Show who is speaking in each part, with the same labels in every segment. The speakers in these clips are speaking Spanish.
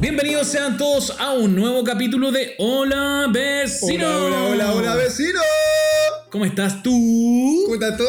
Speaker 1: Bienvenidos sean todos a un nuevo capítulo de Hola Vecino.
Speaker 2: Hola, hola, hola, hola, vecino.
Speaker 1: ¿Cómo estás tú?
Speaker 2: ¿Cómo estás tú?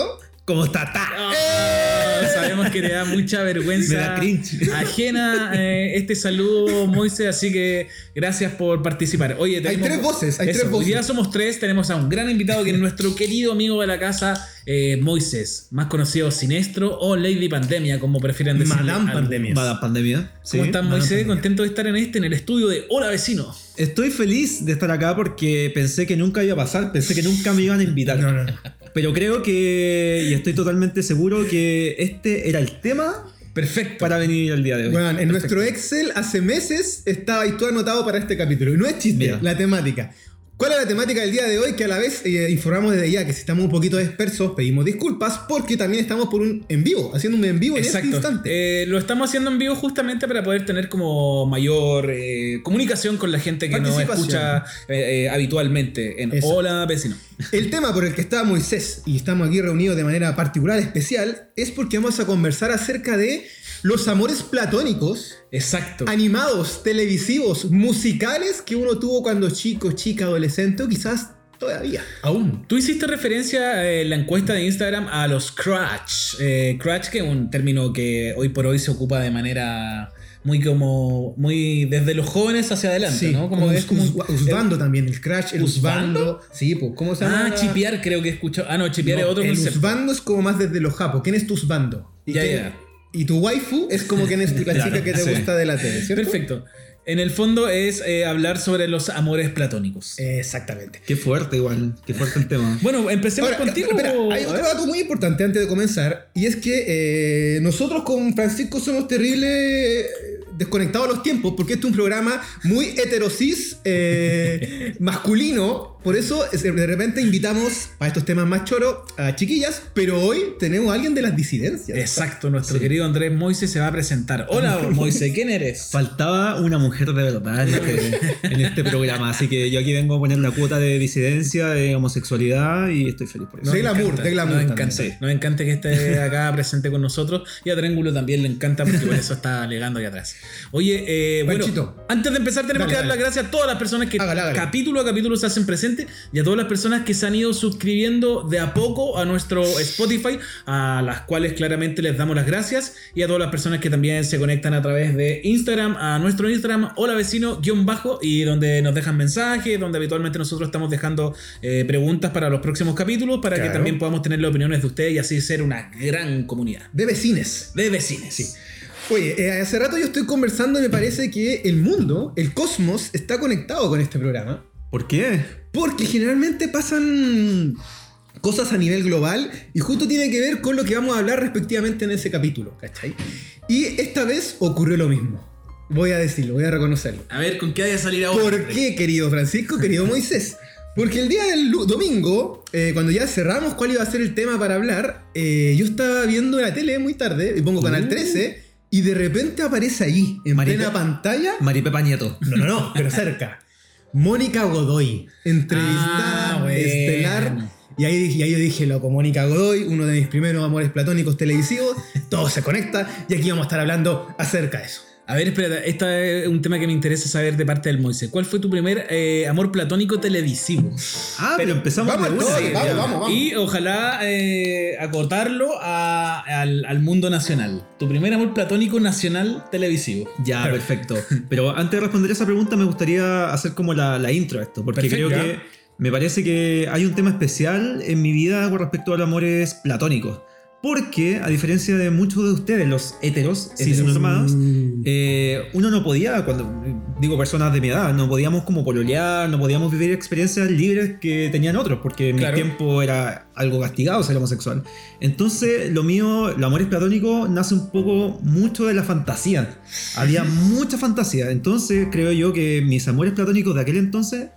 Speaker 3: ¿Cómo está? ta?
Speaker 1: Ah, Sabemos que le da mucha vergüenza
Speaker 3: Me da cringe.
Speaker 1: ajena eh, este saludo, Moise, así que gracias por participar. Oye,
Speaker 2: Hay
Speaker 1: tenemos-
Speaker 2: tres voces, hay
Speaker 1: Eso,
Speaker 2: tres
Speaker 1: hoy día
Speaker 2: voces.
Speaker 1: somos tres, tenemos a un gran invitado que es nuestro querido amigo de la casa, eh, Moisés, más conocido Sinestro o Lady Pandemia, como prefieren decirle.
Speaker 3: Madame
Speaker 1: algunos.
Speaker 3: Pandemia.
Speaker 1: ¿Cómo
Speaker 3: Madame Pandemia. sí,
Speaker 1: estás,
Speaker 3: Madame
Speaker 1: Moisés?
Speaker 3: Pandemia.
Speaker 1: Contento de estar en este, en el estudio de Hola Vecino.
Speaker 3: Estoy feliz de estar acá porque pensé que nunca iba a pasar, pensé que nunca me iban a invitar.
Speaker 2: No, no, no.
Speaker 3: Pero creo que, y estoy totalmente seguro que este era el tema
Speaker 1: Perfecto.
Speaker 3: para venir al día de hoy.
Speaker 2: Bueno, en
Speaker 3: Perfecto.
Speaker 2: nuestro Excel hace meses estabas tú anotado para este capítulo. Y no es chiste,
Speaker 3: Mira.
Speaker 2: la temática. ¿Cuál es la temática del día de hoy? Que a la vez eh, informamos desde ya que si estamos un poquito dispersos, pedimos disculpas porque también estamos por un en vivo, haciendo un en vivo en este instante.
Speaker 1: Eh, lo estamos haciendo en vivo justamente para poder tener como mayor eh, comunicación con la gente que nos
Speaker 2: Participación.
Speaker 1: escucha eh, eh, habitualmente en
Speaker 2: Exacto.
Speaker 1: Hola Vecino.
Speaker 2: El tema por el que está Moisés y estamos aquí reunidos de manera particular, especial, es porque vamos a conversar acerca de los amores platónicos
Speaker 1: Exacto.
Speaker 2: animados, televisivos, musicales que uno tuvo cuando chico, chica, adolescente o quizás todavía.
Speaker 1: Aún. Tú hiciste referencia eh, en la encuesta de Instagram a los crutch. Eh, crutch, que es un término que hoy por hoy se ocupa de manera muy como. muy desde los jóvenes hacia adelante, ¿no? Como
Speaker 2: us-
Speaker 1: es como.
Speaker 2: us- Usbando también, el Crash, el
Speaker 1: ¿Usbando?
Speaker 2: Usbando. Sí, pues, ¿cómo se llama?
Speaker 1: ah, chipear creo que escucho. Ah, no, chipear es otro
Speaker 2: el
Speaker 1: concepto.
Speaker 2: Usbando es como más desde los japos. ¿Quién es tu Usbando? ¿Y,
Speaker 1: Ya,
Speaker 2: quién-
Speaker 1: ya.
Speaker 2: y tu waifu es como quién es tu- la
Speaker 3: Claro,
Speaker 2: chica que te
Speaker 3: sí.
Speaker 2: gusta de la tele, ¿cierto?
Speaker 1: Perfecto. En el fondo es eh, hablar sobre los amores platónicos.
Speaker 2: Eh, Exactamente.
Speaker 3: Qué fuerte igual, qué fuerte el tema.
Speaker 1: Bueno, empecemos
Speaker 2: Ahora,
Speaker 1: pues, contigo.
Speaker 2: espera,
Speaker 1: o-
Speaker 2: hay otro dato muy importante antes de comenzar, y es que eh, nosotros con Francisco somos terribles eh, desconectados a los tiempos, porque este es un programa muy heterosis eh, masculino, por eso es- de repente invitamos para estos temas más choro a chiquillas, pero hoy tenemos a alguien de las disidencias.
Speaker 1: Exacto, nuestro querido Andrés Moise se va a presentar. Hola, Moise, ¿quién eres?
Speaker 3: Faltaba una mujer de verdad en este, en este programa, así que yo aquí vengo a poner la cuota de disidencia, de homosexualidad y estoy feliz por eso.
Speaker 2: Sí, de glamour,
Speaker 1: encanta,
Speaker 2: de glamour
Speaker 1: Nos
Speaker 2: también,
Speaker 1: encanta,
Speaker 3: sí.
Speaker 1: nos encanta que esté acá presente con nosotros. Y a Triángulo también le encanta porque por eso está alegando ahí atrás. Oye, eh, bueno,
Speaker 2: Panchito.
Speaker 1: antes de empezar tenemos
Speaker 2: Dale,
Speaker 1: que dar las
Speaker 2: dale.
Speaker 1: gracias a todas las personas que
Speaker 2: Hágale, hágale.
Speaker 1: capítulo a capítulo se hacen presente y a todas las personas que se han ido suscribiendo de a poco a nuestro Spotify, a las cuales claramente les damos las gracias y a todas las personas que también se conectan a través de Instagram, a nuestro Instagram, hola vecino, guión bajo, y donde nos dejan mensajes, donde habitualmente nosotros estamos dejando eh, preguntas para los próximos capítulos, para que
Speaker 2: Claro.
Speaker 1: también podamos tener las opiniones de ustedes y así ser una gran comunidad
Speaker 2: De vecines.
Speaker 1: de vecines.
Speaker 2: Oye, eh, hace rato yo estoy conversando y me parece que el mundo, el cosmos, está conectado con este programa.
Speaker 3: ¿Por qué?
Speaker 2: Porque generalmente pasan cosas a nivel global y justo tiene que ver con lo que vamos a hablar respectivamente en ese capítulo, ¿cachai? Y esta vez ocurrió lo mismo. Voy a decirlo, voy a reconocerlo.
Speaker 1: A ver, ¿con qué hay a salir ahora?
Speaker 2: ¿Por qué, querido Francisco, querido Moisés? Porque el día del lu- domingo, eh, cuando ya cerramos cuál iba a ser el tema para hablar, eh, yo estaba viendo la tele muy tarde, y pongo Canal
Speaker 3: Uh.
Speaker 2: 13, y de repente aparece allí, en
Speaker 3: Maripe-
Speaker 2: plena pantalla,
Speaker 3: Maripepa Nieto.
Speaker 2: no, no, no, pero cerca. Mónica Godoy, entrevistada
Speaker 1: Ah, bueno.
Speaker 2: estelar. Y ahí, dije- y ahí yo dije, loco, Mónica Godoy, uno de mis primeros amores platónicos televisivos, todo se conecta y aquí vamos a estar hablando acerca de eso.
Speaker 1: A ver, espera, este es un tema que me interesa saber de parte del Moise. ¿Cuál fue tu primer eh, amor platónico televisivo?
Speaker 3: Ah, pero, empezamos
Speaker 2: vamos
Speaker 3: de
Speaker 2: al
Speaker 3: una.
Speaker 2: toque, vamos,
Speaker 3: Ya.
Speaker 2: vamos.
Speaker 1: Y ojalá eh, acotarlo a- al, al mundo nacional. Tu primer amor platónico nacional televisivo.
Speaker 3: Ya, perfecto. Pero antes de responder esa pregunta, me gustaría hacer como la, la intro a esto, porque
Speaker 1: Perfecto.
Speaker 3: creo que me parece que hay un tema especial en mi vida con respecto a los amores platónicos. Porque, a diferencia de muchos de ustedes, los heteros, heteronormados, eh, uno no podía, cuando digo personas de mi edad, no podíamos como pololear, no podíamos vivir experiencias libres que tenían otros, porque en
Speaker 1: Claro.
Speaker 3: mi tiempo era algo castigado ser homosexual. Entonces, lo mío, los amores platónicos, nace un poco mucho de la fantasía. Había mucha fantasía. Entonces, creo yo que mis amores platónicos de aquel entonces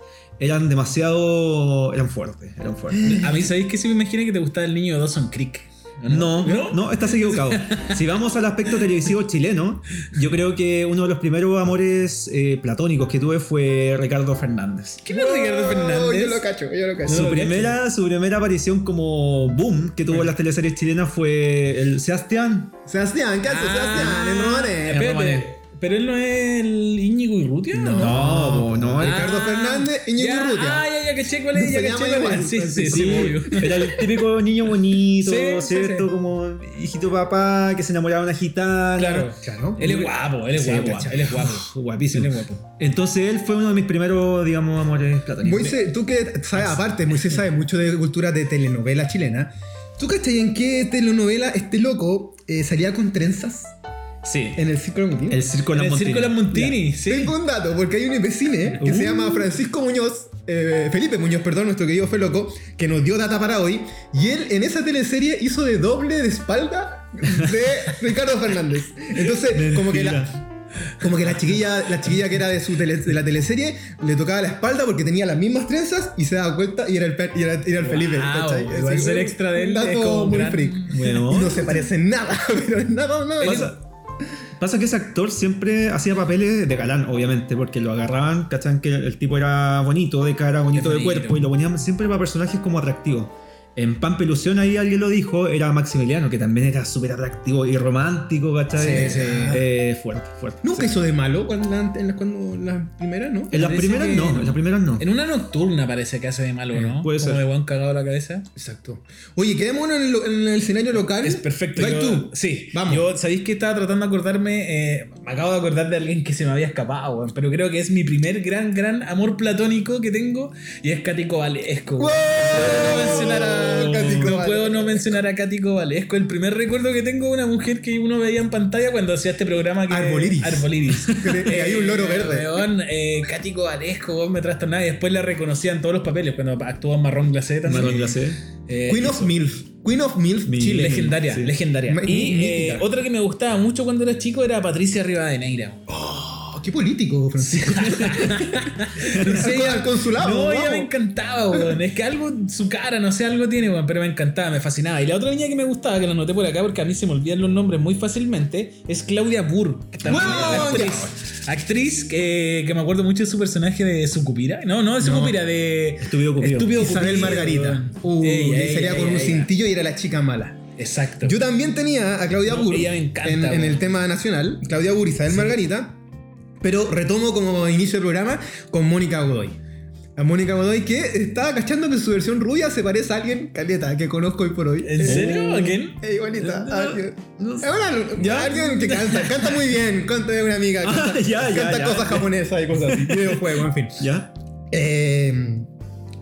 Speaker 3: eran demasiado. eran fuertes, eran fuertes.
Speaker 1: A mí, ¿sabéis que sí me imagina que te gustaba el niño de Dawson Creek? ¿o
Speaker 3: No, no, estás equivocado. Si vamos al aspecto televisivo chileno, yo creo que uno de los primeros amores eh, platónicos que tuve fue Ricardo Fernández.
Speaker 1: ¿Quién es Ricardo Fernández?
Speaker 2: Yo lo cacho, yo lo cacho.
Speaker 3: Su
Speaker 1: lo
Speaker 3: primera, su primera aparición como boom que tuvo en las teleseries chilenas fue el Sebastián.
Speaker 2: Sebastián, ¿qué haces,
Speaker 1: Ah,
Speaker 2: Sebastián? En eh. Romané.
Speaker 1: espérate.
Speaker 3: Romané.
Speaker 1: Pero él no es el Íñigo Irrutia.
Speaker 3: No, no, no.
Speaker 1: Ah,
Speaker 2: Ricardo Fernández, Íñigo
Speaker 1: ya,
Speaker 2: Urrutia.
Speaker 1: Ah, ya, ya caché cuál es, ya
Speaker 2: Se llama
Speaker 1: caché cuál
Speaker 2: igual,
Speaker 1: es. Sí, sí, sí,
Speaker 2: Francisco.
Speaker 1: obvio.
Speaker 3: Era el típico niño bonito,
Speaker 1: Sí, sí,
Speaker 3: ¿cierto?
Speaker 1: sí.
Speaker 3: Como hijito papá que se enamoraba de una gitana.
Speaker 1: Claro.
Speaker 2: Claro.
Speaker 1: Él es guapo, él es
Speaker 3: Sí,
Speaker 1: guapo,
Speaker 3: cachai.
Speaker 1: él es guapo. Él
Speaker 3: Guapísimo.
Speaker 1: es guapo.
Speaker 3: Entonces él fue uno de mis primeros, digamos, amores platónicos.
Speaker 2: Moisés, tú que sabes, aparte, Moisés sabe mucho de cultura de telenovela chilena. ¿Tú cachai en qué telenovela este loco eh, salía con trenzas
Speaker 3: Sí.
Speaker 2: en el ciclo
Speaker 3: El circo de
Speaker 1: En
Speaker 3: las
Speaker 1: el
Speaker 3: Montini.
Speaker 1: Circo de las Montini, sí.
Speaker 2: Tengo un dato, porque hay un vecine que se
Speaker 1: Uh.
Speaker 2: llama Francisco Muñoz, eh, Felipe Muñoz, perdón, nuestro querido Feloco, que nos dio data para hoy, y él en esa teleserie hizo de doble de espalda de Ricardo Fernández. Entonces, como que la... Como que la chiquilla, la chiquilla que era de, su tele- de la teleserie le tocaba la espalda porque tenía las mismas trenzas y se daba cuenta y era el, pe- y era, y era el Felipe.
Speaker 1: Wow,
Speaker 2: ¿cachai?
Speaker 1: igual
Speaker 2: Así que
Speaker 1: ser
Speaker 2: un-
Speaker 1: extra de él
Speaker 2: un
Speaker 1: es
Speaker 2: dato
Speaker 1: como
Speaker 2: muy
Speaker 1: gran-
Speaker 2: freak.
Speaker 3: Bueno.
Speaker 2: Y no se parece en nada, pero en nada, nada.
Speaker 3: Pasa, pasa que ese actor siempre hacía papeles de galán, obviamente, porque lo agarraban, ¿cachan? Que el tipo era bonito de cara, bonito
Speaker 1: Es
Speaker 3: de
Speaker 1: bonito.
Speaker 3: cuerpo, y lo ponían siempre para personajes como atractivos. En Pan Pelusión ahí alguien lo dijo, era Maximiliano, que también era súper atractivo y romántico, ¿cachai?
Speaker 2: Sí, sí.
Speaker 3: Eh, fuerte, fuerte.
Speaker 2: Nunca hizo de malo cuando la, en la- cuando la primera, ¿no?
Speaker 3: En las
Speaker 1: Parece
Speaker 3: primeras
Speaker 1: que
Speaker 3: no,
Speaker 1: no.
Speaker 3: en las primeras no.
Speaker 1: En una nocturna parece que hace de malo, ¿no?
Speaker 3: puede
Speaker 1: Como
Speaker 3: ser.
Speaker 1: de buen cagado la cabeza.
Speaker 2: Exacto. Oye, quedémonos en el, lo- en el escenario local.
Speaker 1: Es perfecto.
Speaker 2: Dai
Speaker 1: yo-
Speaker 2: tú.
Speaker 1: Sí,
Speaker 2: Vamos.
Speaker 1: vamos. Yo, ¿sabéis que estaba tratando de acordarme? eh, me acabo de acordar de alguien que se me había escapado, weón, pero creo que es mi primer gran, gran amor platónico que tengo y es Cático Valesco.
Speaker 2: ¡Wow!
Speaker 1: weón. No puedo mencionar a-
Speaker 2: Cático
Speaker 1: no
Speaker 2: Valesco.
Speaker 1: puedo no mencionar a Cático Valesco. El primer recuerdo que tengo de una mujer que uno veía en pantalla cuando hacía este programa que
Speaker 2: Arboliris.
Speaker 1: Arboliris.
Speaker 2: Que Eh, hay un loro verde.
Speaker 1: Weón, eh, Cático Valesco, weón, me trastornaba y después la reconocía en todos los papeles cuando actuó en Marrón Glacé también.
Speaker 3: Marrón Glacé.
Speaker 1: Eh,
Speaker 2: Queen of MILF. Queen of MILF
Speaker 3: Milf.
Speaker 2: Chile.
Speaker 1: Legendaria,
Speaker 3: sí.
Speaker 1: legendaria.
Speaker 2: Ma-
Speaker 1: Y
Speaker 2: mítica.
Speaker 1: eh, otra que me gustaba mucho cuando era chico era Patricia Rivadeneira.
Speaker 2: Oh, qué político, Francisco.
Speaker 1: No sé,
Speaker 2: Al consulado.
Speaker 1: No,
Speaker 2: pues, vamos.
Speaker 1: ella me encantaba, weón. Es que algo, su cara, no sé, algo tiene, weón, pero me encantaba, me fascinaba. Y la otra niña que me gustaba, que la anoté por acá porque a mí se me olvidan los nombres muy fácilmente, es Claudia Burr. que también
Speaker 2: ¡Wow!
Speaker 1: era Actriz, actriz que, que me acuerdo mucho de su personaje de Sucupira. No, no, de Sucupira, de.
Speaker 3: Estúpido Cupido.
Speaker 1: Estúpido
Speaker 2: Isabel
Speaker 1: Cupido,
Speaker 2: Margarita.
Speaker 1: weón.
Speaker 2: Uh,
Speaker 1: Ella,
Speaker 2: que salía
Speaker 1: ella,
Speaker 2: con un
Speaker 1: ella, ella.
Speaker 2: cintillo y era la chica mala.
Speaker 1: Exacto.
Speaker 2: Yo también tenía a Claudia
Speaker 1: No,
Speaker 2: Burr
Speaker 1: ella me encanta,
Speaker 2: en, en el
Speaker 1: weón.
Speaker 2: tema nacional. Claudia Burr, Isabel Margarita. Pero retomo como inicio del programa con Mónica Godoy. A Mónica Godoy que estaba cachando que su versión rubia se parece a alguien, Caleta, que conozco hoy por hoy.
Speaker 1: ¿En
Speaker 2: Oh.
Speaker 1: serio? ¿A quién?
Speaker 2: Es igualita.
Speaker 1: No,
Speaker 2: a alguien.
Speaker 3: no sé.
Speaker 2: Es una- Alguien que canta, canta muy bien, canta es una amiga. Canta,
Speaker 3: Ah, ya, ya,
Speaker 2: canta
Speaker 3: ya.
Speaker 2: cosas japonesas y cosas así. Videojuego, en fin.
Speaker 3: ¿Ya?
Speaker 2: Eh,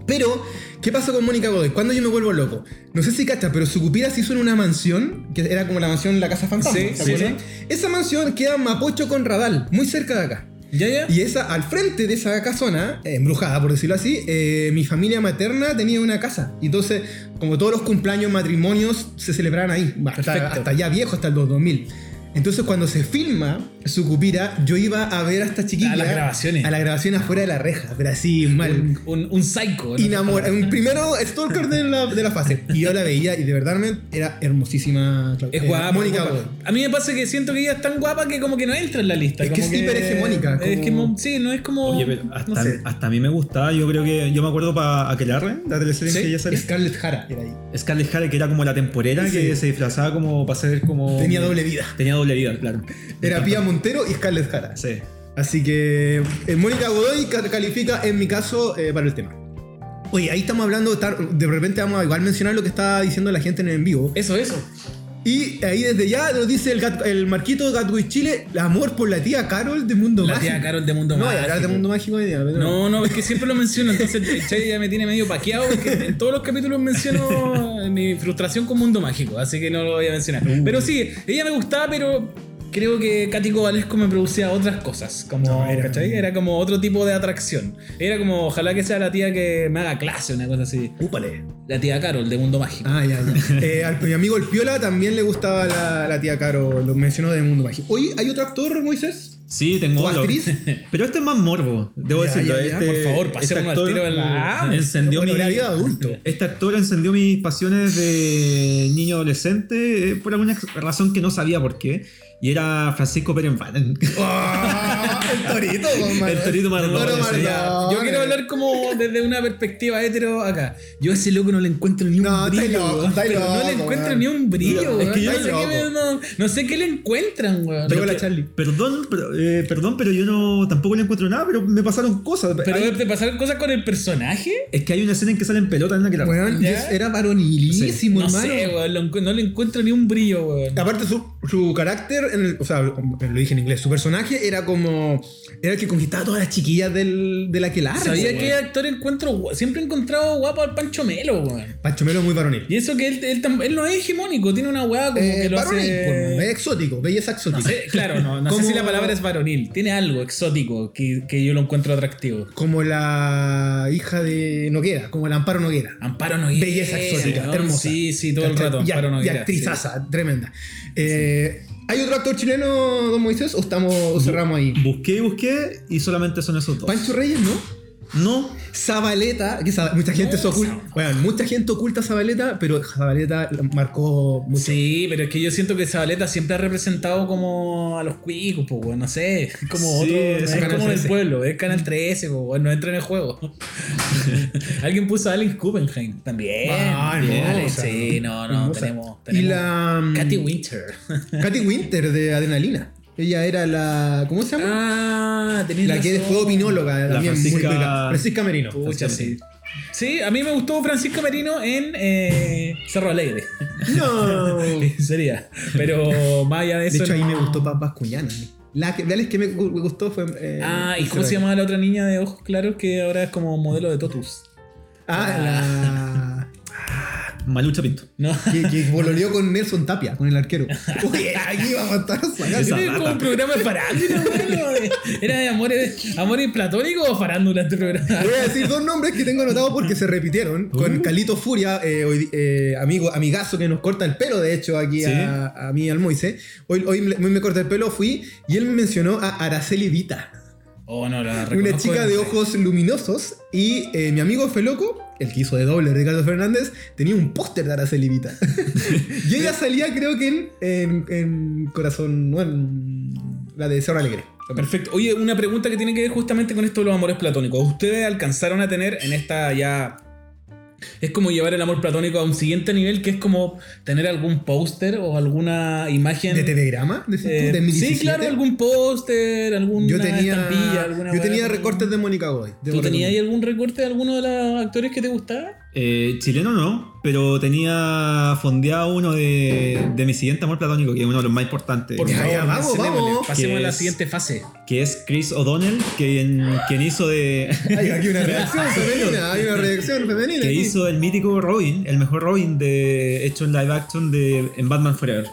Speaker 2: pero, ¿qué pasó con Mónica Godoy? Cuando yo me vuelvo loco? No sé si cachas, pero su cupida se hizo en una mansión, que era como la mansión La Casa Fantasma.
Speaker 1: Sí,
Speaker 2: ¿se
Speaker 1: sí,
Speaker 2: acuerdan? Esa mansión queda en Mapocho con Radal, muy cerca de acá.
Speaker 1: ¿Ya, ya?
Speaker 2: Y esa, al frente de esa casona, eh, embrujada por decirlo así, eh, mi familia materna tenía una casa. Y Entonces, como todos los cumpleaños, matrimonios se celebraban ahí, hasta,
Speaker 1: Perfecto.
Speaker 2: hasta ya viejo, hasta el 2000. Entonces, cuando se filma su cupira, yo iba a ver a esta chiquilla.
Speaker 1: A las grabaciones.
Speaker 2: A la grabación afuera de la reja, pero así, mal.
Speaker 1: Un, un psycho. ¿no?
Speaker 2: Enamor, un primero stalker de la, de la fase. Y yo la veía y de verdad me- era hermosísima. Clau-
Speaker 1: Es
Speaker 2: eh,
Speaker 1: guapa.
Speaker 2: Mónica
Speaker 1: guapa.
Speaker 2: Godoy.
Speaker 1: A mí me pasa que siento que ella es tan guapa que como que no entra en la lista.
Speaker 2: Es que
Speaker 1: como
Speaker 2: es hiperhegemónica,
Speaker 1: Es que
Speaker 2: como-
Speaker 1: mo- sí, no es como.
Speaker 3: Oye, pero hasta,
Speaker 1: no sé.
Speaker 3: hasta a mí me gustaba, yo creo que. Yo me acuerdo para Aquelarre, la teleserie
Speaker 1: Sí,
Speaker 3: que ella salió.
Speaker 2: Scarlett Jara era ahí.
Speaker 3: Scarlett Jara, que era como la temporera
Speaker 2: Sí.
Speaker 3: que se disfrazaba como para ser como.
Speaker 2: Tenía doble vida.
Speaker 3: Tenía doble vida, claro.
Speaker 2: Era Pía Montero y Scarlett Jara.
Speaker 3: Sí.
Speaker 2: Así que eh, Mónica Godoy ca- califica en mi caso eh, para el tema. Oye, ahí estamos hablando, tar- de repente vamos a igual mencionar lo que está diciendo la gente en el en vivo.
Speaker 1: Eso, eso.
Speaker 2: Y ahí desde ya nos dice el, gat- el marquito de Gatwick Chile, el amor por la tía Carol de Mundo
Speaker 1: La
Speaker 2: Mágico.
Speaker 1: tía Carol de Mundo
Speaker 2: no, voy a
Speaker 1: Mágico.
Speaker 2: hablar de Mundo Mágico hoy día, pero-
Speaker 1: No, no, es que siempre lo menciono, entonces el Chay ya me tiene medio paqueado porque en todos los capítulos menciono mi frustración con Mundo Mágico, así que no lo voy a mencionar.
Speaker 2: Uh.
Speaker 1: Pero sí, ella me gustaba, pero creo que Cático Valesco me producía otras cosas, como,
Speaker 2: No, era-
Speaker 1: era, Era como otro tipo de atracción. Era como, ojalá que sea la tía que me haga clase, una cosa así.
Speaker 2: Úpale.
Speaker 1: La tía Carol de Mundo Mágico.
Speaker 2: Ah, ya, ya. Eh, al- mi amigo el Piola también le gustaba la, la tía Carol, lo mencionó de Mundo Mágico. Oye, ¿hay otro actor, Moisés?
Speaker 3: Sí, tengo
Speaker 2: ¿O
Speaker 3: otro.
Speaker 2: actriz?
Speaker 3: Pero este es más morbo, debo
Speaker 2: Ya,
Speaker 3: decirlo.
Speaker 2: ya, ya,
Speaker 3: este,
Speaker 1: por favor, pasemos al tiro al-
Speaker 3: ah,
Speaker 1: al-
Speaker 3: encendió mi,
Speaker 2: Bueno, horario de adulto.
Speaker 3: Este actor encendió mis pasiones de niño adolescente eh, por alguna razón que no sabía por qué. y era Francisco Pérez Van.
Speaker 2: ¡Oh! el torito, con Mar-
Speaker 3: El torito Mardone,
Speaker 2: El torito
Speaker 3: eso ya.
Speaker 2: Mardone.
Speaker 1: Yo quiero hablar como desde una perspectiva hetero acá. Yo a ese loco no le encuentro ni un
Speaker 2: No, está
Speaker 1: brillo.
Speaker 2: loco,
Speaker 1: weón.
Speaker 2: está
Speaker 1: Pero no
Speaker 2: loco,
Speaker 1: le encuentro
Speaker 2: weón.
Speaker 1: ni un brillo.
Speaker 2: Es que
Speaker 1: weón.
Speaker 2: yo
Speaker 1: no, sé
Speaker 2: loco.
Speaker 1: qué, no- no sé qué le encuentran, weón.
Speaker 2: Pero
Speaker 1: Pero,
Speaker 2: la Charlie.
Speaker 3: Perdón, pero, eh, perdón, pero yo no tampoco le encuentro nada, pero me pasaron cosas. Hay-
Speaker 1: te pasaron cosas con el personaje.
Speaker 3: es que hay una escena en que salen pelotas en la que la-
Speaker 2: Weón,
Speaker 1: ¿Ya?
Speaker 2: yes, era varonilísimo,
Speaker 1: no
Speaker 2: hermano.
Speaker 1: sé, weón. lo encu- no le encuentro ni un brillo, weón.
Speaker 2: Aparte, su, su carácter, en el- o sea, como lo dije en inglés, su personaje era como. Era el que conquistaba a todas las chiquillas del, de la que larga.
Speaker 1: Sabía que actor encuentro gu- siempre he encontrado guapo al Pancho Melo, weón.
Speaker 2: Pancho Melo es muy varonil.
Speaker 1: Y eso que él, él, tam- él no es hegemónico, tiene una weá como
Speaker 2: Eh,
Speaker 1: que lo
Speaker 2: varonil,
Speaker 1: hace.
Speaker 2: pues, es exótico, belleza exótica.
Speaker 1: No sé, claro, no, no sé
Speaker 2: Como-
Speaker 1: si la palabra es varonil. Tiene algo exótico que, que yo lo encuentro atractivo.
Speaker 2: Como la hija de Noguera, como el Amparo Noguera.
Speaker 1: Amparo Noguera.
Speaker 2: Belleza exótica,
Speaker 1: Ah, ¿no?
Speaker 2: hermosa.
Speaker 1: Sí, sí, todo el
Speaker 2: ¿Cachai?
Speaker 1: rato.
Speaker 2: Y,
Speaker 1: Amparo
Speaker 2: y
Speaker 1: Noguera.
Speaker 2: actrizaza, tremenda. Eh, ¿Hay otro actor chileno, don Moisés, o estamos o cerramos ahí?
Speaker 3: Busqué y busqué y solamente son esos dos.
Speaker 2: Pancho Reyes, ¿no?
Speaker 3: No,
Speaker 2: Zabaleta, que Zab- mucha
Speaker 1: Oh,
Speaker 2: gente se oculta. Bueno, mucha gente oculta a Zabaleta, pero Zabaleta marcó
Speaker 1: Sí.
Speaker 2: mucho.
Speaker 1: Sí, pero es que yo siento que Zabaleta siempre ha representado como a los cuicos, pues, weón, no sé, es como
Speaker 3: Sí,
Speaker 1: otro,
Speaker 3: es
Speaker 1: es,
Speaker 2: Canal
Speaker 1: como del
Speaker 2: 13.
Speaker 1: pueblo, es Canal 13, pues, weón, no entra en el juego. Alguien puso a Alex Guggenheim también.
Speaker 2: Ah,
Speaker 1: bien,
Speaker 2: hermosa.
Speaker 1: Alex, sí, no, no,
Speaker 2: Hermosa.
Speaker 1: tenemos,
Speaker 2: Y
Speaker 1: tenemos.
Speaker 2: la. mm,
Speaker 1: Katy Winter.
Speaker 2: Katy Winter de Adrenalina. Ella era la. ¿Cómo se llama?
Speaker 1: ah, tenés
Speaker 2: la que
Speaker 1: razón.
Speaker 2: fue opinóloga. La también muy
Speaker 3: Francisca-
Speaker 2: rica. Francisca Merino.
Speaker 1: Pucha,
Speaker 2: Francisca
Speaker 1: sí. Sí, a mí me gustó Francisco Merino en eh, Cerro Alegre.
Speaker 2: Merino. No.
Speaker 1: Sería. Pero más allá de
Speaker 2: Uh. De
Speaker 1: eso.
Speaker 2: hecho, ahí
Speaker 1: no.
Speaker 2: me gustó Paz Vascuñana. La que, ¿Veales que me gu- gustó fue. eh,
Speaker 1: Ah, ¿y
Speaker 2: Isabel.
Speaker 1: cómo se llamaba la otra niña de ojos claros que ahora es como modelo de Totus?
Speaker 2: Ah,
Speaker 3: Malucha Pinto.
Speaker 1: No.
Speaker 2: la. que, que pololeó con Nelson Tapia, con el arquero. Oye, aquí vamos a estar
Speaker 3: Esa
Speaker 2: sacando.
Speaker 1: Era como
Speaker 3: rata.
Speaker 1: un programa de farándula, bueno, de- Era de amores, amores platónicos o farándula este programa.
Speaker 2: Voy a decir dos nombres que tengo anotados porque se repitieron. Con Calito Furia, eh, hoy- eh, amigo, amigazo que nos corta el pelo, de hecho, aquí a, a mí, al Moise. Hoy, hoy me- me corta el pelo, fui y él me mencionó a Araceli Vita.
Speaker 1: Oh, no, la
Speaker 2: Una
Speaker 1: reconozco
Speaker 2: chica de
Speaker 1: no sé.
Speaker 2: ojos luminosos y eh, mi amigo Feloco, el que hizo de doble Ricardo Fernández, tenía un póster de Araceli Vita. y ella salía creo que en, en- en Corazón, no, en la de Cerro Alegre.
Speaker 1: Perfecto. Oye, una pregunta que tiene que ver justamente con esto de los amores platónicos. ¿Ustedes alcanzaron a tener en esta ya... Es como llevar el amor platónico a un siguiente nivel, que es como tener algún póster o alguna imagen...
Speaker 2: ¿De Telegrama? decís tú?
Speaker 1: eh,
Speaker 2: ¿De 1017?
Speaker 1: sí, claro, algún póster, alguna
Speaker 2: Yo tenía,
Speaker 1: estampilla, alguna
Speaker 2: yo tenía
Speaker 1: weá.
Speaker 2: recortes de Mónica Godoy.
Speaker 1: ¿Tú tenías ahí algún recorte de alguno de los actores que te gustaba?
Speaker 3: Eh, chileno no, pero tenía fondeado uno de, de mi siguiente amor platónico, que es uno de los más importantes,
Speaker 2: Eh, Ya, ya, vamos,
Speaker 1: mencionémosle.
Speaker 2: vamos.
Speaker 1: Pasemos a
Speaker 3: Que
Speaker 1: la
Speaker 3: es-
Speaker 1: siguiente fase.
Speaker 3: que es Chris O'Donnell, quien, quien hizo de...
Speaker 2: Hay aquí una reacción femenina, hay una reacción femenina.
Speaker 3: que
Speaker 2: aquí.
Speaker 3: hizo el mítico Robin, el mejor Robin de, hecho en live action de, en Batman Forever.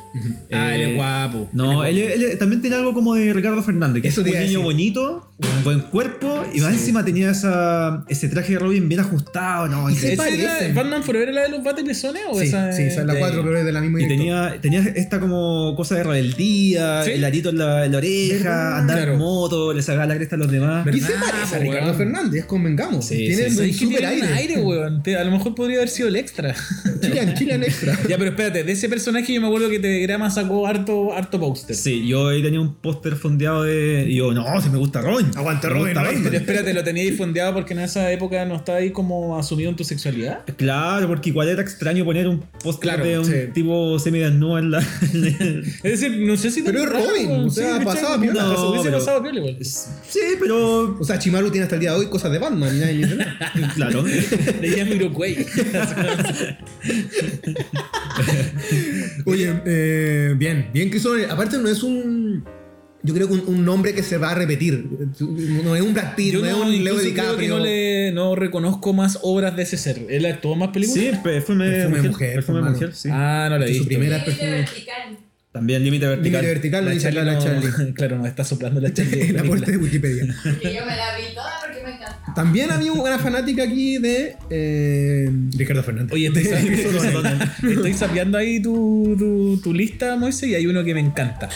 Speaker 1: Ah,
Speaker 3: Eh,
Speaker 1: él es guapo.
Speaker 3: No,
Speaker 1: Él
Speaker 3: él,
Speaker 1: es guapo.
Speaker 3: él también tiene algo como de Ricardo Fernández, que
Speaker 2: Eso
Speaker 3: es
Speaker 2: te
Speaker 3: un
Speaker 2: iba a
Speaker 3: niño
Speaker 2: decir.
Speaker 3: bonito, un buen cuerpo, y más encima tenía esa, ese traje de Robin bien ajustado, ¿no?
Speaker 2: Y
Speaker 3: increíble.
Speaker 1: ¿Esa
Speaker 2: se
Speaker 1: era
Speaker 2: parecen.
Speaker 1: Batman Forever era la de los Battle o
Speaker 2: Sí,
Speaker 1: esa
Speaker 2: sí, esa es la
Speaker 1: de-
Speaker 2: 4, pero es de la misma
Speaker 3: Y
Speaker 2: directora.
Speaker 3: tenía, tenía esta como cosa de rebeldía,
Speaker 1: Sí.
Speaker 3: el arito en la, en la
Speaker 2: ¿Verdad?
Speaker 3: oreja, andaba
Speaker 1: Claro.
Speaker 3: en moto, le sacaba la cresta a los demás.
Speaker 1: Pero-
Speaker 2: Y se
Speaker 1: Ah,
Speaker 2: parece a
Speaker 1: po,
Speaker 2: Ricardo
Speaker 1: weón.
Speaker 2: Fernández, convengamos.
Speaker 3: Sí,
Speaker 2: Tienen
Speaker 3: sí, sí.
Speaker 2: un
Speaker 1: ¿Sabéis que
Speaker 2: super
Speaker 1: tiene un
Speaker 2: aire.
Speaker 1: aire, weón? Te- A lo mejor podría haber sido el extra.
Speaker 2: Chilean, chilean extra.
Speaker 1: ya, pero espérate, de ese personaje yo me acuerdo que Telegrama sacó harto, harto póster.
Speaker 3: Sí, yo ahí tenía un póster fondeado de. Y yo, no, si me gusta Robin.
Speaker 2: Aguante
Speaker 3: Me
Speaker 2: Robin,
Speaker 3: gusta
Speaker 2: Robin.
Speaker 1: Pero
Speaker 3: Batman".
Speaker 1: espérate, lo tenías fondeado porque en esa época no estaba ahí como asumido en tu sexualidad.
Speaker 3: Claro, porque igual era extraño poner un póster
Speaker 1: Claro,
Speaker 3: de un
Speaker 1: sí.
Speaker 3: tipo semidesnudo en la. en-
Speaker 1: Es decir, no sé si.
Speaker 2: Pero
Speaker 1: tan
Speaker 2: es
Speaker 1: raro,
Speaker 2: Robin,
Speaker 1: weón.
Speaker 2: o sea,
Speaker 1: ¿cachai?
Speaker 2: pasaba
Speaker 1: Como
Speaker 2: piola.
Speaker 1: que
Speaker 3: No,
Speaker 1: hubiese
Speaker 3: pero-
Speaker 1: pasado piola, weón.
Speaker 3: sí, pero.
Speaker 2: O sea, Chimaru tiene hasta el día de hoy cosas de Batman. y nadie le dice nada.
Speaker 3: Claro.
Speaker 1: Leía Miroquay.
Speaker 2: Oye, eh, bien, bien Chris O'Donnell. Aparte no es un... Yo creo que un, un nombre que se va a repetir. No es un Brad Pitt,
Speaker 1: Yo
Speaker 2: no,
Speaker 1: no,
Speaker 2: es un Leo
Speaker 1: incluso creo que
Speaker 2: DiCaprio.
Speaker 1: no, le, no reconozco más obras de ese ser. Él actuó más películas.
Speaker 3: Sí, perfume,
Speaker 2: Perfume
Speaker 3: mujer,
Speaker 2: mujer,
Speaker 3: Perfume
Speaker 2: hermano.
Speaker 3: mujer, sí.
Speaker 1: Ah, no la
Speaker 2: Su
Speaker 1: vi.
Speaker 2: primera
Speaker 4: Límite
Speaker 2: persona...
Speaker 4: vertical.
Speaker 3: También límite
Speaker 2: Límite
Speaker 3: vertical.
Speaker 2: vertical, lo dice la Charlie.
Speaker 1: claro, nos está soplando la Charlie.
Speaker 2: En la puerta de Wikipedia.
Speaker 4: Porque yo me la vi toda porque me encantaba.
Speaker 2: También había una fanática aquí de... eh, Ricardo Fernández.
Speaker 1: Oye, pues, estoy,
Speaker 3: Chris O'Donnell.
Speaker 1: estoy sapeando ahí tu, tu, tu lista, Moisés, y hay uno que me encanta.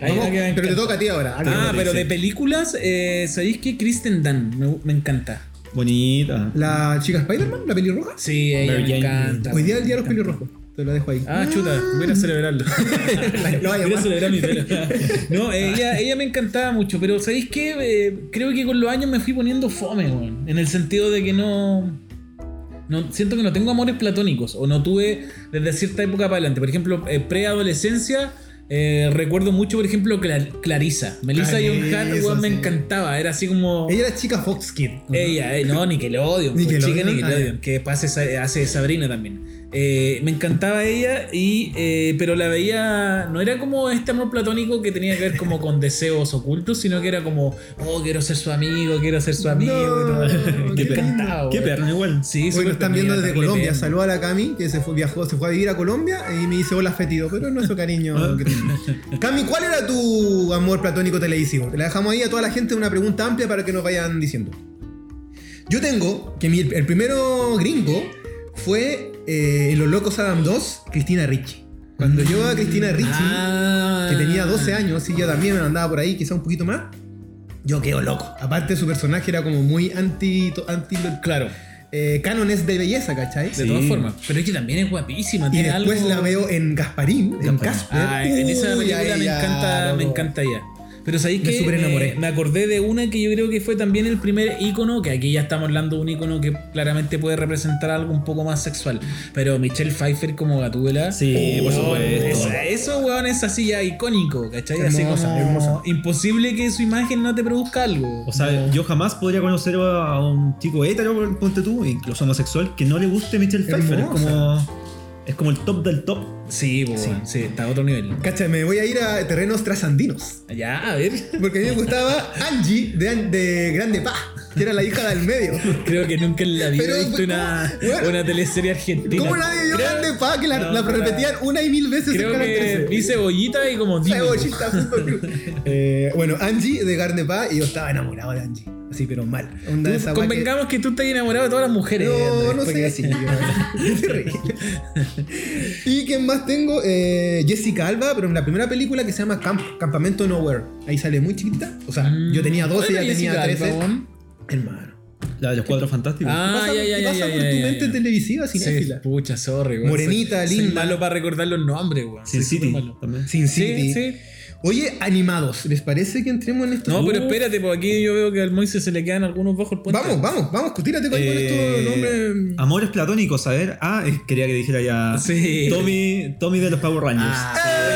Speaker 1: Hay
Speaker 2: Vamos,
Speaker 1: uno que me
Speaker 2: pero te
Speaker 1: encanta.
Speaker 2: toca a ti ahora.
Speaker 1: Ah,
Speaker 3: Algo
Speaker 1: pero
Speaker 3: que
Speaker 1: de
Speaker 3: sí.
Speaker 1: películas, eh, ¿sabéis que Kristen Dunn me, me encanta?
Speaker 3: Bonita.
Speaker 2: ¿La chica Spider-Man? ¿La pelirroja?
Speaker 1: Sí, ella
Speaker 3: Mary
Speaker 1: me
Speaker 3: Jane.
Speaker 1: encanta.
Speaker 2: Hoy día es el día de los
Speaker 1: Me encanta.
Speaker 2: pelirrojos. Te lo dejo ahí.
Speaker 1: Ah, chuta, voy a ir a celebrarlo.
Speaker 2: No vaya
Speaker 1: Voy a
Speaker 2: más.
Speaker 1: celebrar mi pelo. No, eh, ella, ella me encantaba mucho, pero ¿sabéis qué? Eh, creo que con los años me fui poniendo fome, weón. En el sentido de que no. No, siento que no tengo amores platónicos o no tuve desde cierta época para adelante. Por ejemplo, eh, preadolescencia, eh, recuerdo mucho, por ejemplo, Cla- Clarisa. Melissa John Hart,
Speaker 2: Clarisa,
Speaker 1: weón, me
Speaker 2: sí.
Speaker 1: encantaba. Era así como.
Speaker 2: Ella era chica Fox Kid. ¿no?
Speaker 1: Ella, eh, no, Nickelodeon, pues,
Speaker 2: Nickelodeon,
Speaker 1: chica
Speaker 2: ah,
Speaker 1: Nickelodeon, que pase, sa- hace Sabrina también. Eh, me encantaba ella, y, eh, pero la veía, no era como este amor platónico que tenía que ver como con deseos ocultos, sino que era como, oh, quiero ser su amigo, quiero ser su amigo. y todo.
Speaker 2: No,
Speaker 1: Me
Speaker 3: qué pe-
Speaker 1: encantaba,
Speaker 3: Qué
Speaker 1: güey.
Speaker 3: perno, igual.
Speaker 1: Sí,
Speaker 2: Hoy
Speaker 1: súper
Speaker 2: nos están viendo
Speaker 1: tenía,
Speaker 2: desde
Speaker 1: terrible
Speaker 2: Colombia.
Speaker 1: pena.
Speaker 2: Saludar a la Cami, que se fue, viajó, se fue a vivir a Colombia y me dice hola fetido, pero es nuestro
Speaker 1: Ah.
Speaker 2: cariño. que tenemos. Cami, ¿cuál era tu amor platónico televisivo? Te la dejamos ahí a toda la gente una pregunta amplia para que nos vayan diciendo. Yo tengo que mi- el primero gringo fue eh, en Los Locos Adam 2, Cristina Ricci. Cuando yo a Cristina Ricci,
Speaker 1: Ah.
Speaker 2: que tenía 12 años y ella también me andaba por ahí, quizá un poquito más, yo quedo loco. Aparte su personaje era como muy anti... anti
Speaker 1: Claro,
Speaker 2: eh, cánones de belleza, ¿cachai?
Speaker 1: de
Speaker 3: Sí.
Speaker 1: todas formas. Pero es que también es guapísima,
Speaker 2: Y
Speaker 1: tiene
Speaker 2: después
Speaker 1: algo-
Speaker 2: la veo en Gasparín, en
Speaker 3: Gasparín.
Speaker 2: Casper.
Speaker 1: Ah, en esa
Speaker 2: Uy,
Speaker 1: película
Speaker 2: ay,
Speaker 1: me
Speaker 2: ay,
Speaker 1: encanta, me
Speaker 2: loco.
Speaker 1: encanta ella. Pero sabéis
Speaker 2: Me
Speaker 1: que
Speaker 2: superenamoré.
Speaker 1: me acordé de una que yo creo que fue también el primer ícono, que aquí ya estamos hablando de un ícono que claramente puede representar algo un poco más sexual. Pero Michelle Pfeiffer como Gatúbela.
Speaker 3: Sí, por supuesto.
Speaker 1: Eso, eso, weón, es así ya icónico, ¿cachai? así
Speaker 2: Hermosa,
Speaker 1: como
Speaker 2: hermosa.
Speaker 1: imposible que su imagen no te produzca algo.
Speaker 3: O sea, yo jamás podría conocer a un chico hétero, ponte tú, incluso homosexual, que no le guste Michelle Pfeiffer. Es como, es como el top del top.
Speaker 1: sí, po,
Speaker 3: Sí.
Speaker 1: weón, sí, está a otro nivel.
Speaker 2: Cacha, me voy a ir a terrenos trasandinos.
Speaker 1: Ya, a ver.
Speaker 2: Porque a mí me gustaba Angie de, An- de Grande Pa, que era la hija del medio.
Speaker 1: Creo que nunca en la vida
Speaker 2: Pero,
Speaker 1: he visto
Speaker 2: ¿cómo?
Speaker 1: una,
Speaker 2: Weón.
Speaker 1: una teleserie argentina.
Speaker 2: ¿Cómo nadie vio
Speaker 1: Creo-
Speaker 2: Grande Pa? Que la,
Speaker 1: No,
Speaker 2: la
Speaker 1: para-
Speaker 2: repetían una y mil veces
Speaker 1: Creo
Speaker 2: en Canal
Speaker 1: que
Speaker 2: 13.
Speaker 1: vi cebollita y como dime.
Speaker 2: Cebollita.club. Eh, bueno, Angie de Grande Pa, y yo estaba enamorado de Angie. Así, pero mal. Onda
Speaker 1: Tú-
Speaker 2: esa guay que-
Speaker 1: Convengamos que... tú estás enamorado de todas las mujeres.
Speaker 2: No,
Speaker 1: Andrés,
Speaker 2: no sé.
Speaker 1: porque-
Speaker 2: así. y quién más tengo, Eh, Jessica Alba, pero en la primera película que se llama Camp, Campamento Nowhere. Ahí sale muy chiquita. O sea,
Speaker 1: Mm.
Speaker 2: yo tenía 12,
Speaker 1: Bueno,
Speaker 2: ella tenía
Speaker 1: Jessica
Speaker 2: 13.
Speaker 1: Alba, weón.
Speaker 2: Hermano.
Speaker 3: La de los cuatro fantásticos.
Speaker 1: Ah,
Speaker 2: pasa,
Speaker 1: ya, ya,
Speaker 2: ¿qué
Speaker 1: ya,
Speaker 2: pasa
Speaker 1: ya,
Speaker 2: por
Speaker 1: ya,
Speaker 2: tu
Speaker 1: ya,
Speaker 2: mente
Speaker 1: ya.
Speaker 2: televisiva
Speaker 1: Sí,
Speaker 2: cinéfila?
Speaker 1: pucha, sorry, weón.
Speaker 2: Morenita,
Speaker 1: Soy-
Speaker 2: linda.
Speaker 1: Soy malo para recordar los nombres, weón.
Speaker 3: Sin
Speaker 1: Soy
Speaker 3: City
Speaker 1: súper malo.
Speaker 3: también.
Speaker 2: Sin City.
Speaker 1: Sí, sí.
Speaker 2: Oye, animados, ¿les parece que entremos en esto?
Speaker 1: No, pero
Speaker 3: Uf.
Speaker 1: espérate, porque aquí yo veo que al Moise se le quedan algunos bajo el puente.
Speaker 2: Vamos, vamos, vamos, tírate con, con
Speaker 3: Eh,
Speaker 2: estos nombres.
Speaker 3: Amores platónicos, a ver. Ah, eh, quería que dijera ya.
Speaker 1: Sí.
Speaker 3: Tommy, Tommy de los Power Rangers.
Speaker 1: Ah, sí,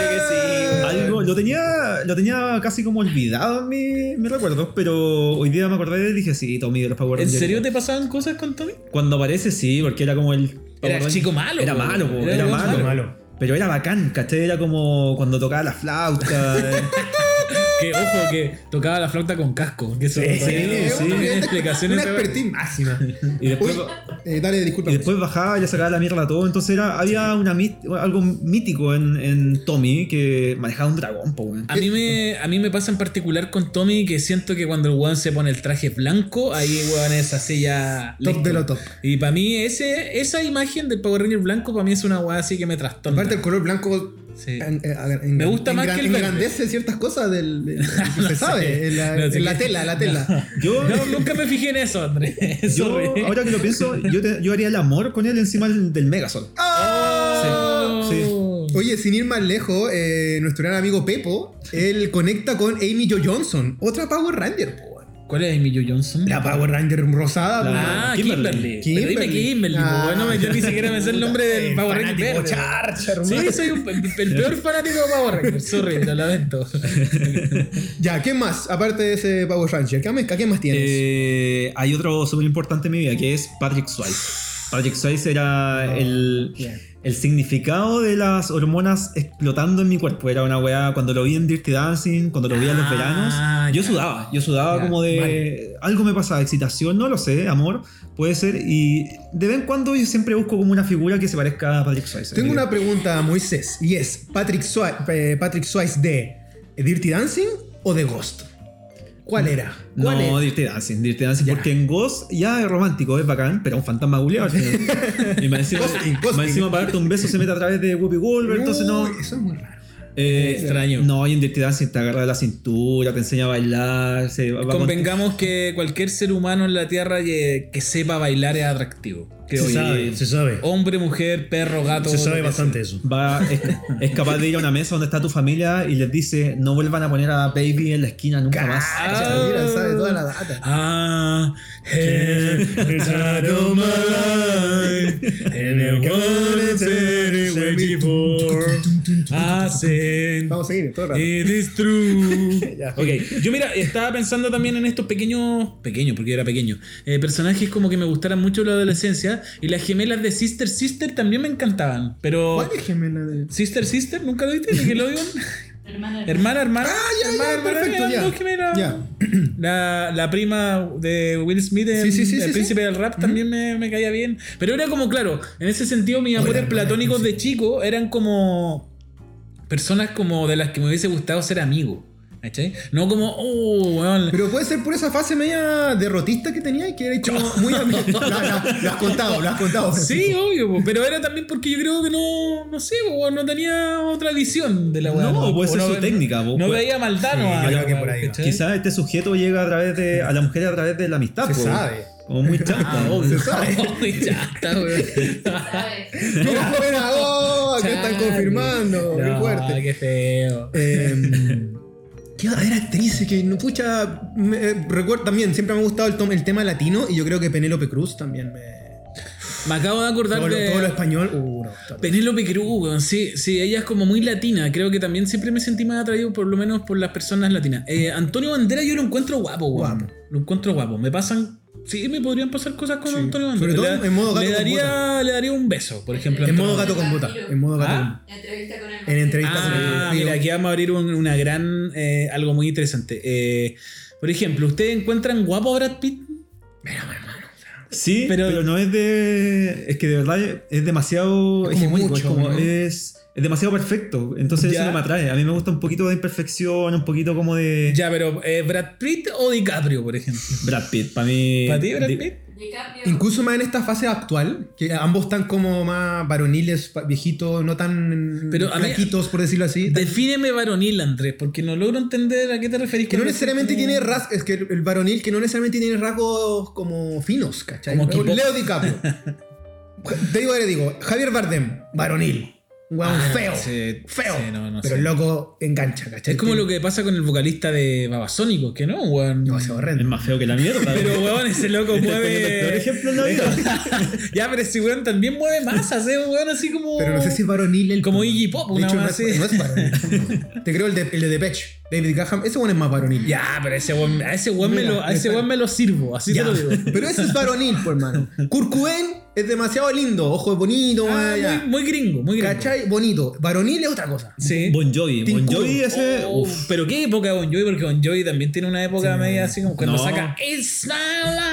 Speaker 3: Algo, lo tenía, lo tenía casi como olvidado en mi, mi recuerdo, pero hoy día me acordé de él y dije, sí, Tommy de los Power
Speaker 1: ¿En
Speaker 3: Rangers.
Speaker 1: serio te pasaban cosas con Tommy?
Speaker 3: Cuando aparece, sí, porque era como el.
Speaker 1: Era
Speaker 3: Power
Speaker 1: chico malo,
Speaker 3: Era
Speaker 1: po.
Speaker 3: malo, po,
Speaker 1: Era
Speaker 3: era,
Speaker 1: un
Speaker 3: malo.
Speaker 2: malo.
Speaker 3: Pero era bacán, ¿cachai? Era como cuando tocaba la flauta. eh.
Speaker 1: Que ojo, que tocaba la flauta con casco. Que eso
Speaker 3: Sí,
Speaker 1: todavía
Speaker 3: sí,
Speaker 1: no-
Speaker 2: Es
Speaker 1: no
Speaker 2: una-
Speaker 1: tiene explicaciones.
Speaker 2: Una expertise máxima.
Speaker 3: y, después,
Speaker 2: Uy, eh, dale, disculpa.
Speaker 3: y después bajaba y le sacaba la mierda a todo. Entonces era, había una mit- algo mítico en, en Tommy que manejaba un dragón, po, weón.
Speaker 1: A mí, me, a mí me pasa en particular con Tommy que siento que cuando el weón se pone el traje blanco, ahí el weón es así ya.
Speaker 2: Top
Speaker 1: listo.
Speaker 2: de lo top.
Speaker 1: Y para mí ese, esa imagen del Power Ranger blanco para mí es una weá así que me trastorna.
Speaker 2: Aparte el color blanco eh,
Speaker 1: Sí.
Speaker 2: en- en- en-
Speaker 1: Me gusta
Speaker 2: en-
Speaker 1: más
Speaker 2: en-
Speaker 1: que el verde.
Speaker 2: engrandece ciertas cosas del, del- que se
Speaker 1: sé.
Speaker 2: sabe en la,
Speaker 1: No sé
Speaker 2: en la
Speaker 1: qué-
Speaker 2: tela la tela
Speaker 3: Yo,
Speaker 1: No, nunca me fijé en eso, Andrés.
Speaker 3: yo-
Speaker 1: Sorry.
Speaker 3: ahora que lo pienso, yo, te- yo haría el amor con él encima del, del Megazord.
Speaker 1: Oh.
Speaker 3: Sí,
Speaker 2: oye sin ir más lejos eh, nuestro gran amigo Pepo él conecta con Amy Jo Johnson otra Power Ranger po, weón.
Speaker 1: ¿Cuál es Emilio Johnson?
Speaker 2: la Power Ranger rosada po, weón.
Speaker 1: Ah, Kimberly.
Speaker 3: Kimberly.
Speaker 1: Pero dime
Speaker 2: Kimberly.
Speaker 1: Kimberly.
Speaker 2: Ah.
Speaker 1: bueno, me- yo ni siquiera me sé el nombre del
Speaker 2: El
Speaker 1: Power Ranger
Speaker 2: fanático
Speaker 1: verde.
Speaker 2: Charger, hermano.
Speaker 1: Sí, soy un- el peor fanático de Power Ranger. Sorry, lo lamento.
Speaker 2: ya ¿qué más? aparte de ese Power Ranger ¿qué, más- qué más tienes?
Speaker 3: Eh, hay otro súper importante en mi vida que es Patrick Swayze. Patrick Swayze era el,
Speaker 2: bien.
Speaker 3: el significado de las hormonas explotando en mi cuerpo. Era una weá. Cuando lo vi en Dirty Dancing, cuando lo vi en los
Speaker 1: Ah,
Speaker 3: veranos, yo
Speaker 1: ya.
Speaker 3: sudaba. Yo sudaba
Speaker 1: Ya,
Speaker 3: como de. Algo me pasaba, excitación, no lo sé, amor, puede ser. Y de vez en cuando yo siempre busco como una figura que se parezca a Patrick Swayze.
Speaker 2: tengo una pregunta Moisés y es Patrick Swayze, eh, Patrick Swayze de Dirty Dancing o de Ghost ¿cuál era? ¿cuál era?
Speaker 3: No, Dirty Dancing, Dirty Dancing,
Speaker 2: Ya.
Speaker 3: porque en Ghost ya es romántico, es bacán, pero es un fantasma guleado. y más encima,
Speaker 2: Ghosting,
Speaker 3: más
Speaker 2: ghosting.
Speaker 3: encima para darte un beso se mete a través de Whoopi Goldberg, entonces no.
Speaker 2: Uy, Eso es muy raro.
Speaker 3: Eh,
Speaker 1: Extraño.
Speaker 3: No, y en Dirty Dancing te agarra de la cintura, te enseña a bailar. Se va- va con-
Speaker 1: Convengamos que cualquier ser humano en la Tierra ye- que sepa bailar es atractivo. creo
Speaker 5: se
Speaker 1: yo.
Speaker 5: sabe, se
Speaker 2: Oh,
Speaker 5: sabe.
Speaker 1: Hombre, mujer, perro, gato.
Speaker 5: Se
Speaker 1: lo
Speaker 5: sabe
Speaker 1: que
Speaker 5: bastante eso.
Speaker 3: va- es, es capaz de ir a una mesa donde está tu familia y les dice: No vuelvan a poner a Baby en la esquina nunca más.
Speaker 2: Cacha, mira, sabe toda la data.
Speaker 1: sea. Ah, eh,
Speaker 5: It's out of my life, and I wanna tell you what you for.
Speaker 1: hacen.
Speaker 2: Vamos a seguir, todo el rato.
Speaker 1: It is true.
Speaker 2: Ya.
Speaker 1: ok, yo mira, estaba pensando también en estos pequeños, pequeños porque yo era pequeño, eh, personajes como que me gustaran mucho en la adolescencia y las gemelas de Sister Sister también me encantaban, pero...
Speaker 2: ¿Cuál es gemela de.?
Speaker 1: Sister Sister, ¿nunca lo viste? Nickelodeon.
Speaker 4: Hermana,
Speaker 1: hermana, hermana.
Speaker 2: Ah, ya,
Speaker 1: hermana,
Speaker 2: ya,
Speaker 1: hermana,
Speaker 2: perfecto,
Speaker 1: eran
Speaker 2: ya.
Speaker 1: dos gemelas.
Speaker 2: Ya.
Speaker 1: La, la prima de Will Smith en
Speaker 2: Sí, sí, sí,
Speaker 1: El
Speaker 2: sí, sí.
Speaker 1: Príncipe del Rap también me, me caía bien. Pero era como, claro, en ese sentido mis amores platónicos de chico eran como personas como de las que me hubiese gustado ser amigo. ¿Cachai? No como, oh, weón.
Speaker 2: Pero puede ser por esa fase media derrotista que tenía y que era como muy amigo. No, no, lo has contado, lo has contado.
Speaker 1: Sí, obvio, po, pero era también porque yo creo que no, no sé, po, no tenía otra visión de la weá.
Speaker 3: No, puede
Speaker 1: O
Speaker 3: ser su
Speaker 1: ve-
Speaker 3: técnica, po,
Speaker 1: No
Speaker 3: puede-
Speaker 1: veía maldad,
Speaker 5: Sí,
Speaker 1: no. a
Speaker 5: yo
Speaker 1: la
Speaker 5: creo que
Speaker 1: weá,
Speaker 5: por ahí va.
Speaker 1: ¿cachai?
Speaker 3: Quizás este sujeto llega a través de. a la mujer a través de la amistad.
Speaker 2: Se
Speaker 3: po.
Speaker 2: Ah, pues, sabe.
Speaker 3: Como muy chanta.
Speaker 1: Ah, obvio.
Speaker 2: Se sabe.
Speaker 1: Obvio, ya está, weón.
Speaker 4: ¿sabes?
Speaker 2: Mira, joven, oh, acá
Speaker 1: Chale.
Speaker 2: están confirmando. Qué
Speaker 1: No,
Speaker 2: fuerte.
Speaker 1: Qué feo.
Speaker 2: Eh, ¿Qué va a haber actrices que no pucha? me- eh, recuerdo también, siempre me ha gustado el, tom- el tema latino y yo creo que Penélope Cruz también me.
Speaker 1: Me acabo de acordar
Speaker 2: Todo lo,
Speaker 1: de.
Speaker 2: todo lo español. Uh, no, está-
Speaker 1: Penélope Cruz, weón, sí, sí, ella es como muy latina. Creo que también siempre me sentí más atraído, por lo menos por las personas latinas. Eh, Antonio Bandera, yo lo encuentro guapo, weón.
Speaker 2: Guapo.
Speaker 1: Lo encuentro guapo. Me pasan. Sí, me podrían pasar cosas con
Speaker 2: Sí.
Speaker 1: Antonio Bandera.
Speaker 2: Sobre todo
Speaker 1: Le-
Speaker 2: en modo gato
Speaker 1: le
Speaker 2: con
Speaker 1: daría, le daría un beso, por ejemplo. a
Speaker 2: en
Speaker 1: Antonio
Speaker 2: modo
Speaker 1: Bandera.
Speaker 2: gato con bota. En modo gato
Speaker 1: Ah.
Speaker 4: La entrevista con el
Speaker 2: En entrevista
Speaker 1: Ah,
Speaker 2: con el-
Speaker 1: mira, aquí vamos a abrir un- una gran. eh, algo muy interesante. Eh, por ejemplo, ¿ustedes encuentran guapo a Brad Pitt?
Speaker 3: Sí,
Speaker 1: Pero-
Speaker 3: pero, no es de. Es que de verdad es demasiado
Speaker 2: Es como
Speaker 3: hegemónico.
Speaker 2: mucho,
Speaker 3: es, como-
Speaker 2: ¿no?
Speaker 3: es, es demasiado perfecto. Entonces
Speaker 1: Ya.
Speaker 3: eso no me atrae. A mí me gusta un poquito de imperfección, un poquito como de.
Speaker 1: Ya, pero eh, ¿Brad Pitt o DiCaprio, por ejemplo?
Speaker 3: Brad Pitt, para mí.
Speaker 1: ¿Para ti, Brad
Speaker 3: di-
Speaker 1: Pitt?
Speaker 4: con DiCaprio.
Speaker 2: Incluso más en esta fase actual, que ambos están como más varoniles, pa- viejitos, no tan
Speaker 1: Pero a mí-
Speaker 2: flaquitos, por decirlo así.
Speaker 1: Defíneme varonil, Andrés, porque no logro entender a qué te referís.
Speaker 2: Que
Speaker 1: con
Speaker 2: no
Speaker 1: eso.
Speaker 2: necesariamente tiene rasgos, es que el el varonil que no necesariamente tiene rasgos como finos, ¿cachai?
Speaker 1: Como K-pop.
Speaker 2: Leo DiCaprio. Te digo, le digo, Javier Bardem, varonil. Un Weón
Speaker 1: Ah,
Speaker 2: feo.
Speaker 1: sí,
Speaker 2: feo.
Speaker 1: sí, no, no
Speaker 2: pero
Speaker 1: sé.
Speaker 2: el loco engancha, ¿cachai?
Speaker 1: Es como lo
Speaker 2: que.
Speaker 1: que pasa con el vocalista de Babasónicos, que no, weón.
Speaker 2: No, se
Speaker 3: Es
Speaker 2: horrendo.
Speaker 3: más feo que la mierda.
Speaker 1: pero eh, weón, ese loco
Speaker 2: Este
Speaker 3: Estás poniendo el peor
Speaker 1: mueve.
Speaker 3: ejemplo en la vida.
Speaker 1: ya, pero ese weón también mueve masas, eh, weón, así como.
Speaker 2: Pero no sé si es varonil el.
Speaker 1: Como Iggy Pop,
Speaker 2: De
Speaker 1: una
Speaker 2: hecho, no
Speaker 1: weá
Speaker 2: es,
Speaker 1: así.
Speaker 2: no es varonil. Te creo el de, el de Depeche, David Graham. Ese weón es más varonil.
Speaker 1: Ya, Ah, pero ese weón, a ese weón, me,
Speaker 2: Mira,
Speaker 1: lo, a ese
Speaker 2: espera.
Speaker 1: weón me lo sirvo, así
Speaker 2: Ya,
Speaker 1: te lo digo.
Speaker 2: Pero ese es varonil, pues, hermano. Curcubén es demasiado lindo, ojos bonitos,
Speaker 1: Ah,
Speaker 2: ya.
Speaker 1: muy, muy gringo, muy gringo.
Speaker 2: ¿cachai? Bonito. Varonil es otra cosa.
Speaker 1: Sí.
Speaker 3: Bon Jovi.
Speaker 2: Tim
Speaker 3: Bon
Speaker 2: Curry.
Speaker 3: Jovi ese.
Speaker 1: Oh,
Speaker 3: uf.
Speaker 1: pero qué época Bon Jovi, porque Bon Jovi también tiene una época media así como cuando
Speaker 3: No.
Speaker 1: saca It's not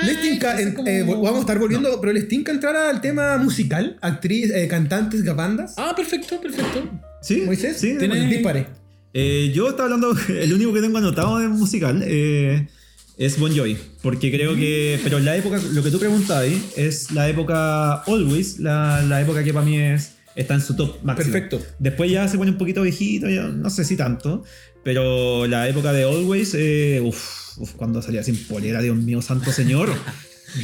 Speaker 1: like-
Speaker 2: Les tinca,
Speaker 1: así
Speaker 2: en-
Speaker 1: como-
Speaker 2: eh, vamos a estar volviendo, pero les tinca entrar al tema musical, actriz, eh, cantantes, bandas.
Speaker 1: Ah, perfecto, perfecto.
Speaker 3: ¿Sí?
Speaker 2: Moisés,
Speaker 3: Sí,
Speaker 1: tiene-
Speaker 2: bueno, dispare.
Speaker 3: Eh, yo estaba hablando, el único que tengo anotado de musical eh, es Bon Jovi, porque creo que, pero la época, lo que tú preguntabas ahí, es la época Always, la, la época que para mí es, está en su top máximo.
Speaker 1: Perfecto.
Speaker 3: Después ya se pone un poquito viejito, ya no sé si tanto, pero la época de Always, eh, uff, uf, cuando salía sin polera, Dios mío, santo señor.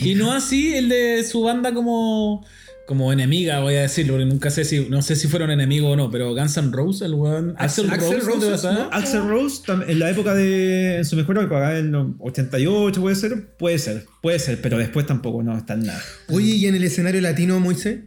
Speaker 1: Y no así el de su banda como como enemiga, voy a decirlo, porque nunca sé si no sé si fueron enemigos o no, pero Guns N' Roses, el weón Axel,
Speaker 2: Axl
Speaker 1: Rose, ¿no te
Speaker 2: Rose,
Speaker 1: vas a-
Speaker 3: Axel Rose, tam- en la época de, en su mejor época, en los 88 puede ser, puede ser, puede ser, pero después tampoco no está en nada.
Speaker 2: Oye, ¿y en el escenario latino, Moisés?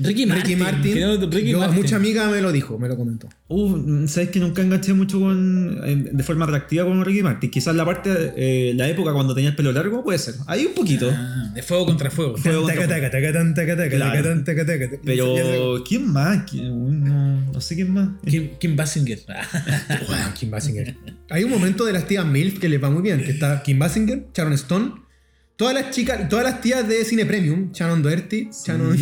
Speaker 1: Ricky Martin.
Speaker 2: Ricky Martin.
Speaker 1: creo que Ricky
Speaker 2: Yo-
Speaker 1: Martin.
Speaker 2: Mucha amiga me lo dijo, me lo comentó.
Speaker 3: Uh, sabes que nunca enganché mucho con, en- de forma atractiva con Ricky Martin. Quizás la parte, eh, la época cuando tenía el pelo largo puede ser. Ahí un poquito.
Speaker 1: Ah, de fuego contra fuego.
Speaker 3: Fuego
Speaker 2: Taca,
Speaker 3: contra-
Speaker 2: taca, taca, tan, taca, taca,
Speaker 3: Claro.
Speaker 2: taca, tan, taca, taca, taca. Ya sé-
Speaker 3: Pero ¿quién más? ¿Quién- No, no sé quién más.
Speaker 1: Kim, Kim Basinger.
Speaker 2: Wow, Kim Basinger. Hay un momento de las tías MILF que les va muy bien, que está Kim Basinger, Sharon Stone, todas las chicas, todas las tías de Cine Premium, Shannon Doherty, Shannon...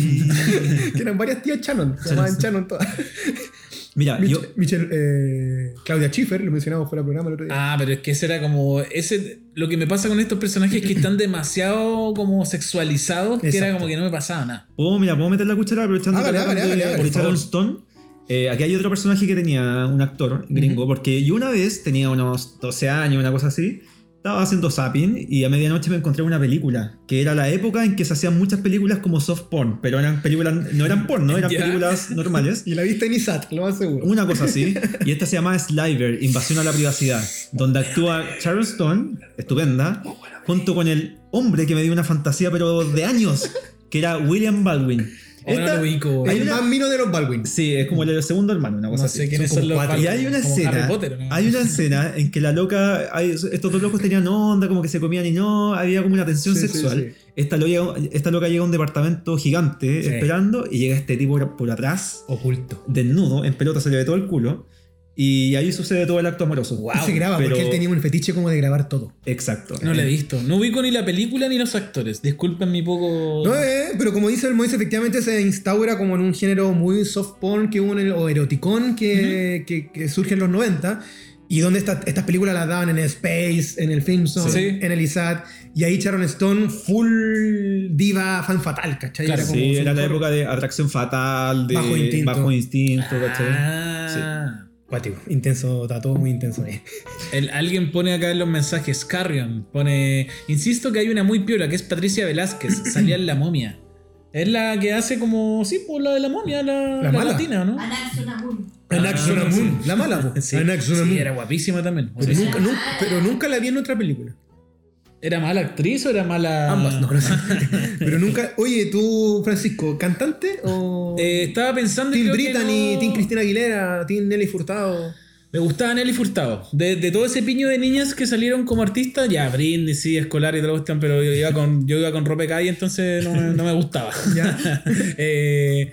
Speaker 2: que eran varias tías Shannon, se llamaban Shannon todas.
Speaker 3: Mira,
Speaker 2: Mich-
Speaker 3: yo,
Speaker 2: Michelle, eh, Claudia Schiffer, lo mencionamos fuera del programa el otro día.
Speaker 1: Ah, pero es que ese era como. ese Lo que me pasa con estos personajes es que están demasiado como sexualizados, que era
Speaker 2: Exacto.
Speaker 1: como que no me pasaba nada.
Speaker 3: puedo, mira, puedo meter la cuchara aprovechando
Speaker 2: Hágale,
Speaker 3: que
Speaker 2: hágale,
Speaker 3: hablan de-
Speaker 2: hágale, hágale,
Speaker 3: de
Speaker 2: por
Speaker 3: Sharon
Speaker 2: favor.
Speaker 3: Stone. Eh, aquí hay otro personaje que tenía un actor gringo, porque yo una vez tenía unos 12 años, una cosa así. Estaba haciendo zapping y a medianoche me encontré una película, que era la época en que se hacían muchas películas como soft porn, pero eran películas, no eran porno, eran
Speaker 1: Ya.
Speaker 3: películas normales.
Speaker 2: Y la viste en ISAT, lo más seguro.
Speaker 3: Ah. Una cosa así. Y esta se llama Sliver, Invasión a la Privacidad, donde actúa Charleston, estupenda, junto con el hombre que me dio una fantasía, pero de años, que era William Baldwin.
Speaker 1: Ahora
Speaker 3: Esta-
Speaker 1: lo ubico.
Speaker 2: El
Speaker 3: una-
Speaker 2: más mino de los Baldwin.
Speaker 3: sí, es como el segundo hermano, una cosa
Speaker 1: No
Speaker 3: así.
Speaker 1: sé quiénes
Speaker 2: son
Speaker 1: son
Speaker 2: como
Speaker 1: los
Speaker 2: cuatro.
Speaker 1: Baldwin,
Speaker 3: Y hay una
Speaker 1: como Harry
Speaker 3: escena,
Speaker 1: Potter, ¿no?
Speaker 3: hay una escena en que la loca, hay- estos dos locos tenían onda, como que se comían y no, había como una tensión
Speaker 2: Sí, sí,
Speaker 3: sexual. Esta, loca, esta loca llega a un departamento gigante
Speaker 1: Sí.
Speaker 3: esperando y llega este tipo por atrás,
Speaker 2: Oculto.
Speaker 3: desnudo, en pelota se le ve todo el culo. Y ahí sucede todo el acto amoroso.
Speaker 1: Wow.
Speaker 2: Y se graba
Speaker 3: pero-
Speaker 2: porque él tenía un fetiche como de grabar todo.
Speaker 3: Exacto.
Speaker 1: No la he visto. No ubico ni la película ni los actores. Disculpen mi
Speaker 3: Oh.
Speaker 1: poco.
Speaker 2: No, eh, pero como dice el Moisés, efectivamente se instaura como en un género muy soft porn que hubo en el- o eroticón que, que- que surge en los 90 y donde esta- estas películas las daban en Space, en el Filmson,
Speaker 1: Sí.
Speaker 2: en el ISAT y ahí Sharon Stone full diva fan fatal, ¿cachai?
Speaker 1: Claro,
Speaker 2: como
Speaker 3: Sí,
Speaker 2: su
Speaker 3: era la
Speaker 2: cor-
Speaker 3: época de atracción fatal, de
Speaker 2: Bajo instinto.
Speaker 3: bajo instinto, ¿cachai?
Speaker 1: Ah,
Speaker 2: Cuático, intenso, está todo muy intenso. eh.
Speaker 1: el- alguien pone acá en los mensajes, Carrion, pone, insisto que hay una muy piola, que es Patricia Velázquez, salía en La Momia. Es la que hace como, sí, pues la de La Momia, la,
Speaker 2: La
Speaker 1: la
Speaker 2: mala.
Speaker 1: latina,
Speaker 4: Ah,
Speaker 1: ¿no?
Speaker 4: Anaxunamun.
Speaker 2: Anaxunamun, la mala. po.
Speaker 1: Ah, Sí.
Speaker 2: Anaxunamun.
Speaker 1: Sí, era guapísima también. O sea,
Speaker 2: Pero nunca, nunca- pero nunca la vi en otra película.
Speaker 1: ¿Era mala actriz o era mala...?
Speaker 2: Ambas, no, no sé. Pero nunca. Oye, tú, Francisco, ¿cantante o.?
Speaker 1: Eh, estaba pensando... y
Speaker 2: Team
Speaker 1: creo que
Speaker 2: Brittany,
Speaker 1: no-
Speaker 2: Team Cristina Aguilera, Team Nelly Furtado.
Speaker 1: Me gustaba Nelly Furtado. De, de todo ese piño de niñas que salieron como artistas, ya Britney, sí, escolar y todo lo cuestión, pero yo iba con, yo iba con ropa de calle, entonces no, me- no me gustaba. Eh,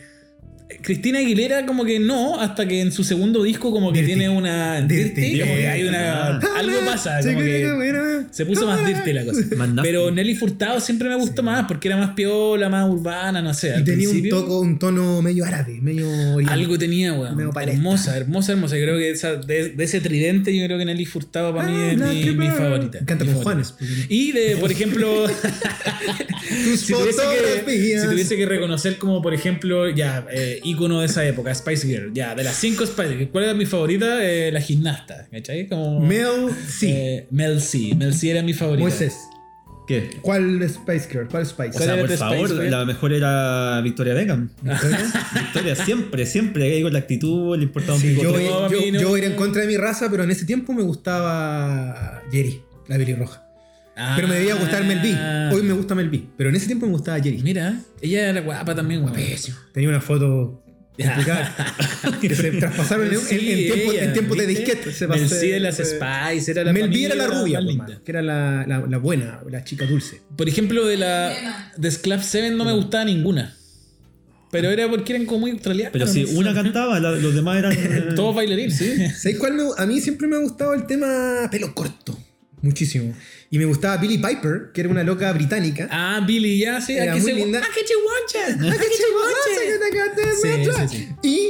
Speaker 1: Cristina Aguilera como que no, hasta que en su segundo disco como que
Speaker 2: Dirty.
Speaker 1: tiene una...
Speaker 2: Dirty.
Speaker 1: Dirty, como que hay una...
Speaker 3: Ah.
Speaker 1: Algo pasa, como que se puso
Speaker 2: Ah.
Speaker 1: más dirty la cosa.
Speaker 3: Más nasty.
Speaker 1: Pero Nelly Furtado siempre me gustó más porque era más piola, más urbana, no sé.
Speaker 2: Y
Speaker 1: al
Speaker 2: tenía un,
Speaker 1: principio-
Speaker 2: toco, un tono medio árabe, medio. oriental.
Speaker 1: algo tenía, weón.
Speaker 2: Medio paleta.
Speaker 1: Hermosa, hermosa, hermosa. Yo creo que esa- de, de ese tridente, yo creo que Nelly Furtado para mí
Speaker 2: Ah,
Speaker 1: es
Speaker 2: nada
Speaker 1: mi,
Speaker 2: que
Speaker 1: mi
Speaker 2: ver.
Speaker 1: favorita.
Speaker 2: Canta
Speaker 1: Mi favorita.
Speaker 2: con Juanes. pues, porque-
Speaker 1: Y de, por ejemplo,
Speaker 2: Tus
Speaker 1: si, tuviese que,
Speaker 2: fotografías.
Speaker 1: si tuviese que reconocer como, por ejemplo, ya, eh, ícono de esa época, Spice Girl, ya, de las cinco Spice Girl, ¿cuál era mi favorita? Eh, la gimnasta, ¿cachai? Como,
Speaker 2: Mel C.
Speaker 1: eh, Mel C. Mel C era mi favorita.
Speaker 2: Moisés.
Speaker 3: ¿Qué?
Speaker 2: ¿Cuál Spice Girl? ¿Cuál Spice?
Speaker 3: O
Speaker 1: ¿Cuál
Speaker 3: sea,
Speaker 1: era
Speaker 3: por
Speaker 1: tu
Speaker 3: favor,
Speaker 1: Space Girl?
Speaker 3: la mejor era Victoria Beckham. Victoria siempre, siempre, ahí con la actitud, le importaba un
Speaker 2: Sí,
Speaker 3: pico.
Speaker 2: yo,
Speaker 3: tres.
Speaker 1: no,
Speaker 2: yo-
Speaker 1: a mí no.
Speaker 2: yo era en contra de mi raza, pero en ese tiempo me gustaba Jerry, la pelirroja.
Speaker 1: Ah,
Speaker 2: Pero me debía gustar Mel B. Hoy me gusta Mel B. Pero en ese tiempo me gustaba Jerry.
Speaker 1: Mira, ella era guapa también, weón.
Speaker 2: Tenía una foto complicada. que se traspasaron en,
Speaker 1: Sí,
Speaker 2: en- en tiempo,
Speaker 1: ella,
Speaker 2: en tiempo de
Speaker 1: ¿viste?
Speaker 2: disquete. Se
Speaker 1: Mel
Speaker 2: pasó-
Speaker 1: C de las
Speaker 2: se-
Speaker 1: Spice, era la
Speaker 2: eh, Mel B
Speaker 1: familia
Speaker 2: era la rubia,
Speaker 1: más
Speaker 2: po,
Speaker 1: linda.
Speaker 2: man, que era la, la- la buena, la chica dulce.
Speaker 1: Por ejemplo, de la de Sclap 7 no me gustaba ninguna. Pero era porque eran como muy australianos.
Speaker 3: Pero si
Speaker 1: no sé.
Speaker 3: una cantaba, la- los demás eran.
Speaker 1: Todos bailarines.
Speaker 2: ¿Sabes cuál? me- a mí siempre me ha gustado el tema pelo corto. Muchísimo. Y me gustaba Billie Piper, que era una loca británica.
Speaker 1: Ah, Billy, ya sí.
Speaker 2: Era
Speaker 1: aquí
Speaker 2: muy
Speaker 1: se-
Speaker 2: linda.
Speaker 1: Ah, que chihuahua. Ah, que chihuahua. Sí, sí,
Speaker 2: Y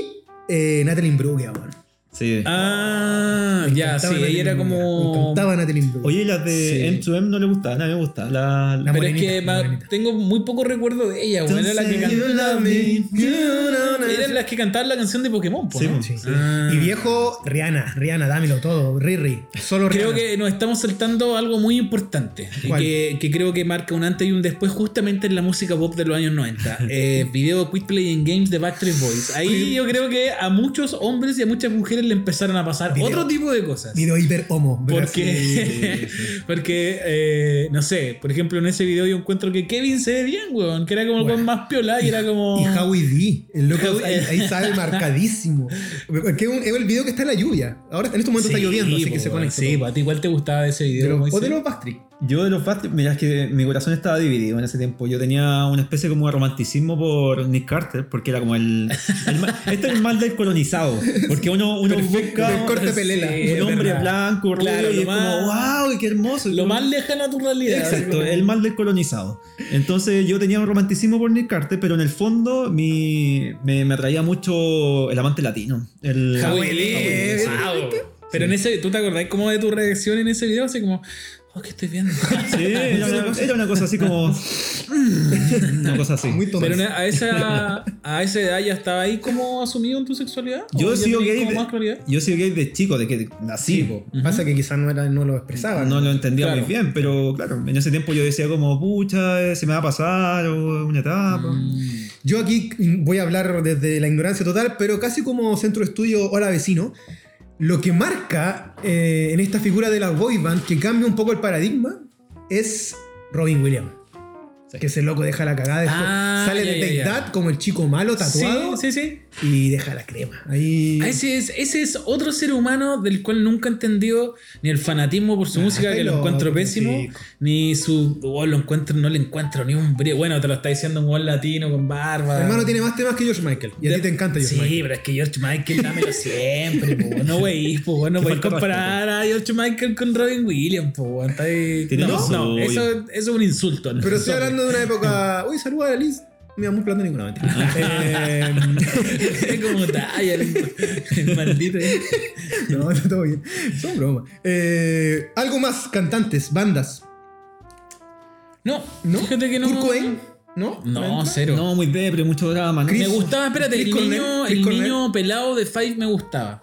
Speaker 2: eh, Natalie Imbruglia, weón.
Speaker 3: Sí.
Speaker 1: Ah, ya, sí. Ella era
Speaker 2: Me
Speaker 1: como.
Speaker 2: encantaba Natalie Imbruglia.
Speaker 3: Oye, las de
Speaker 1: Sí.
Speaker 3: M2M no le gustaban, a mí me gustaban. La,
Speaker 2: La
Speaker 1: Pero es
Speaker 2: morenita,
Speaker 1: que
Speaker 2: la
Speaker 1: ma-
Speaker 2: morenita.
Speaker 1: tengo muy poco recuerdo de ella, güey. Era la que
Speaker 3: Don't say you love
Speaker 1: cantaba.
Speaker 3: me,
Speaker 2: you don't know.
Speaker 1: Eran las que cantaban la canción de Pokémon, po,
Speaker 3: Sí,
Speaker 1: ¿no?
Speaker 3: po.
Speaker 2: Sí.
Speaker 1: Ah.
Speaker 2: Y viejo, Rihanna, Rihanna, dámelo todo, Riri, solo
Speaker 1: Creo
Speaker 2: Rihanna.
Speaker 1: que nos estamos saltando algo muy importante y
Speaker 2: ¿Cuál?
Speaker 1: que, que creo que marca un antes y un después justamente en la música pop de los años 90. Eh, video Quick Play en Games de Backstreet Boys. Ahí yo creo que a muchos hombres y a muchas mujeres le empezaron a pasar
Speaker 2: Video-
Speaker 1: otro tipo de cosas.
Speaker 2: Video hiper homo. ¿verdad?
Speaker 1: Porque, porque eh, no sé, por ejemplo, en ese video yo encuentro que Kevin se ve bien, weón, que era como el
Speaker 2: Bueno.
Speaker 1: weón más piola y era como.
Speaker 2: Y Howie D. El loco
Speaker 1: Howie-
Speaker 2: ahí, ahí sale marcadísimo. Porque es, un- es el video que está en la lluvia. Ahora en estos momentos está lloviendo, así
Speaker 1: po,
Speaker 2: que se
Speaker 1: weón,
Speaker 2: conecta.
Speaker 1: Sí,
Speaker 2: todo.
Speaker 1: po, a ti igual te gustaba ese video.
Speaker 2: De los- o
Speaker 1: Moisés?
Speaker 2: de los Backstreet.
Speaker 3: Yo de los Fast, mirá, es que mi corazón estaba dividido en ese tiempo. Yo tenía una especie como de romanticismo por Nick Carter, porque era como el. el ma- este es el mal del colonizado, porque uno, uno busca.
Speaker 2: del corte pelela.
Speaker 1: sí,
Speaker 3: Un
Speaker 1: Eh, es
Speaker 3: hombre
Speaker 1: verdad.
Speaker 3: blanco, rubio,
Speaker 1: Claro,
Speaker 3: y
Speaker 1: lo
Speaker 3: es como,
Speaker 1: más-
Speaker 3: wow, qué hermoso.
Speaker 1: Lo más lejano a tu realidad.
Speaker 3: Exacto, el mal del colonizado. Entonces yo tenía un romanticismo por Nick Carter, pero en el fondo mi, me, me atraía mucho el amante latino. El,
Speaker 1: Jabuelí,
Speaker 3: Jabuelí, sí.
Speaker 1: wow. Pero en ese, ¿tú te acordás como de tu reacción en ese video? Así como, Oh, ¿qué estoy viendo?
Speaker 3: Sí, era una, era una cosa así como. Una cosa así.
Speaker 2: Muy tonto.
Speaker 1: Pero na- a esa, a esa edad ya estaba ahí como asumido en tu sexualidad. ¿O
Speaker 3: Yo he
Speaker 1: ya
Speaker 3: sido
Speaker 1: tenías
Speaker 3: gay
Speaker 1: como
Speaker 3: de-
Speaker 1: más claridad?
Speaker 3: Yo soy gay de chico, de que nací.
Speaker 2: Sí,
Speaker 3: po.
Speaker 2: po. pasa que quizás no, era- no lo expresaban.
Speaker 3: No lo entendía
Speaker 1: Claro.
Speaker 3: muy bien, pero claro, en ese tiempo yo decía como, pucha, eh, se me va a pasar, o es una etapa.
Speaker 1: Mm.
Speaker 2: Yo aquí voy a hablar desde la ignorancia total, pero casi como centro de estudio Hola Vecino, lo que marca eh, en esta figura de la boy band, que cambia un poco el paradigma, es Robin Williams.
Speaker 3: Sí.
Speaker 2: Que ese loco deja la cagada después.
Speaker 1: Ah,
Speaker 2: Sale
Speaker 1: ya,
Speaker 2: de
Speaker 1: ya,
Speaker 2: Take
Speaker 1: ya.
Speaker 2: That como el chico malo tatuado
Speaker 1: Sí, sí, sí.
Speaker 2: y deja la crema. Ahí.
Speaker 1: Ah, Ese es, ese es otro ser humano del cual nunca he entendido ni el fanatismo por su música, que lo
Speaker 2: pero-
Speaker 1: encuentro pésimo,
Speaker 2: sí.
Speaker 1: ni su. oh, lo encuentro, no le encuentro ni un brillo. Bueno, te lo está diciendo un buen latino con barba.
Speaker 2: Mi hermano tiene más temas que George Michael. Y a
Speaker 1: De-
Speaker 2: ti te encanta George
Speaker 1: Sí,
Speaker 2: Michael.
Speaker 1: pero es que George Michael, dámelo siempre, po, weón. no weís, po, weón. no
Speaker 3: Qué
Speaker 1: podéis
Speaker 3: falta de
Speaker 1: comparar a George Michael con Robin Williams, po, weón. Está ahí-
Speaker 3: Tiene
Speaker 1: no,
Speaker 3: lo
Speaker 1: no,
Speaker 3: suyo.
Speaker 1: eso, eso es un insulto. ¿no?
Speaker 2: Pero estoy hablando de una época. Uy, saluda a Liz. Mi amor plano ninguna mentira. Eh,
Speaker 1: Es como talla, el, el maldito. eh.
Speaker 2: No, no, todo bien. Son bromas. Eh, algo más, cantantes, bandas.
Speaker 1: No,
Speaker 2: ¿No?
Speaker 1: fíjate que no.
Speaker 2: Kurt Cobain, ¿No?
Speaker 1: No,
Speaker 2: ¿Entra?
Speaker 1: cero.
Speaker 3: No, muy depre, mucho drama. ¿no?
Speaker 1: me
Speaker 2: Chris-
Speaker 1: gustaba, espérate,
Speaker 2: Chris
Speaker 1: el
Speaker 2: Cornell,
Speaker 1: niño,
Speaker 2: Chris
Speaker 1: el
Speaker 2: Cornell.
Speaker 1: niño pelado de Five me gustaba.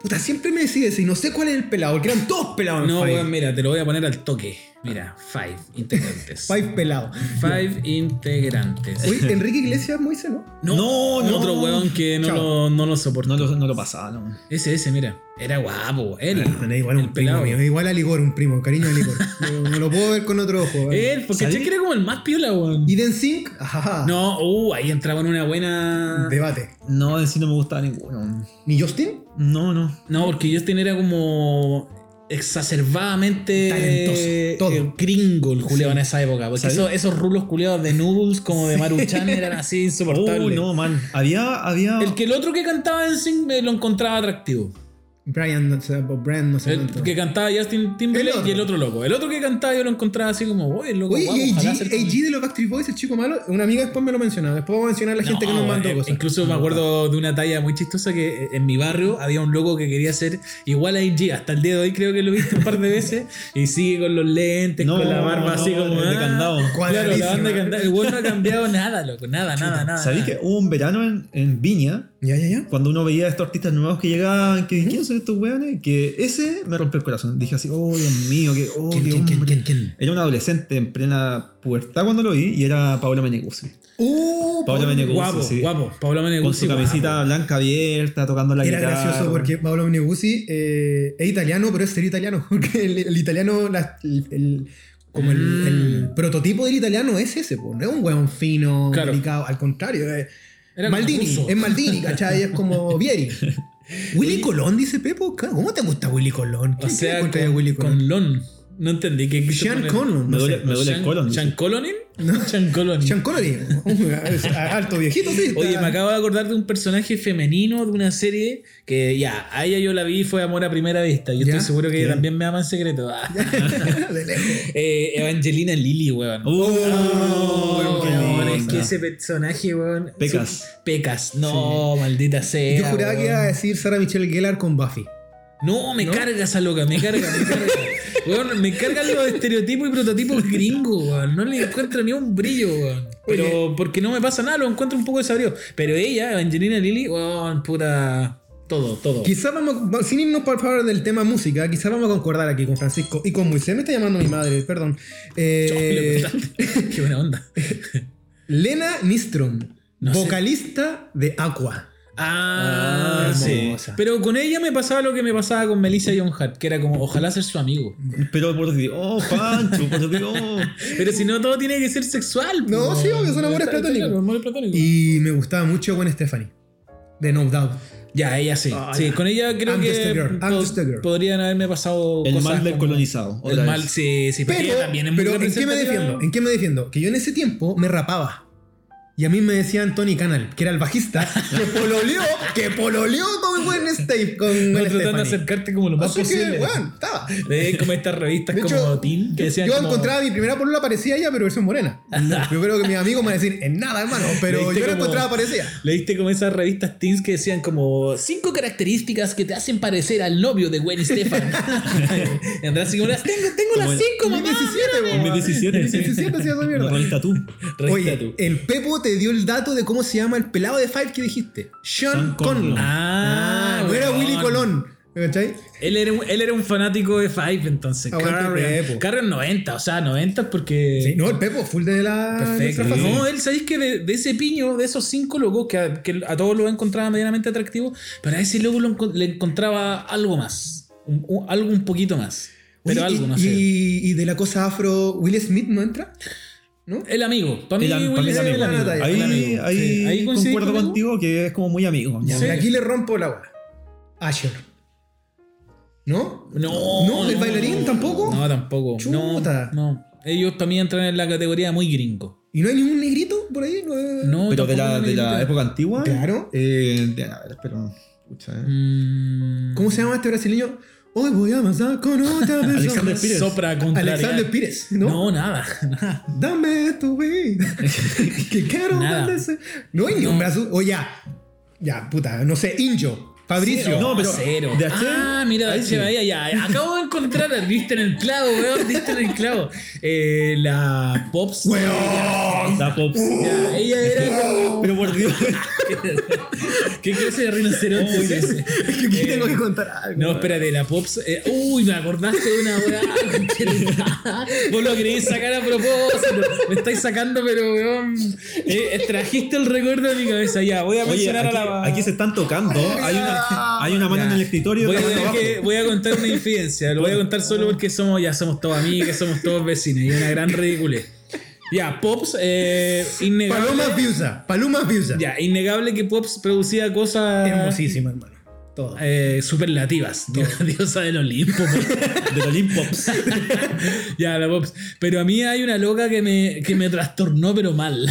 Speaker 2: Puta, siempre me decís eso y no sé cuál es el pelado, porque eran todos pelados. en
Speaker 1: No,
Speaker 2: Five.
Speaker 1: weón, mira, te lo voy a poner al toque. Mira, Five integrantes.
Speaker 2: Five pelados.
Speaker 1: Five integrantes.
Speaker 2: Oye, Enrique Iglesias Moise, ¿no?
Speaker 1: no,
Speaker 3: No, no.
Speaker 1: otro weón que no lo,
Speaker 2: Chao.
Speaker 1: no lo soportó.
Speaker 3: No lo, no lo pasaba, no.
Speaker 1: Ese, ese, mira. Era guapo. Él.
Speaker 2: Bueno, igual un
Speaker 1: el
Speaker 2: primo
Speaker 1: pelado.
Speaker 2: mío, igual a Ligor, un primo, cariño a Ligor. no, no lo puedo ver con otro ojo. ¿vale?
Speaker 1: Él, porque
Speaker 3: ¿Sabí?
Speaker 1: che que era como el más piola, weón.
Speaker 2: ¿Y Denzink? Ajá.
Speaker 1: No, uh, ahí entraba en una buena.
Speaker 2: Debate.
Speaker 3: No, en sí no me gustaba ninguno.
Speaker 2: ¿Ni Justin?
Speaker 3: No, no.
Speaker 1: No, porque Justin era como exacerbadamente
Speaker 2: Talentoso, todo.
Speaker 1: eh, gringo el culeado en esa época. Porque
Speaker 3: ¿Sabes?
Speaker 1: esos, esos rulos culeados de noodles como de Maruchan eran así
Speaker 3: Oh,
Speaker 1: insoportables.
Speaker 3: no, man. Había, había...
Speaker 1: El que el otro que cantaba en Sing me lo encontraba atractivo.
Speaker 2: Brian, no sé, o Brian, no sé
Speaker 1: El
Speaker 2: cuánto.
Speaker 1: que cantaba Justin
Speaker 2: El
Speaker 1: Timberlake
Speaker 2: otro.
Speaker 1: y el otro loco. El otro que cantaba yo lo encontraba así como, oye, loco,
Speaker 2: Oye,
Speaker 1: guapo,
Speaker 2: y AG,
Speaker 1: ojalá ser como-
Speaker 2: AG de los Backstreet Boys, el chico malo, una amiga después me lo mencionaba. Después vamos a mencionar a la gente que nos
Speaker 1: No,
Speaker 2: mandó
Speaker 1: eh,
Speaker 2: cosas.
Speaker 1: Incluso me acuerdo de una talla muy chistosa que eh, en mi barrio había un loco que quería ser igual a IG. Hasta el día de hoy creo que lo he visto un par de veces. Y sigue con los lentes,
Speaker 3: No,
Speaker 1: con la barba así
Speaker 3: no,
Speaker 1: como.
Speaker 3: de
Speaker 1: ah, Claro,
Speaker 3: candado.
Speaker 1: la banda de
Speaker 2: Cuadradísima.
Speaker 1: candado. El güey no ha cambiado nada, loco. Nada, nada, nada.
Speaker 3: ¿Sabéis que
Speaker 1: nada.
Speaker 3: hubo un verano en, en Viña,
Speaker 2: Ya, ya, ya.
Speaker 3: cuando uno veía a estos artistas nuevos que llegaban, que ¿quiénes son estos weones? Que ese me rompió el corazón. Dije así, oh, Dios mío, que... Oh, qué hombre. Era un adolescente en plena pubertad cuando lo vi y era Paola Meneguzzi.
Speaker 2: Uh,
Speaker 3: Paola Meneguzzi,
Speaker 1: Guapo,
Speaker 3: sí.
Speaker 1: guapo. Pablo Meneguzzi.
Speaker 3: Con su camisita
Speaker 1: guapo.
Speaker 3: blanca abierta, tocando la
Speaker 2: Era
Speaker 3: guitarra.
Speaker 2: gracioso porque Paolo Meneguzzi eh, es italiano, pero es ser italiano. Porque el, el italiano, la- el, el- como el,
Speaker 1: Mm.
Speaker 2: el prototipo del italiano es ese, po, no es un hueón fino,
Speaker 1: Claro.
Speaker 2: delicado, al contrario. eh,
Speaker 1: Era como
Speaker 2: Maldini,
Speaker 1: ruso.
Speaker 2: es Maldini, ¿cachai? Es como Vieri. Willy Colón, dice Pepo. ca- ¿Cómo te gusta Willy Colón?
Speaker 1: O
Speaker 2: ¿Quién te
Speaker 1: sea,
Speaker 2: encuentra de
Speaker 1: con,
Speaker 2: Willy Colón?
Speaker 1: con Lon. No entendí. que que se
Speaker 2: Sean
Speaker 1: pone-
Speaker 2: Conlon,
Speaker 3: Me
Speaker 2: no
Speaker 3: duele,
Speaker 2: sé.
Speaker 3: me duele
Speaker 1: Sean-
Speaker 3: el colon.
Speaker 1: ¿Sean Colonin? Sean Colonin.
Speaker 2: Sean Connery, un alto viejito, sí.
Speaker 1: Oye,
Speaker 2: está-
Speaker 1: me acabo de acordar de un personaje femenino de una serie que ya, a ella yo la vi, fue amor a primera vista. Yo
Speaker 2: ¿Ya?
Speaker 1: estoy seguro que ella
Speaker 2: ¿Quién?
Speaker 1: también me ama en secreto. Ah.
Speaker 2: De lejos.
Speaker 1: Eh, Evangelina Lilly, weón.
Speaker 3: Oh,
Speaker 1: Oh,
Speaker 3: qué
Speaker 1: weón,
Speaker 3: linda.
Speaker 1: es que ese personaje, weón.
Speaker 3: Pecas.
Speaker 1: su- Pecas, no, maldita sea.
Speaker 2: Yo juraba que
Speaker 1: weón.
Speaker 2: iba a decir Sara Michelle Gellar con Buffy.
Speaker 1: No, me
Speaker 2: ¿No?
Speaker 1: carga esa loca, me carga, me carga. Weón, me cargan los estereotipos y prototipos gringos, weón. No le encuentro ni un brillo, weón. Pero porque no me pasa nada, lo encuentro un poco desabrido. Pero ella, Angelina Lilly, weón, puta. Todo, todo.
Speaker 2: Quizá vamos, va- sin irnos por favor del tema música, quizá vamos a concordar aquí con Francisco y con Moisés. Me está llamando mi madre, perdón.
Speaker 1: Chole,
Speaker 2: Eh,
Speaker 1: bastante. Qué buena onda.
Speaker 2: Lena Nistrom,
Speaker 1: No sé.
Speaker 2: vocalista de Aqua.
Speaker 1: Ah,
Speaker 2: Ah,
Speaker 1: sí.
Speaker 2: hermosa.
Speaker 1: Pero con ella me pasaba lo que me pasaba con Melissa John Hart, que era como, ojalá ser su amigo.
Speaker 3: Pero por Dios, oh, Pancho, por Dios.
Speaker 1: Pero si no, todo tiene que ser sexual.
Speaker 2: No,
Speaker 1: po.
Speaker 2: sí, obvio, son
Speaker 1: Está-
Speaker 2: amores
Speaker 1: está
Speaker 2: platónicos.
Speaker 1: claro, amores platónicos.
Speaker 2: Y me gustaba mucho Gwen Stefani, de No Doubt.
Speaker 1: Ya, ella sí.
Speaker 3: Ah,
Speaker 1: sí,
Speaker 3: ya.
Speaker 1: con ella creo
Speaker 2: I'm
Speaker 1: que
Speaker 2: just a girl. I'm
Speaker 1: pod-
Speaker 2: just a girl.
Speaker 1: podrían haberme pasado
Speaker 3: El
Speaker 1: cosas
Speaker 3: mal del
Speaker 1: como-
Speaker 3: colonizado.
Speaker 1: El
Speaker 3: otra
Speaker 1: mal,
Speaker 3: vez.
Speaker 1: sí, sí, pero,
Speaker 2: Pero,
Speaker 1: ella también es muy
Speaker 2: pero ¿en qué me
Speaker 1: representativa.
Speaker 2: defiendo? ¿En qué me defiendo? Que yo en ese tiempo me rapaba. Y a mí me decían Tony Canal, que era el bajista, que pololeó, que pololeó con Gwen Stefani. Con Gwen
Speaker 1: No tratando de
Speaker 2: Stefani.
Speaker 1: acercarte como lo más
Speaker 2: Así
Speaker 1: posible.
Speaker 2: que, weón, estaba.
Speaker 1: Le di como estas revistas
Speaker 2: De
Speaker 1: como
Speaker 2: hecho,
Speaker 1: Teen que decían
Speaker 2: yo
Speaker 1: como-
Speaker 2: encontraba mi primera polola parecía ella, pero versión morena. Yo creo que mis amigos me van a decir, en nada, hermano, pero
Speaker 1: Leíste
Speaker 2: yo la
Speaker 1: como-
Speaker 2: encontraba parecida.
Speaker 1: Leíste como esas revistas teens que decían como cinco características que te hacen parecer al novio de Gwen Stefan. y Andrés así como las tengo, tengo
Speaker 3: Como
Speaker 1: las
Speaker 3: el-
Speaker 1: cinco, mamá.
Speaker 2: 2017,
Speaker 1: mírame".
Speaker 2: weón.
Speaker 3: Mis decisiones.
Speaker 2: 2017 hacía esa mierda.
Speaker 3: La revista tú.
Speaker 1: Revista
Speaker 2: Oye, eh,
Speaker 1: tú.
Speaker 2: el Pepo te dio el dato de cómo se llama el pelado de Five que dijiste. Sean
Speaker 3: Sean Conlon.
Speaker 2: Conlon.
Speaker 1: Ah,
Speaker 2: no era
Speaker 1: weón.
Speaker 2: Willy Colón. ¿Me cachai?
Speaker 1: Él era, un, él era un fanático de Five, entonces.
Speaker 2: Aguante
Speaker 1: Carrion.
Speaker 2: Pepo.
Speaker 1: Carrion 90, o sea, 90 porque.
Speaker 2: Sí, no, el Pepo, full de la.
Speaker 1: Perfecto.
Speaker 2: de esa fase.
Speaker 1: No, eh. él, ¿sabéis que de, de ese piño, de esos cinco locos que a, que a todos los encontraba medianamente atractivo, pero a ese loco lo encon- le encontraba algo más. Un- un- algo un poquito más. Pero
Speaker 2: Oye,
Speaker 1: algo,
Speaker 2: y,
Speaker 1: no sé.
Speaker 2: Y, y de la cosa afro, Will Smith no entra.
Speaker 1: El amigo. Para mí,
Speaker 3: El am-
Speaker 1: Will
Speaker 3: pa' mí
Speaker 1: es
Speaker 3: el
Speaker 1: el
Speaker 3: amigo.
Speaker 1: amigo.
Speaker 2: Ahí-
Speaker 1: El
Speaker 3: Ahí,
Speaker 1: amigo. Sí.
Speaker 3: ahí,
Speaker 1: coincidí
Speaker 3: concuerdo
Speaker 1: conmigo.
Speaker 3: contigo que es como muy amigo.
Speaker 2: Ya,
Speaker 1: Sí.
Speaker 2: y Aquí le rompo la agua. Asher. ¿No?
Speaker 1: No,
Speaker 2: No, ¿el bailarín tampoco?
Speaker 1: No, tampoco.
Speaker 2: Chuta.
Speaker 1: No, no. Ellos también entran en la categoría muy gringo.
Speaker 2: ¿Y no hay ningún negrito por ahí? No,
Speaker 1: No,
Speaker 3: Pero
Speaker 1: tampoco
Speaker 3: de la,
Speaker 1: no
Speaker 3: de la
Speaker 1: necesitan.
Speaker 3: época antigua.
Speaker 2: Claro.
Speaker 3: Eh, de- a ver, espera. Escucha, eh.
Speaker 1: Mm.
Speaker 2: ¿Cómo se llama este brasileño? Hoy voy a avanzar con otra persona.
Speaker 3: Alexander Pires.
Speaker 1: Sopra contra
Speaker 2: Alexander Pires, ¿no?
Speaker 1: ¿no? nada. nada.
Speaker 2: Dame tu vida. que quiero
Speaker 1: Nada.
Speaker 2: verse. No hay ni un brazo. O ya. Ya, puta, no sé, Injo. Fabricio.
Speaker 1: No, pues,
Speaker 3: No,
Speaker 1: pero. Cero.
Speaker 3: pero- de H-
Speaker 1: ah, mira,
Speaker 3: ahí
Speaker 1: de
Speaker 3: sí.
Speaker 1: Bahía, ya. Acabo de encontrar, viste en el clavo, weón, viste en el clavo. Eh, la Pops.
Speaker 2: ¡Weón!
Speaker 3: Da Pops.
Speaker 1: Ya, ella era como.
Speaker 3: Pero por Dios.
Speaker 1: ¿Qué clase de rinoceronte es ese?
Speaker 2: Es que aquí
Speaker 1: Eh,
Speaker 2: tengo que contar algo.
Speaker 1: No, espérate, la Pops. eh, uy, me acordaste de una weá. Vos lo queréis sacar a propósito. Me estáis sacando, pero weón. eh, trajiste el recuerdo de mi cabeza. Ya, voy a
Speaker 3: Oye,
Speaker 1: mencionar
Speaker 3: aquí,
Speaker 1: a la.
Speaker 3: aquí se están tocando. Hay una, hay una mano en el escritorio.
Speaker 1: Voy a,
Speaker 3: otra mano
Speaker 1: tener
Speaker 3: abajo.
Speaker 1: que- voy a contar una infidencia. Lo voy a contar solo porque somos, ya somos todos amigos, somos todos vecinos. Y es una gran ridiculez. Ya, Pops, eh, innegable.
Speaker 2: Paloma Piusa. Paloma Piusa.
Speaker 1: Ya, innegable que Pops producía cosas.
Speaker 2: Hermosísima, hermano. Todo.
Speaker 1: eh, superlativas. Dios- Diosa del Olimpo.
Speaker 3: Del Olimpops.
Speaker 1: ya, la Pops. Pero a mí hay una loca que me, que me trastornó, pero mal.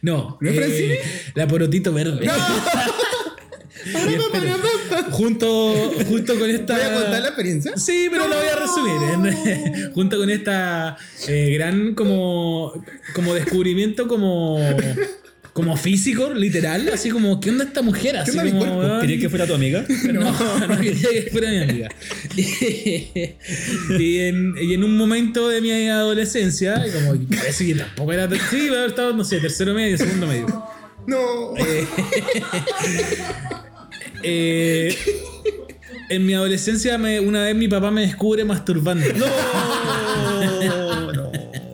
Speaker 1: no. eh,
Speaker 2: ¿No es Francine?
Speaker 1: la Porotito Verde. Y espero- junto, junto con esta.
Speaker 2: ¿Voy a contar la experiencia?
Speaker 1: Sí, pero lo voy a resumir. ¿eh? Junto con esta eh, gran como, como descubrimiento como, como físico, literal, así como, ¿qué onda esta mujer? Así
Speaker 2: onda mi
Speaker 1: como,
Speaker 2: cuerpo?
Speaker 1: weón,
Speaker 3: ¿Querías que fuera tu amiga?
Speaker 1: no, no quería que fuera mi amiga. y, en, y en un momento de mi adolescencia, como que parece que tampoco era... Sí, pero estaba, no sé, tercero medio, segundo medio.
Speaker 2: No.
Speaker 1: Eh, en mi adolescencia, me- una vez mi papá me descubre masturbando.
Speaker 3: No, no,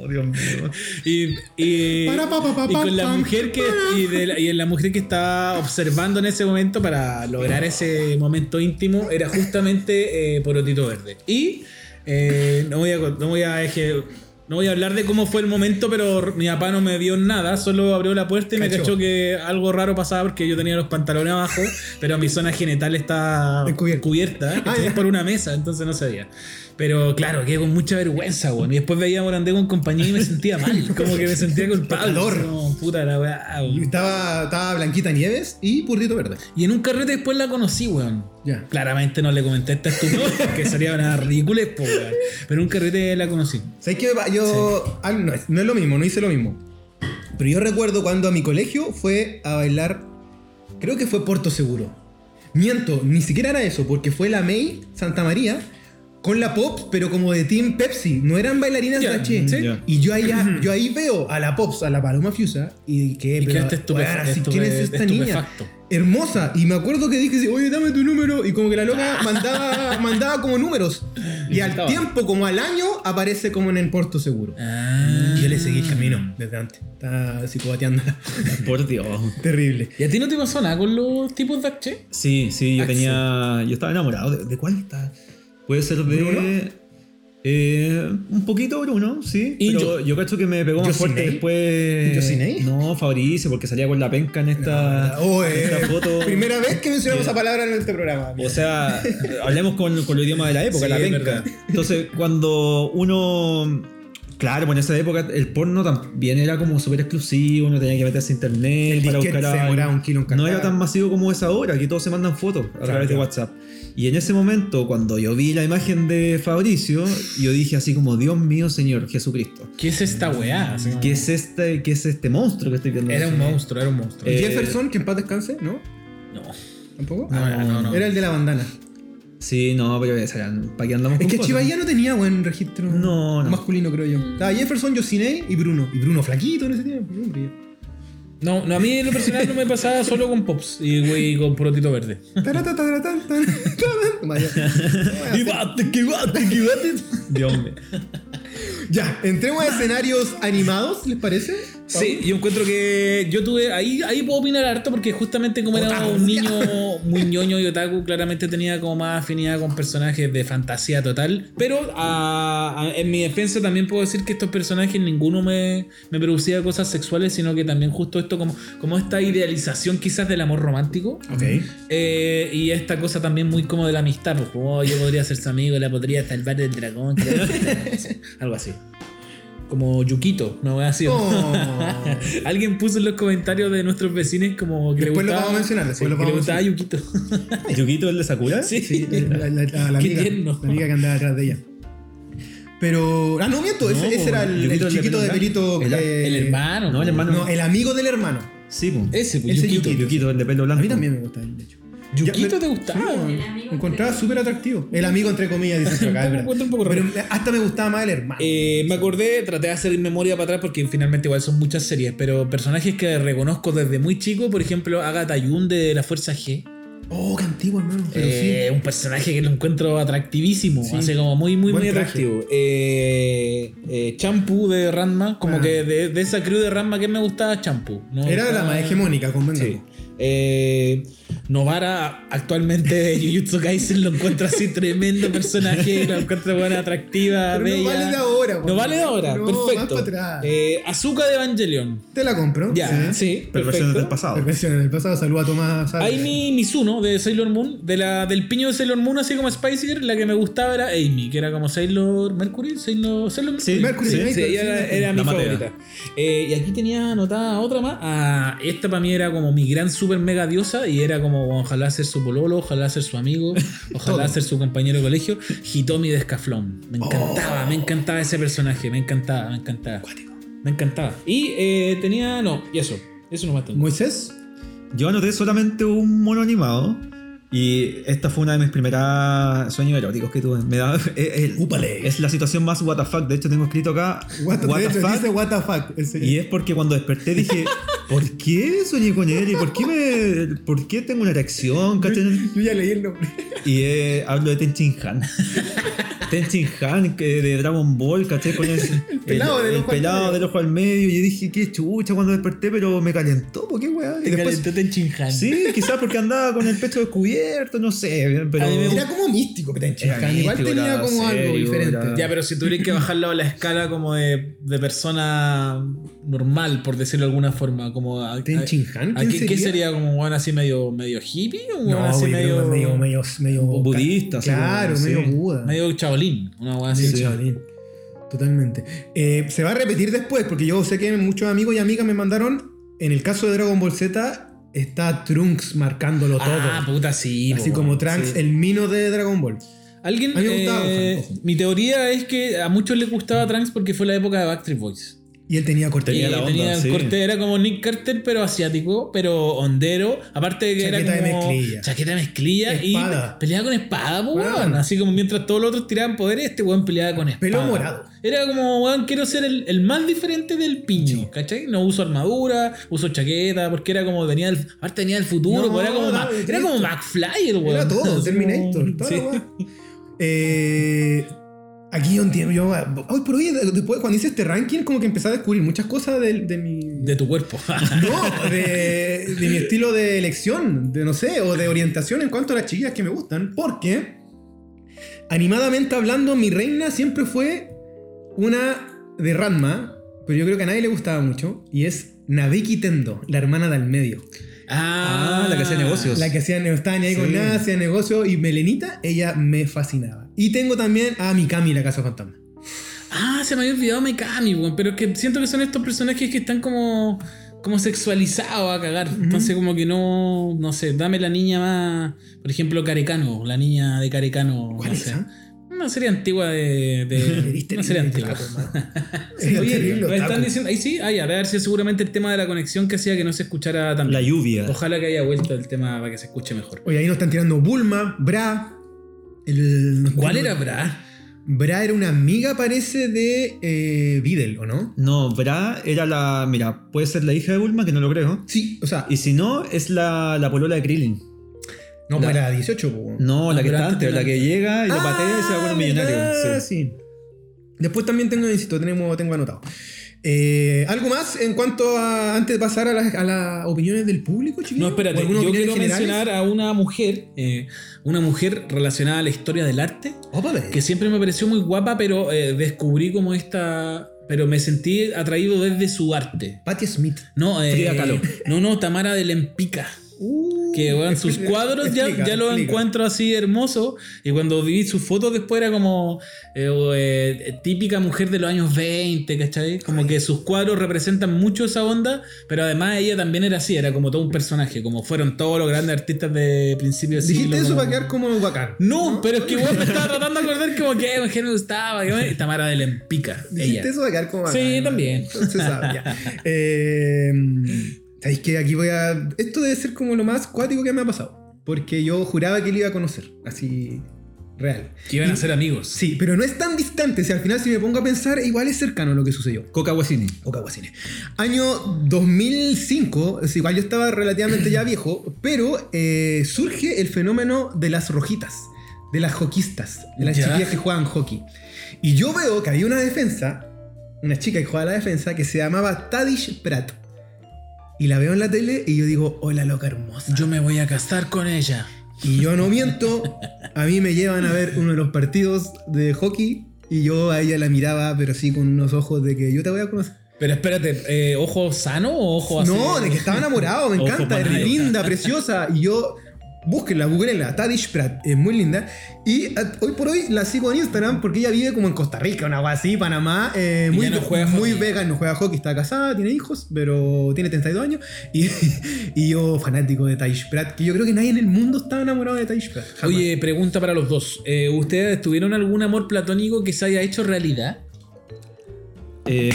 Speaker 3: Dios mío.
Speaker 1: Y, y,
Speaker 2: Para, pa, pa, pa,
Speaker 1: y con la
Speaker 2: pa,
Speaker 1: mujer que y, de la, y en la mujer que estaba observando en ese momento para lograr ese momento íntimo era justamente eh, Porotito Verde. Y eh, no voy a con- no voy a es que- no voy a hablar de cómo fue el momento, pero mi papá no me vio nada, solo abrió la puerta y me
Speaker 2: Cachó.
Speaker 1: cachó que algo raro pasaba porque yo tenía los pantalones abajo, pero mi zona genital está
Speaker 2: Encubierta.
Speaker 1: cubierta
Speaker 2: Ah,
Speaker 1: ¿cachai?
Speaker 2: ya.
Speaker 1: por una mesa, entonces no sabía. Pero claro, quedé con mucha vergüenza, weón. Y después veía a Morandé con compañía y me sentía mal. Como que me sentía culpable.
Speaker 2: Pecador.
Speaker 1: Así como, puta la weá,
Speaker 2: Y
Speaker 1: weón.
Speaker 2: Estaba, estaba Blanquita Nieves y Purdito Verde.
Speaker 1: Y en un carrete después la conocí, weón.
Speaker 2: Ya.
Speaker 1: Claramente no le comenté esta estupidez que sería una ridiculez, po, weón. Pero en un carrete la conocí.
Speaker 2: ¿Sabes qué? Yo. ah, no, es- no es lo mismo, no hice lo mismo. Pero yo recuerdo cuando a mi colegio fue a bailar. Creo que fue Puerto Seguro. Miento, ni siquiera era eso, porque fue la May Santa María con la Pop, pero como de Team Pepsi. No eran bailarinas
Speaker 1: Ya,
Speaker 2: de H.
Speaker 1: sí.
Speaker 3: ya.
Speaker 2: Y yo ahí, yo ahí veo a la Pops, a la Paloma Fiusa, y que. este
Speaker 1: Y quedaste
Speaker 2: weón, así,
Speaker 1: estupefacto.
Speaker 2: ¿Quién es esta niña? hermosa. Y me acuerdo que dije, así, oye, dame tu número. Y como que la loca mandaba, mandaba como números. Y al
Speaker 1: Inventaba.
Speaker 2: tiempo, como al año, aparece como en el puerto seguro.
Speaker 1: Ah.
Speaker 2: Y yo le seguí el camino desde antes. Estaba psicobateándola.
Speaker 3: Por Dios.
Speaker 2: Terrible.
Speaker 1: ¿Y a ti no te pasó nada con los tipos de H?
Speaker 3: Sí, sí, yo
Speaker 2: Axel.
Speaker 3: tenía. Yo estaba enamorado. ¿De, de cuál está? Puede ser de.
Speaker 2: ¿Bruno?
Speaker 3: eh, un poquito Bruno, sí.
Speaker 1: ¿Y
Speaker 3: pero yo, cacho que me pegó más
Speaker 2: ¿Yosinei?
Speaker 3: fuerte después.
Speaker 2: ¿Yosinei?
Speaker 3: No, Fabricio, porque salía con la penca en esta,
Speaker 2: Oh,
Speaker 3: en
Speaker 2: eh,
Speaker 3: esta foto.
Speaker 2: Primera vez que mencionamos
Speaker 3: Mira.
Speaker 2: esa palabra en este programa.
Speaker 3: O sea, hablemos con, con los idiomas de la época,
Speaker 1: Sí,
Speaker 3: la
Speaker 1: es
Speaker 3: penca.
Speaker 1: verdad.
Speaker 3: Entonces, cuando uno Claro, bueno, en esa época el porno también era como súper exclusivo, uno tenía que meterse a internet
Speaker 2: El
Speaker 3: para
Speaker 2: disquete
Speaker 3: buscar
Speaker 2: se
Speaker 3: algo.
Speaker 2: demoraba un kilo en
Speaker 3: No
Speaker 2: cargar.
Speaker 3: era tan masivo como es ahora, que todos se mandan fotos a través de
Speaker 2: claro.
Speaker 3: WhatsApp. Y en ese momento, cuando yo vi la imagen de Fabricio, yo dije así como, Dios mío, Señor Jesucristo.
Speaker 1: ¿Qué es esta weá? Así como-
Speaker 3: ¿Qué es este, qué es este monstruo que estoy viendo?
Speaker 1: Era un monstruo, era un monstruo.
Speaker 3: Eh,
Speaker 2: Jefferson, que en paz descanse, ¿no?
Speaker 1: no.
Speaker 2: ¿Tampoco?
Speaker 1: No,
Speaker 2: Ah,
Speaker 1: no, no.
Speaker 2: Era el de la bandana.
Speaker 3: Sí, no, pero esa era- ¿para qué andamos
Speaker 2: Es
Speaker 3: con
Speaker 2: que
Speaker 3: cosas?
Speaker 2: Chivaya no tenía buen registro
Speaker 3: No, no.
Speaker 2: masculino, creo yo. Estaba Jefferson, Yosinei y Bruno. Y Bruno flaquito en ese tiempo. hombre, ya.
Speaker 1: No, no, a mí en lo personal no me pasaba solo con Pops y, güey, con Protito Verde.
Speaker 2: Taratataratán, tan, tan. Vaya.
Speaker 1: bate, que bate, que bate!
Speaker 3: Dios mío.
Speaker 2: Ya, entremos a escenarios animados, ¿les parece?
Speaker 1: Sí, yo encuentro que yo tuve. Ahí, ahí puedo opinar harto porque justamente como era
Speaker 2: Otaku,
Speaker 1: un
Speaker 2: ya.
Speaker 1: niño muy ñoño y otaku, claramente tenía como más afinidad con personajes de fantasía total. Pero ah, ah, en mi defensa también puedo decir que estos personajes ninguno me, me producía cosas sexuales, sino que también justo esto, como, como esta idealización quizás del amor romántico.
Speaker 2: Ok.
Speaker 1: Eh, y esta cosa también muy como de la amistad, pues como "Oh, yo podría ser su amigo, la podría salvar del dragón, creo". algo así. Como Yukito, no voy a decir.
Speaker 2: Oh.
Speaker 1: Alguien puso en los comentarios de nuestros vecinos como que
Speaker 2: Después
Speaker 1: le
Speaker 2: lo
Speaker 1: gustaba,
Speaker 2: vamos a mencionar, después
Speaker 1: que
Speaker 2: lo vamos
Speaker 1: le
Speaker 2: a
Speaker 1: gustaba Yukito.
Speaker 3: ¿Yuquito el de Sakura?
Speaker 1: Sí.
Speaker 2: Sí, la, la- la- la
Speaker 1: Qué
Speaker 2: amiga,
Speaker 1: tierno.
Speaker 2: la amiga que andaba atrás de ella. Pero. Ah, no miento,
Speaker 3: No,
Speaker 2: ese, ese era el, el
Speaker 3: Yukito el de
Speaker 2: chiquito de
Speaker 3: pelo
Speaker 2: pelito.
Speaker 3: blanco.
Speaker 2: eh,
Speaker 1: El hermano.
Speaker 3: No, el hermano.
Speaker 2: No, el amigo del hermano.
Speaker 3: Sí, po.
Speaker 1: Ese, pues,
Speaker 2: Ese
Speaker 1: Yukito.
Speaker 2: Yukito.
Speaker 3: Yuquito, el de pelo
Speaker 2: A
Speaker 3: blanco.
Speaker 2: mí también me gustaba, de hecho.
Speaker 1: ¿Yukito
Speaker 2: Ya,
Speaker 1: te
Speaker 2: me-
Speaker 1: gustaba?
Speaker 2: Sí,
Speaker 4: El amigo
Speaker 2: me encontraba súper atractivo. El amigo, entre comillas, dice por acá.
Speaker 1: Un poco-
Speaker 2: es verdad.
Speaker 1: encuentro un poco raro.
Speaker 2: Pero hasta me gustaba más el hermano.
Speaker 1: Eh, me acordé, traté de hacer memoria para atrás porque finalmente igual son muchas series, pero personajes que reconozco desde muy chico, por ejemplo, Agatha Yoon de la Fuerza G.
Speaker 2: Oh, qué antiguo, hermano. Pero
Speaker 1: Eh, Un personaje que lo encuentro atractivísimo,
Speaker 2: Sí.
Speaker 1: así como muy, muy,
Speaker 2: Buen
Speaker 1: muy
Speaker 2: traje.
Speaker 1: atractivo. Eh, eh, Champú de Ranma, como
Speaker 2: Ah.
Speaker 1: que de, de esa crew de Ranma que me gustaba Champú. ¿no?
Speaker 2: sí. Era la
Speaker 1: Estaba-
Speaker 2: más hegemónica,
Speaker 1: Sí.
Speaker 2: convengamos.
Speaker 1: Eh, Novara actualmente de Jujutsu Kaisen lo encuentro así tremendo personaje, lo encuentro buena, atractiva,
Speaker 2: Pero
Speaker 1: bella.
Speaker 2: no vale de ahora,
Speaker 1: No
Speaker 2: weón.
Speaker 1: vale de ahora,
Speaker 2: No,
Speaker 1: perfecto.
Speaker 2: Más para atrás.
Speaker 1: Eh, Azúcar de Evangelion.
Speaker 2: Te la compro.
Speaker 1: Ya,
Speaker 2: Sí.
Speaker 1: sí.
Speaker 3: Perversiones del
Speaker 1: perfecto.
Speaker 3: pasado.
Speaker 2: Perversión en el pasado. Saluda a Tomás. Saavedra.
Speaker 1: Amy Mizuno de Sailor Moon, de la, del piño de Sailor Moon, así como Spice Girl, la que me gustaba era Amy, que era como Sailor Mercury, Sailor, Sailor Mercury.
Speaker 3: Sí,
Speaker 2: Mercury,
Speaker 1: sí,
Speaker 2: Mercury,
Speaker 1: sí,
Speaker 2: sí,
Speaker 1: ella era,
Speaker 2: Mercury.
Speaker 1: era mi
Speaker 3: La Matea.
Speaker 1: favorita. Eh, y aquí tenía anotada otra más. Ah, esta para mí era como mi gran super mega diosa y era como ojalá ser su pololo, ojalá ser su amigo, ojalá
Speaker 2: Todo. Oh.
Speaker 1: ser su compañero de colegio, Hitomi de Escaflón. Me encantaba, me encantaba ese personaje, me encantaba, me encantaba. Me encantaba. Y eh, tenía, no, y eso, eso no más tengo.
Speaker 2: Moisés.
Speaker 3: Yo anoté solamente un mono animado. Y esta fue una de mis primeras sueños eróticos que tuve. Me da, es, es-
Speaker 2: Úpale.
Speaker 3: es la situación más WTF. De hecho, tengo escrito acá
Speaker 2: What, de hecho,
Speaker 3: WTF.
Speaker 2: dice what the fuck. ese-
Speaker 3: Y es porque cuando desperté dije, ¿por qué soñé con él? ¿Y por qué, me, por qué tengo una erección? ¿Cachai?
Speaker 2: Yo ya leí el nombre.
Speaker 3: Y eh, hablo de Tenchin Han. Tenchin Han que de Dragon Ball, ¿cachai? Con el, el-
Speaker 2: pelado del
Speaker 3: el
Speaker 2: ojo al
Speaker 3: pelado
Speaker 2: medio.
Speaker 3: del ojo al medio. Y yo dije, qué chucha cuando desperté, pero me calentó, ¿por qué weá? Y después,
Speaker 1: en Chinhan.
Speaker 3: sí, quizás porque andaba con el pecho descubierto, no sé. Pero
Speaker 1: A mí me gusta-
Speaker 2: Era como místico que
Speaker 3: Era
Speaker 2: Igual
Speaker 3: místico,
Speaker 2: tenía
Speaker 3: era
Speaker 2: como algo
Speaker 3: serio,
Speaker 2: diferente.
Speaker 3: era-
Speaker 1: Ya, pero si tuvieras que bajarlo a la escala como de, de persona normal, por decirlo de alguna forma, como a, a-
Speaker 2: ¿Ten Shin Han?
Speaker 1: a-
Speaker 2: ¿Quién
Speaker 1: ¿qué, qué sería como un weón así medio, medio hippie? ¿Un weón
Speaker 2: No,
Speaker 1: así
Speaker 2: güey,
Speaker 1: medio,
Speaker 2: medio, medio, medio, medio-
Speaker 3: budista, así
Speaker 2: Claro,
Speaker 3: como,
Speaker 2: medio
Speaker 3: sí.
Speaker 2: Buda.
Speaker 1: medio chabolín? Una weón así.
Speaker 2: Medio chavalín. Totalmente. Eh, se va a repetir después, porque yo sé que muchos amigos y amigas me mandaron. En el caso de Dragon Ball Z, está Trunks marcándolo
Speaker 1: Ah,
Speaker 2: todo.
Speaker 1: puta, sí.
Speaker 2: Así
Speaker 1: po,
Speaker 2: como
Speaker 1: weón,
Speaker 2: Trunks,
Speaker 1: sí.
Speaker 2: el mino de Dragon Ball.
Speaker 1: Alguien.
Speaker 2: A mí me gustaba
Speaker 1: eh,
Speaker 2: Gohan, ojo.
Speaker 1: mi teoría es que a muchos les gustaba Trunks porque fue la época de Backstreet Boys.
Speaker 2: Y él tenía corte.
Speaker 3: Tenía
Speaker 1: Y
Speaker 3: la onda,
Speaker 1: tenía
Speaker 3: sí.
Speaker 1: corte, era como Nick Carter, pero asiático, pero hondero. Aparte de que
Speaker 2: Chaqueta
Speaker 1: era
Speaker 2: de
Speaker 1: como
Speaker 2: mezclilla.
Speaker 1: chaqueta de mezclilla y
Speaker 2: Espada.
Speaker 1: peleaba con espada, po,
Speaker 2: Weón.
Speaker 1: weón. Así como mientras todos los otros tiraban poderes, este weón peleaba con espada.
Speaker 2: Pelo morado.
Speaker 1: Era como, weón, quiero ser el, el más diferente del piño, ¿cachai? No uso armadura, uso chaqueta, porque era como tenía el, aparte tenía el futuro,
Speaker 2: No,
Speaker 1: po, era como,
Speaker 2: no,
Speaker 1: Ma- era
Speaker 2: listo.
Speaker 1: como McFly el weón.
Speaker 2: Era todo,
Speaker 1: Así como-
Speaker 2: Terminator, toda
Speaker 1: Sí.
Speaker 2: la weá. Eh, Aquí yo entiendo, yo, ah, hoy por hoy, después cuando hice este ranking, como que empecé a descubrir muchas cosas del- de, mi...
Speaker 1: De tu cuerpo.
Speaker 2: no, de, de mi estilo de elección, de no sé, o de orientación en cuanto a las chiquillas que me gustan, porque, animadamente hablando, mi reina siempre fue una de Ranma, pero yo creo que a nadie le gustaba mucho, y es Nabeki Tendo, la hermana del medio.
Speaker 3: Ah, la que hacía negocios.
Speaker 2: La que hacía, estaba ni ahí con
Speaker 3: Sí.
Speaker 2: nada, hacía negocio y Melenita, ella me fascinaba. Y tengo también a Mikami, la Casa Fantasma.
Speaker 1: Ah, se me había olvidado Mikami, weón. Pero es que siento que son estos personajes que están como. Como sexualizados a cagar. Entonces, como que no. No sé, dame la niña más. Por ejemplo, Carecano. La niña de Carecano.
Speaker 2: ¿Cuál
Speaker 1: no
Speaker 2: es ah? Eh,
Speaker 1: sé.
Speaker 2: esa?
Speaker 1: Una serie antigua de. de una serie antigua.
Speaker 2: Sí,
Speaker 1: Oye,
Speaker 2: terrible,
Speaker 1: nos están
Speaker 2: otaku.
Speaker 1: diciendo. Ahí sí, ahí, a ver si seguramente el tema de la conexión que hacía que no se escuchara tan
Speaker 3: La
Speaker 1: bien.
Speaker 3: lluvia.
Speaker 1: Ojalá que haya vuelto el tema para que se escuche mejor.
Speaker 2: Oye, ahí nos están tirando Bulma, Bra. el-
Speaker 1: ¿Cuál era Bra?
Speaker 2: Bra era una amiga, parece, de eh, Videl, ¿o no?
Speaker 3: No, Bra era la. Mira, puede ser la hija de Bulma, que no lo creo.
Speaker 2: Sí, o sea,
Speaker 3: Y si no, es la, la polola de Krillin.
Speaker 2: no,
Speaker 3: la-
Speaker 2: para 18, po, weón.
Speaker 3: No, la que
Speaker 1: Bra
Speaker 3: está antes, la
Speaker 1: antes.
Speaker 3: que llega y lo
Speaker 2: Ah,
Speaker 3: patea y se va con un
Speaker 2: ¿verdad?
Speaker 3: millonario. Sí.
Speaker 2: Sí. Después también tengo, insisto, tenemos, tengo anotado. Eh, ¿Algo más en cuanto a. antes de pasar a las a las opiniones del público, chiquillos?
Speaker 1: No,
Speaker 2: ¿O
Speaker 1: espérate,
Speaker 2: alguna
Speaker 1: yo
Speaker 2: opinión
Speaker 1: quiero
Speaker 2: general?
Speaker 1: mencionar a una mujer, eh, una mujer relacionada a la historia del arte,
Speaker 2: Ópale.
Speaker 1: que siempre me pareció muy guapa, pero eh, descubrí como esta. Pero me sentí atraído desde su arte.
Speaker 2: Patti Smith.
Speaker 1: No, eh,
Speaker 3: Frida Kahlo.
Speaker 1: no, no, Tamara de Lempica.
Speaker 2: Uh,
Speaker 1: Que weón, sus
Speaker 2: explica-
Speaker 1: cuadros ya,
Speaker 2: explica,
Speaker 1: ya los
Speaker 2: explica.
Speaker 1: encuentro así hermosos. Y cuando vi sus fotos después era como eh, o, eh, típica mujer de los años 20, ¿cachai? Como que sus cuadros representan mucho esa onda, pero además ella también era así, era como todo un personaje, como fueron todos los grandes artistas de principio de siglo.
Speaker 2: Dijiste eso
Speaker 1: como-
Speaker 2: para quedar como bacán.
Speaker 1: No, pero es que weón me estaba tratando de acordar como que mujer me gustaba. que, weón, Tamara de Lempica,
Speaker 2: Dijiste
Speaker 1: ella.
Speaker 2: eso para quedar como bacán.
Speaker 1: Sí, también.
Speaker 2: Entonces, ah, ya. Eh, Sabéis que aquí voy a. Esto debe ser como lo más cuático que me ha pasado. Porque yo juraba que le iba a conocer. Así. Real.
Speaker 1: Que iban a ser amigos.
Speaker 2: Sí, pero no es tan distante. Si al final, si me pongo a pensar, igual es cercano lo que sucedió.
Speaker 3: Coca Guasini.
Speaker 2: Okaguasine. Año 2005, es igual yo estaba relativamente ya viejo, pero eh, surge el fenómeno de las rojitas, de las hoquistas, de las
Speaker 1: Ya.
Speaker 2: chiquillas que juegan hockey. Y yo veo que había una defensa, una chica que jugaba la defensa, que se llamaba Tadish Pratt. Y la veo en la tele y yo digo, hola loca hermosa.
Speaker 1: Yo me voy a casar con ella.
Speaker 2: Y yo no miento, a mí me llevan a ver uno de los partidos de hockey y yo a ella la miraba, pero así con unos ojos de que yo te voy a conocer.
Speaker 1: Pero espérate, eh, ¿ojo sano o ojo así?
Speaker 2: No, de que estaba enamorado, me
Speaker 1: Ojo
Speaker 2: encanta, es
Speaker 1: patriota.
Speaker 2: linda, preciosa. Y yo, búsquenla, googleenla, Tadish Pratt, es muy linda. Y ah, hoy por hoy la sigo en Instagram porque ella vive como en Costa Rica, una agua así, Panamá. eh,
Speaker 1: Y
Speaker 2: muy
Speaker 1: ya no juega
Speaker 2: muy
Speaker 1: hockey.
Speaker 2: vegan, no juega hockey, está casada, tiene hijos, pero tiene 32 años. Y, y yo, fanático de Tadish Pratt, que yo creo que nadie en el mundo estaba enamorado de Tadish Pratt. jamás.
Speaker 1: Oye, pregunta para los dos. Eh, ¿Ustedes tuvieron algún amor platónico que se haya hecho realidad?
Speaker 3: Eh,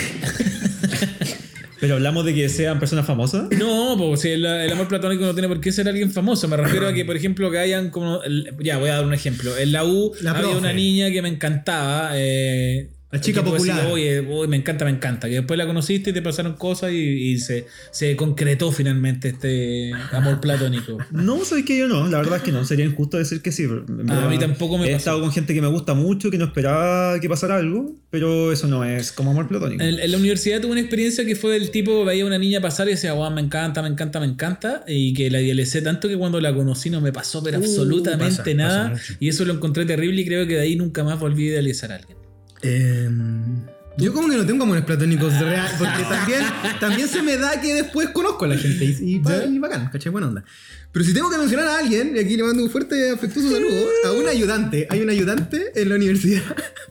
Speaker 3: pero hablamos de que sean personas famosas.
Speaker 1: No, pues si el, el amor platónico no tiene por qué ser alguien famoso. Me refiero a que, por ejemplo, que hayan como. el- ya, voy a dar un ejemplo. En la U
Speaker 2: La
Speaker 1: había
Speaker 2: profe.
Speaker 1: una niña que me encantaba. eh,
Speaker 2: La chica
Speaker 1: que tú
Speaker 2: popular.
Speaker 1: decías, Oye, oye, me encanta, me encanta. Que después la conociste y te pasaron cosas y, y se, se concretó finalmente este amor platónico.
Speaker 3: No, sabes que yo no, la verdad es que no, sería injusto decir que sí. pero en verdad
Speaker 1: mí tampoco me
Speaker 3: He
Speaker 1: pasó.
Speaker 3: estado con gente que me gusta mucho, que no esperaba que pasara algo, pero eso no es como amor platónico.
Speaker 1: En, en la universidad tuve una experiencia que fue del tipo, veía a una niña pasar y decía, guau, me encanta, me encanta, me encanta, y que la idealicé tanto que cuando la conocí no me pasó pero
Speaker 2: Uh,
Speaker 1: absolutamente
Speaker 2: pasa,
Speaker 1: nada,
Speaker 2: pasa mucho.
Speaker 1: y eso lo encontré terrible y creo que de ahí nunca más volví a idealizar a alguien.
Speaker 2: Em, yo como que no tengo amores platónicos real, porque también, también se me da que después conozco a la gente y, y,
Speaker 1: Ya.
Speaker 2: y bacán, ¿cachai? Buena onda. Pero si tengo que mencionar a alguien, y aquí le mando un fuerte afectuoso saludo, a un ayudante. Hay un ayudante en la universidad,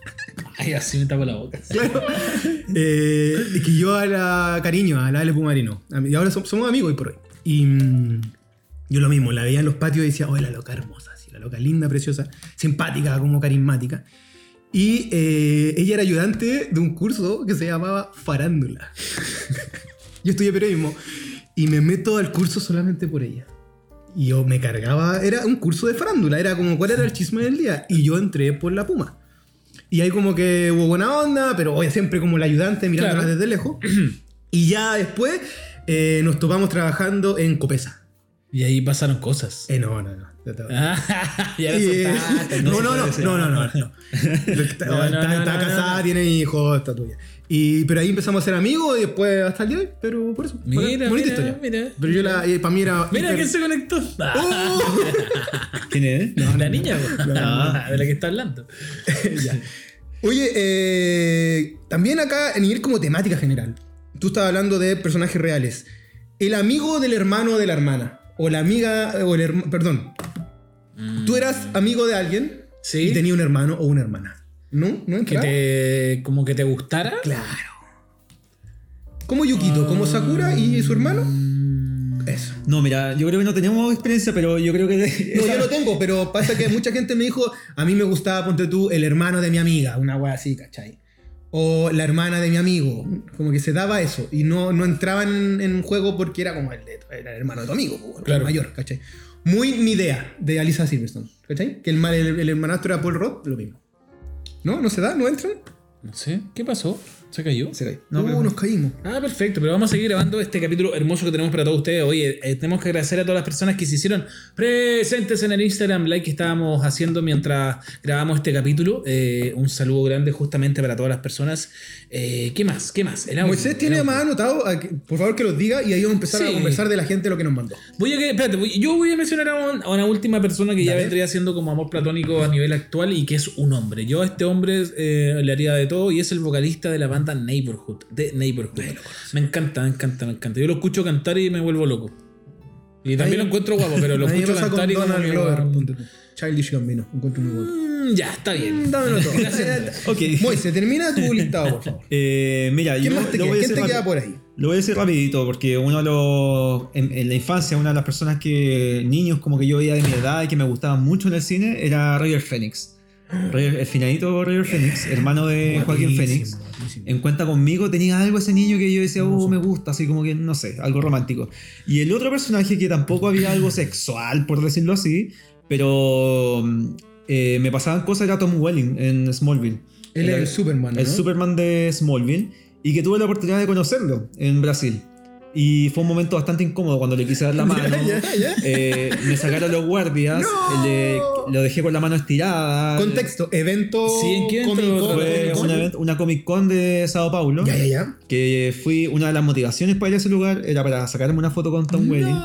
Speaker 1: Ay, así me tapo la boca.
Speaker 2: claro. eh, que yo a la cariño, a la Ale Pumarino. A mí- Y ahora som- somos amigos hoy por hoy. Y mm, yo lo mismo, la veía en los patios y decía, oh, la loca hermosa, sí, la loca linda, preciosa, simpática, como carismática. Y eh, ella era ayudante de un curso que se llamaba Farándula. yo estudié periodismo y me meto al curso solamente por ella. Y yo me cargaba, era un curso de farándula, era como cuál era el chisme del día. Y yo entré por la puma. Y ahí como que hubo buena onda, pero oye, siempre como el ayudante mirándola
Speaker 1: Claro.
Speaker 2: desde lejos. y ya después eh, nos topamos trabajando en Copesa.
Speaker 1: Y ahí pasaron cosas.
Speaker 2: Eh, no, no, no. no te-
Speaker 1: Ah, ya
Speaker 2: Y, eh,
Speaker 1: resultaste,
Speaker 2: no,
Speaker 1: entonces
Speaker 2: no, no,
Speaker 1: puede ser.
Speaker 2: no, no, no, no. Está,
Speaker 1: No, no,
Speaker 2: está-
Speaker 1: no,
Speaker 2: está
Speaker 1: no,
Speaker 2: casada,
Speaker 1: no, no.
Speaker 2: tiene hijos, está tuya. Y, pero ahí empezamos a ser amigos y después hasta el día de hoy, pero por eso.
Speaker 1: Mira,
Speaker 2: bonita
Speaker 1: mira,
Speaker 2: historia.
Speaker 1: mira.
Speaker 2: Pero yo la, eh, para mí era.
Speaker 1: Mira
Speaker 2: hiper-
Speaker 1: quién se conectó. Ah,
Speaker 2: ¡Oh!
Speaker 3: ¿Quién es?
Speaker 1: la niña, po. Ah, de la que está hablando.
Speaker 2: Ya. Oye, eh, también acá en ir como temática general. Tú estabas hablando de personajes reales. El amigo del hermano o de la hermana. O la amiga, o el hermano, perdón. Tú eras amigo de alguien
Speaker 1: Mm. Sí.
Speaker 2: y tenía un hermano o una hermana. No, no
Speaker 1: Que
Speaker 2: entra.
Speaker 1: te. como que te gustara.
Speaker 2: Claro. Como Yukito, como Sakura y su hermano.
Speaker 1: Mm.
Speaker 2: Eso.
Speaker 3: No, mira, yo creo que no teníamos experiencia, pero yo creo que. de-
Speaker 2: No, yo lo tengo, pero pasa que mucha gente me dijo, a mí me gustaba, ponte tú, el hermano de mi amiga, una wea así, ¿cachai? O la hermana de mi amigo, como que se daba eso, y no, no entraban en juego porque era como el, de, era el hermano de tu amigo, pues,
Speaker 1: Claro.
Speaker 2: el mayor, ¿cachai? Muy mi idea de Alisa Silverstone, ¿cachai? Que el, mal- el, el hermanastro era Paul Roth, lo mismo. ¿No? ¿No se da? ¿No entran?
Speaker 1: No sé. ¿Qué pasó? ¿Se cayó?
Speaker 2: Se cae.
Speaker 3: No,
Speaker 2: Uh,
Speaker 3: pero-
Speaker 2: nos caímos.
Speaker 1: Ah, perfecto, pero vamos a seguir grabando este capítulo hermoso que tenemos para todos ustedes. Oye, eh, tenemos que agradecer a todas las personas que se hicieron presentes en el Instagram Live que estábamos haciendo mientras grabamos este capítulo. Eh, un saludo grande justamente para todas las personas. Eh, ¿Qué más? ¿Qué más? El audio,
Speaker 2: Moisés tiene
Speaker 1: el audio.
Speaker 2: más anotado, a que- por favor que los diga, y ahí vamos a empezar
Speaker 1: Sí.
Speaker 2: a conversar de la gente lo que nos mandó.
Speaker 1: Voy a que- espérate, voy- yo voy a mencionar a, un- a una última persona que ya
Speaker 2: Dale.
Speaker 1: vendría siendo como amor platónico a nivel actual y que es un hombre. Yo a este hombre eh, le haría de todo y es el vocalista de la banda Neighborhood. De Neighborhood. me encanta, me encanta, me encanta. Yo lo escucho cantar y me vuelvo loco. Y también
Speaker 2: Ahí-
Speaker 1: lo encuentro guapo, pero lo
Speaker 2: A mí me
Speaker 1: escucho
Speaker 2: pasa con
Speaker 1: cantar y como
Speaker 2: Donald
Speaker 1: que,
Speaker 2: Glover,
Speaker 1: um,
Speaker 2: ponte tú. Childish Gambino, encuentro muy bueno.
Speaker 1: mm, ya, está bien.
Speaker 2: Dámelo todo.
Speaker 3: Ok.
Speaker 2: Moise, termina tu listado, por favor.
Speaker 3: Eh, mira,
Speaker 2: ¿Quién
Speaker 3: yo
Speaker 2: más te
Speaker 3: lo
Speaker 2: queda?
Speaker 3: voy a
Speaker 2: ¿Quién
Speaker 3: hacer
Speaker 2: te queda
Speaker 3: rápido.
Speaker 2: por ahí?
Speaker 3: Lo voy a decir rapidito porque uno de los. En, en la infancia, una de las personas que. niños como que yo veía de mi edad y que me gustaba mucho en el cine era Roger Phoenix. Roger- el finadito Roger Phoenix, hermano de Joaquín Phoenix. En cuenta conmigo tenía algo ese niño que yo decía, oh, me gusta, así como que, no sé, algo romántico. Y el otro personaje que tampoco había algo sexual, por decirlo así, pero mm, eh, me pasaban cosas era Tom Welling en Smallville.
Speaker 2: Él es
Speaker 3: Era-
Speaker 2: el Superman, ¿no?
Speaker 3: el Superman de Smallville, y que tuve la oportunidad de conocerlo en Brasil. Y fue un momento bastante incómodo cuando le quise dar la mano.
Speaker 2: Ya, ya, ya.
Speaker 3: Eh, me sacaron los guardias,
Speaker 2: ¡No!
Speaker 3: le- lo dejé con la mano estirada.
Speaker 2: Contexto, evento.
Speaker 1: Sí, ¿en qué evento
Speaker 2: Comic Con,
Speaker 1: trabajas?
Speaker 3: Fue
Speaker 2: Comic Con.
Speaker 3: un evento- una Comic Con de Sao Paulo.
Speaker 2: Ya, ya, ya.
Speaker 3: Que fui una de las motivaciones para ir a ese lugar era para sacarme una foto con Tom Welling.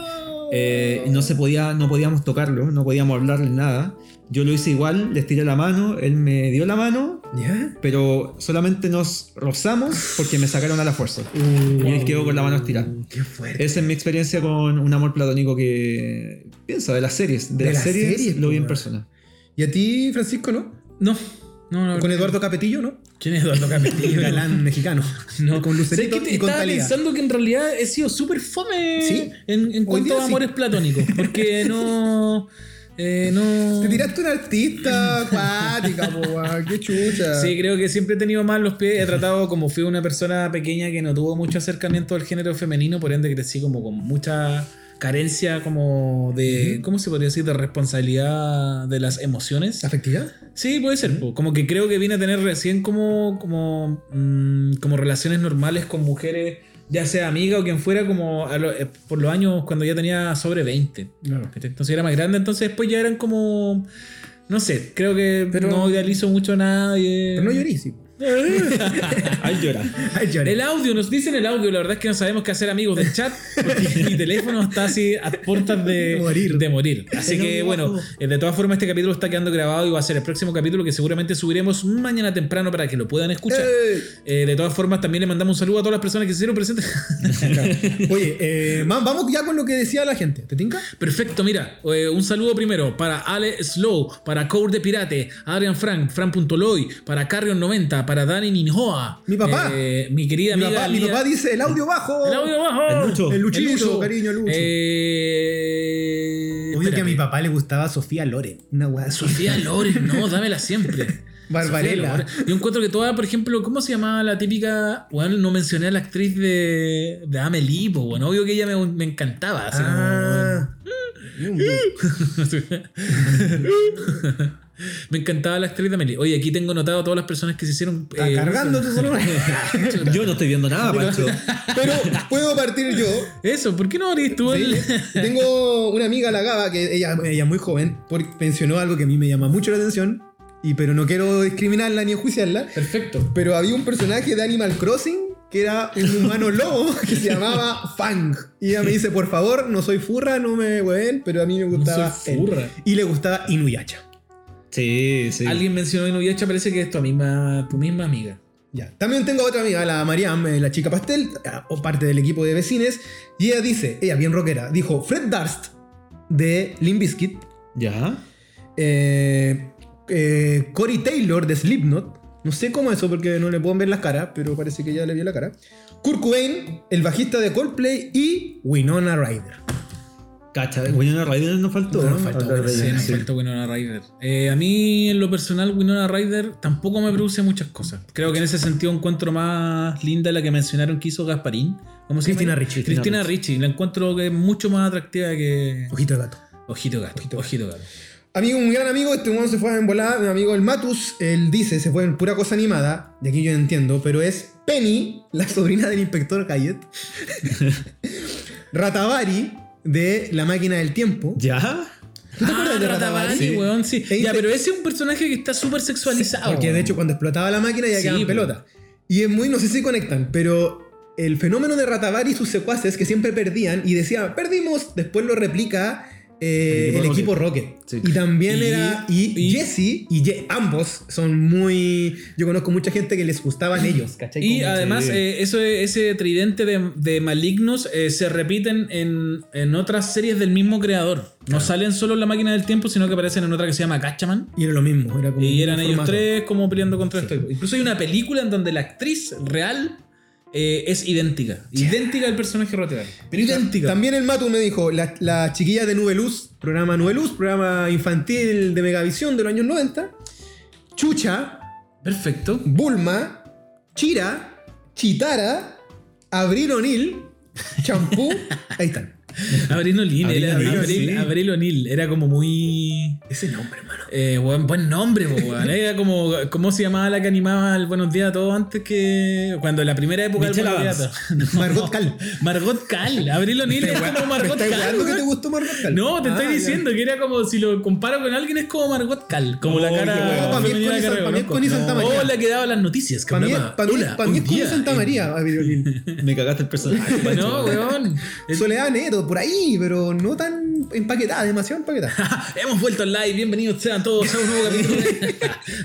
Speaker 3: Eh, y no se podía, no podíamos tocarlo, no podíamos hablarle nada. Yo lo hice igual, le estiré la mano, él me dio la mano,
Speaker 2: ¿Ya?
Speaker 3: pero solamente nos rozamos porque me sacaron a la fuerza.
Speaker 2: Uh,
Speaker 3: Y él quedó con la mano estirada.
Speaker 2: Qué fuerte.
Speaker 3: Esa es mi experiencia con un amor platónico que pienso de las series.
Speaker 2: De
Speaker 3: De, las
Speaker 2: las
Speaker 3: series,
Speaker 2: series,
Speaker 3: lo vi en
Speaker 2: pues,
Speaker 3: persona.
Speaker 2: ¿Y a ti, Francisco, no?
Speaker 1: No, no, no.
Speaker 2: Con Eduardo Capetillo, ¿no?
Speaker 1: ¿Quién es Eduardo Capetillo?
Speaker 2: Galán mexicano.
Speaker 1: No.
Speaker 2: Con Lucerito
Speaker 1: ¿Sabes qué? Te-
Speaker 2: y con
Speaker 1: Estaba
Speaker 2: Talía.
Speaker 1: pensando que en realidad he sido súper fome
Speaker 2: Sí.
Speaker 1: en, en cuanto
Speaker 2: día
Speaker 1: a
Speaker 2: sí.
Speaker 1: amores platónicos. Porque no. eh, no.
Speaker 2: Te tiraste una artista acuática, po, weón. Qué chucha.
Speaker 1: Sí, creo que siempre he tenido mal los pies. He tratado como fui una persona pequeña que no tuvo mucho acercamiento al género femenino, por ende crecí como con mucha carencia como de, ¿cómo se podría decir? De responsabilidad de las emociones.
Speaker 2: ¿Afectividad?
Speaker 1: Sí, puede ser. po. Como que creo que vine a tener recién como, como, mm, como relaciones normales con mujeres, ya sea amiga o quien fuera, como a lo- eh, por los años cuando ya tenía sobre 20.
Speaker 2: Claro.
Speaker 1: ¿cachai? Entonces era más grande, entonces después ya eran como... No sé, creo que
Speaker 2: Pero-
Speaker 1: no idealizo mucho a nadie.
Speaker 2: Pero no llorís, sí.
Speaker 3: Al llorar.
Speaker 2: Ay, lloré.
Speaker 1: El audio, nos dicen el audio, la verdad es que no sabemos qué hacer amigos del chat, porque mi teléfono está así a puertas de
Speaker 2: De morir.
Speaker 1: de morir. Así
Speaker 3: El
Speaker 1: que
Speaker 3: audio
Speaker 1: bueno,
Speaker 3: bajó.
Speaker 1: eh, de todas formas este capítulo está quedando grabado y va a ser el próximo capítulo que seguramente subiremos mañana temprano para que lo puedan escuchar.
Speaker 2: ¡Ey!
Speaker 1: Eh, de todas formas también le mandamos un saludo a todas las personas que se hicieron presentes.
Speaker 2: Claro. Oye, eh, man, vamos ya con lo que decía la gente. ¿Te tinca?
Speaker 1: Perfecto, mira, eh, un saludo primero para Ale Slow, para Core de Pirate, Adrian Frank, Fran.loy, para Carrion90, para Dani Ninjoa.
Speaker 2: Mi papá.
Speaker 1: Eh, mi querida
Speaker 2: Mi
Speaker 1: amiga
Speaker 2: papá, mi
Speaker 1: Lía-
Speaker 2: papá dice el audio bajo.
Speaker 1: El audio bajo.
Speaker 3: El Lucho.
Speaker 2: El luchito,
Speaker 1: El Lucho.
Speaker 2: cariño, Lucho.
Speaker 1: Eh,
Speaker 2: Obvio que a
Speaker 1: espérate.
Speaker 2: mi papá le gustaba Sofía Loren. Una weá Sofía.
Speaker 1: Sofía Loren, no, dámela siempre.
Speaker 2: Barbarella.
Speaker 1: Sofía Loren. Yo encuentro que toda, por ejemplo, ¿cómo se llamaba la típica? Bueno, no mencioné a la actriz de, de Amelie, po, bueno, obvio que ella me, me encantaba. así como,
Speaker 2: Ah.
Speaker 1: me encantaba la actriz de Amelie. Oye, aquí tengo notado a todas las personas que se hicieron. eh,
Speaker 2: Está cargando tu celular.
Speaker 3: Yo no estoy viendo nada, Pancho.
Speaker 2: Pero puedo partir yo.
Speaker 1: Eso, ¿por qué no abrís tú el-
Speaker 2: Tengo una amiga, la Gaba, que ella, ella es muy joven, porque mencionó algo que a mí me llama mucho la atención. Y pero no quiero discriminarla ni enjuiciarla.
Speaker 1: Perfecto.
Speaker 2: Pero había un personaje de Animal Crossing que era un humano lobo que se llamaba Fang. Y ella me dice, por favor, no soy furra, no me hueven, pero a mí me
Speaker 1: No soy
Speaker 2: gustaba él.
Speaker 1: furra.
Speaker 2: Y le gustaba Inuyacha.
Speaker 3: Sí, sí.
Speaker 1: Alguien mencionó Inuyacha, parece que es tu misma, tu misma amiga.
Speaker 2: Ya. También tengo otra amiga, la Mariam, eh, la chica pastel, ah, o parte del equipo de vecines. Y ella dice, ella bien rockera, dijo Fred Darst de Limp Bizkit,
Speaker 3: ¿Ya?
Speaker 2: eh, eh, Corey Taylor de Slipknot, No sé cómo eso, porque no le pueden ver las caras, pero parece que ya le vio la cara. Kurt Cobain, el bajista de Coldplay y Winona Ryder.
Speaker 3: Cacha, Winona Ryder nos faltó.
Speaker 2: Nos
Speaker 3: ¿no?
Speaker 2: faltó
Speaker 3: Otra
Speaker 2: Winona
Speaker 1: Sí,
Speaker 3: Ryder,
Speaker 1: nos
Speaker 3: sí.
Speaker 1: falta Winona Ryder. Eh, a mí, en lo personal, Winona Ryder tampoco me produce muchas cosas. Creo que en ese sentido encuentro más linda la que mencionaron que hizo Gasparín. ¿Cómo se llama?
Speaker 2: Cristina Ricci.
Speaker 1: Cristina Ricci. La encuentro que es mucho más atractiva que
Speaker 2: Ojito de gato.
Speaker 1: Ojito Gato. Ojito, Gato.
Speaker 2: Amigo, un gran amigo, este uno se fue en volada, mi amigo el Matus, él dice, se fue en pura cosa animada, de aquí yo no entiendo, pero es Penny, la sobrina del inspector Cayet, Ratavari, de La Máquina del Tiempo.
Speaker 3: ¿Ya?
Speaker 2: ¿Tú te acuerdas de
Speaker 1: Ratavari,
Speaker 2: Ratavari?
Speaker 1: Ah, weón, sí.
Speaker 2: E
Speaker 1: Ya,
Speaker 2: inte-
Speaker 1: pero ese es un personaje que está súper sexualizado.
Speaker 2: Porque de hecho cuando explotaba la máquina
Speaker 1: Oh.
Speaker 2: ya
Speaker 1: Sí,
Speaker 2: quedaban
Speaker 1: po.
Speaker 2: pelota. Y es muy, no sé si conectan, pero el fenómeno de Ratavari y sus secuaces que siempre perdían y decía, perdimos, después lo replica eh, el equipo Rocket.
Speaker 3: Sí.
Speaker 2: Y también
Speaker 1: Y-
Speaker 2: era, y,
Speaker 1: y-
Speaker 2: Jesse y Ye- ambos son muy, yo conozco mucha gente que les gustaban ellos, ¿cachai?
Speaker 1: Y
Speaker 2: Como-
Speaker 1: además,
Speaker 3: Sí.
Speaker 1: eh, eso, ese tridente de, de malignos eh, se repiten en, en otras series del mismo creador. No salen solo en la máquina del tiempo, sino que aparecen en otra que se llama Gatchaman.
Speaker 2: y era lo mismo, era como
Speaker 1: Y
Speaker 2: un
Speaker 1: eran ellos
Speaker 2: formato.
Speaker 1: tres como peleando contra
Speaker 2: Sí.
Speaker 1: esto. Incluso hay una película en donde la actriz real eh, es idéntica. Idéntica al personaje roteado. Pero idéntica.
Speaker 2: También el Matu me dijo, la- las chiquillas de Nube Luz, programa Nube Luz, programa infantil de Megavisión de los años 90, Chucha,
Speaker 1: Perfecto.
Speaker 2: Bulma, Chira, Chitara, Abril O'Neill, Champú. Ahí están.
Speaker 1: Abril O'Neill.
Speaker 3: Abril
Speaker 1: Era,
Speaker 3: O'Neill,
Speaker 1: Abril-
Speaker 3: sí.
Speaker 1: Abril O'Neill. Era como muy...
Speaker 2: Ese nombre, hermano.
Speaker 1: Eh, weón, buen nombre, po, weón. Era como, ¿cómo se llamaba la que animaba el Buenos Días a todos antes que. Cuando en la primera época del
Speaker 3: Michelle
Speaker 1: Buenos Días a
Speaker 3: Adams.
Speaker 1: Todos? No.
Speaker 2: Margot Cal.
Speaker 1: Margot Cal. Abril O'Neill
Speaker 2: Este
Speaker 1: es como Margot
Speaker 2: ¿Te
Speaker 1: Cal.
Speaker 2: algo que te
Speaker 1: weón.
Speaker 2: gustó Margot Cal?
Speaker 1: No, te
Speaker 2: Ah,
Speaker 1: estoy
Speaker 2: ya.
Speaker 1: diciendo que era como si lo comparo con alguien, es como Margot Cal. Como la
Speaker 3: Oye,
Speaker 1: cara.
Speaker 3: weón,
Speaker 2: Oh, pa' mí es
Speaker 1: femenina
Speaker 2: Connie
Speaker 1: que
Speaker 2: San- pa' mí es
Speaker 1: reconozco.
Speaker 2: Connie Santa
Speaker 1: No. Oh,
Speaker 2: María.
Speaker 1: O la que daba las noticias, que
Speaker 2: Para mí,
Speaker 1: hablaba,
Speaker 2: pa' mí-
Speaker 1: "Hola,
Speaker 2: pa' mí
Speaker 1: hoy
Speaker 2: es como
Speaker 1: día
Speaker 2: Santa
Speaker 1: en-".
Speaker 2: María, Abril O'Neill.
Speaker 3: Me cagaste el personaje.
Speaker 1: No, weón. Es-
Speaker 2: Soledad Neto, por ahí, pero no tan empaquetada, demasiado empaquetada.
Speaker 1: Hemos vuelto al live, bienvenidos sean todos a un nuevo capítulo.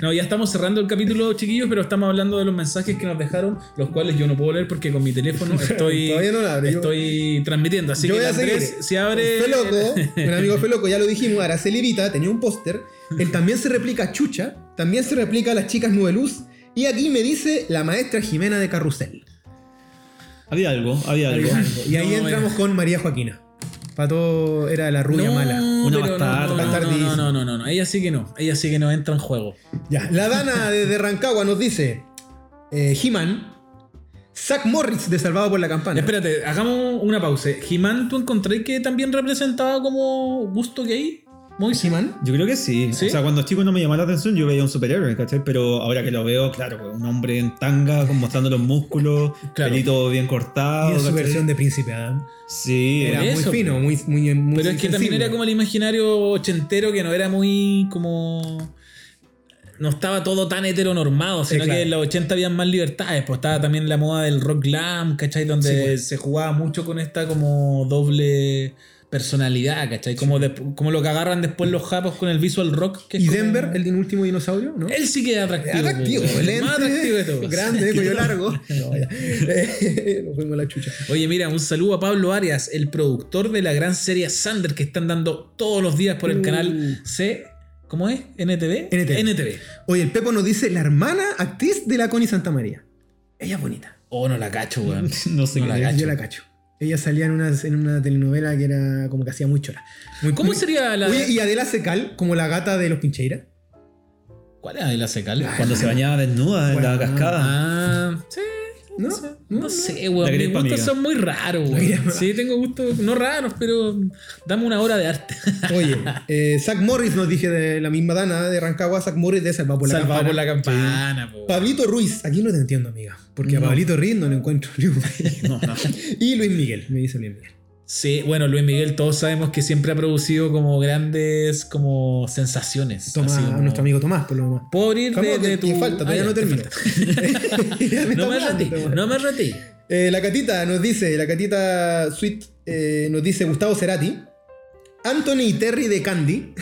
Speaker 1: no, ya estamos cerrando el capítulo, chiquillos, pero estamos hablando de los mensajes que nos dejaron, los cuales yo no puedo leer porque con mi teléfono estoy,
Speaker 2: Todavía no la abre, yo-
Speaker 1: estoy transmitiendo. Así
Speaker 2: Yo
Speaker 1: que
Speaker 2: voy a
Speaker 1: Andrés,
Speaker 2: seguir.
Speaker 1: si abre.
Speaker 2: Fue loco, un amigo fue loco, ya lo dijimos, Araceli Vita tenía un póster. Él también se replica a Chucha, también se replica a las chicas Nube Luz. Y aquí me dice la maestra Jimena de Carrusel.
Speaker 3: Había algo, había algo.
Speaker 2: Y ahí
Speaker 1: No, eh.
Speaker 2: entramos con María Joaquina. Pato era la rubia
Speaker 1: No,
Speaker 2: mala.
Speaker 1: pero
Speaker 3: Una
Speaker 1: no,
Speaker 3: bastarda.
Speaker 1: No, no, no, no, no, no, no. Ella sí que no. Ella sí que no entra en juego.
Speaker 2: Ya, la Dana desde Rancagua nos dice: eh, He-Man, Zack Morris de Salvado por la Campana.
Speaker 1: Espérate, hagamos una pausa. Jimán, ¿tú encontré que también representaba como gusto gay? Muy
Speaker 2: He-Man.
Speaker 3: Yo creo que sí.
Speaker 1: ¿Sí?
Speaker 3: O sea, cuando chico no me llamaba la atención, yo veía un superhéroe, ¿cachai? Pero ahora que lo veo, claro, pues, un hombre en tanga, con- mostrando los músculos,
Speaker 1: Claro.
Speaker 3: pelito bien
Speaker 2: Y
Speaker 3: cortado.
Speaker 2: en su
Speaker 3: ¿cachai?
Speaker 2: versión de Príncipe Adam.
Speaker 3: Sí,
Speaker 2: Era
Speaker 1: Ah, Por
Speaker 2: muy
Speaker 1: eso,
Speaker 2: fino, muy, muy, muy
Speaker 1: Pero es que también
Speaker 2: sensible.
Speaker 1: era como el imaginario ochentero que no era muy como. No estaba todo tan heteronormado, sino
Speaker 2: claro.
Speaker 1: que en los 80 había más libertades. Pues estaba también la moda del rock glam, ¿cachai? Donde
Speaker 2: pues.
Speaker 1: se jugaba mucho con esta como doble personalidad, ¿cachai? Como, despu- como lo que agarran después los japos con el visual rock. Que es
Speaker 2: ¿Y
Speaker 1: como-
Speaker 2: Denver, el del último dinosaurio? ¿no?
Speaker 1: Él sí que es atractivo.
Speaker 2: Atractivo,
Speaker 1: pues,
Speaker 2: lente,
Speaker 1: Más atractivo de todos.
Speaker 2: Grande, cuello largo. No, ya. Eh, Nos fuimos a la chucha.
Speaker 1: Oye, mira, un saludo a Pablo Arias, el productor de la gran serie Sander que están dando todos los días por el
Speaker 2: Uh.
Speaker 1: canal C. ¿Cómo es? ¿NTV?
Speaker 2: NTV. Oye, el Pepo nos dice la hermana actriz de la Connie Santa María. Ella es bonita.
Speaker 1: Oh, no la cacho, weón.
Speaker 3: no sé
Speaker 1: No
Speaker 3: qué
Speaker 1: la
Speaker 3: es.
Speaker 1: cacho.
Speaker 2: Yo la cacho. Ella salía en una, en una telenovela que era como que hacía muy chora. Muy-
Speaker 1: ¿Cómo
Speaker 2: muy-
Speaker 1: sería la.
Speaker 2: Oye, y Adela Secal, como la gata de los Pincheira.
Speaker 1: ¿Cuál es la Secal?
Speaker 3: Cuando se bañaba desnuda en
Speaker 2: Bueno,
Speaker 3: la cascada.
Speaker 1: Ah, sí.
Speaker 2: ¿No?
Speaker 1: No, sé, weón.
Speaker 3: La
Speaker 1: Mis
Speaker 3: gripa
Speaker 1: gustos
Speaker 3: amiga.
Speaker 1: son muy raros,
Speaker 2: gripa.
Speaker 1: weón. Sí, tengo gustos no raros, pero dame una hora de arte.
Speaker 2: Oye, eh, Zach Morris nos dije de la misma Dana de Rancagua, Zach Morris de Salvado por la
Speaker 1: Salvado
Speaker 2: Campana.
Speaker 1: por la campana, po.
Speaker 2: Pablito Ruiz, aquí no te entiendo, amiga. Porque
Speaker 1: No.
Speaker 2: a Pablito Ruiz no le encuentro ni un-
Speaker 3: No, no.
Speaker 2: Y Luis Miguel, me dice Luis Miguel.
Speaker 1: Sí, bueno, Luis Miguel, todos sabemos que siempre ha producido como grandes como sensaciones.
Speaker 2: Tomás,
Speaker 1: así como-
Speaker 2: nuestro amigo Tomás, por lo demás.
Speaker 1: Puedo ir
Speaker 2: Vamos,
Speaker 1: de,
Speaker 2: que-
Speaker 1: de tu.
Speaker 2: que falta, todavía
Speaker 1: Ah, ya,
Speaker 2: no
Speaker 1: te
Speaker 2: termina.
Speaker 1: falta.
Speaker 2: Ya me
Speaker 1: No
Speaker 2: está
Speaker 1: me
Speaker 2: hablando,
Speaker 1: retí,
Speaker 2: Tomás.
Speaker 1: no me retí.
Speaker 2: Eh, la Catita nos dice, la Catita Sweet eh, nos dice Gustavo Cerati, Anthony y Terry de Candy,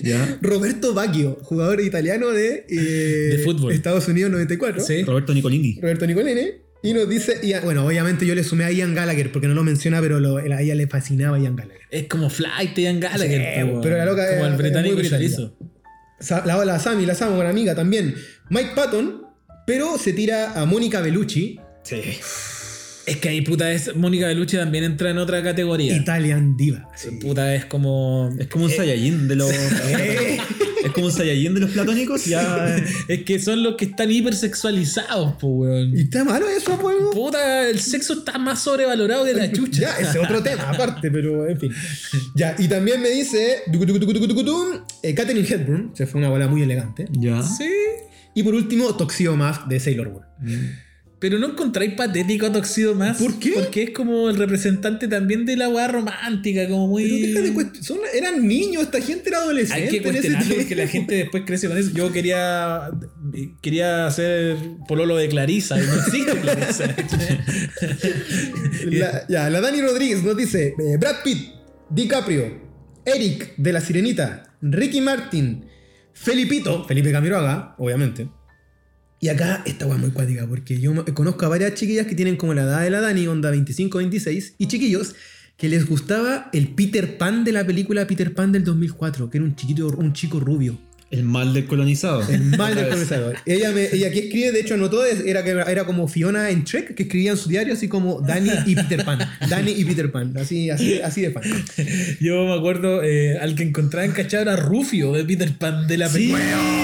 Speaker 3: ¿Ya?
Speaker 2: Roberto Bacchio, jugador italiano de, eh,
Speaker 1: De fútbol.
Speaker 2: Estados Unidos 94,
Speaker 1: Sí.
Speaker 3: Roberto Nicolini.
Speaker 2: Roberto Nicolini, y nos dice, y a- bueno, obviamente yo le sumé a Ian Gallagher, porque no lo menciona, pero lo- a ella le fascinaba Ian Gallagher.
Speaker 1: Es como Flight, Ian Gallagher.
Speaker 2: Sí,
Speaker 1: po,
Speaker 2: pero la loca
Speaker 1: Como
Speaker 2: es-
Speaker 1: el
Speaker 2: es
Speaker 1: británico
Speaker 2: muy británica.
Speaker 1: chorizo.
Speaker 2: Sa- la, la Sammy, la Samu, una amiga también. Mike Patton, pero se tira a Mónica Bellucci.
Speaker 3: Sí.
Speaker 1: Es que ahí, puta, es. Mónica Bellucci también entra en otra categoría.
Speaker 2: Italian Diva.
Speaker 1: Puta, es como.
Speaker 3: Es
Speaker 2: Eh.
Speaker 3: como un Saiyajin de los. es como un Saiyajin de los platónicos. Ya. eh,
Speaker 1: Es que son los que están hipersexualizados, po,
Speaker 2: ¿Y
Speaker 1: weón.
Speaker 2: está malo eso, pues, pueblo?
Speaker 1: Puta, el sexo está más sobrevalorado que la chucha.
Speaker 2: Ya, ese es otro tema aparte, pero en fin. Ya, y también me dice. tucutucutucutucutum, eh, Katherine Hepburn, se fue una bola muy elegante.
Speaker 3: Ya.
Speaker 1: Sí.
Speaker 2: Y por último, Toxio Mask de Sailor Moon.
Speaker 1: Pero no encontráis patético a Toxido más.
Speaker 2: ¿Por qué?
Speaker 1: Porque es como el representante también de la weá romántica, como muy.
Speaker 2: Pero deja de cuest- son- eran niños, esta gente era adolescente.
Speaker 1: Hay que
Speaker 2: en ¿Eh? ese
Speaker 1: cuestionarlo
Speaker 2: tiempo.
Speaker 1: porque la gente después crece con eso. Yo quería quería hacer pololo de Clarisa y no existe Clarisa.
Speaker 2: La, ya, la Dani Rodríguez nos dice: eh, Brad Pitt, DiCaprio, Eric de la Sirenita, Ricky Martin, Felipito, Felipe Camiroaga, obviamente. Y acá esta weá es muy cuática, porque yo me- conozco a varias chiquillas que tienen como la edad de la Dani, onda 25, 26, y chiquillos que les gustaba el Peter Pan de la película Peter Pan del 2004, que era un, chiquito, un chico rubio.
Speaker 3: El mal del colonizado.
Speaker 2: El mal del colonizador. Ella, me, ella aquí escribe, de hecho anotó, es- era, que era como Fiona en Trek, que escribía en su diario así como Danny y Peter Pan. Danny y Peter Pan, así, así, así de pan.
Speaker 1: Yo me acuerdo eh, al que encontraba en cachar era Rufio de Peter Pan de la película.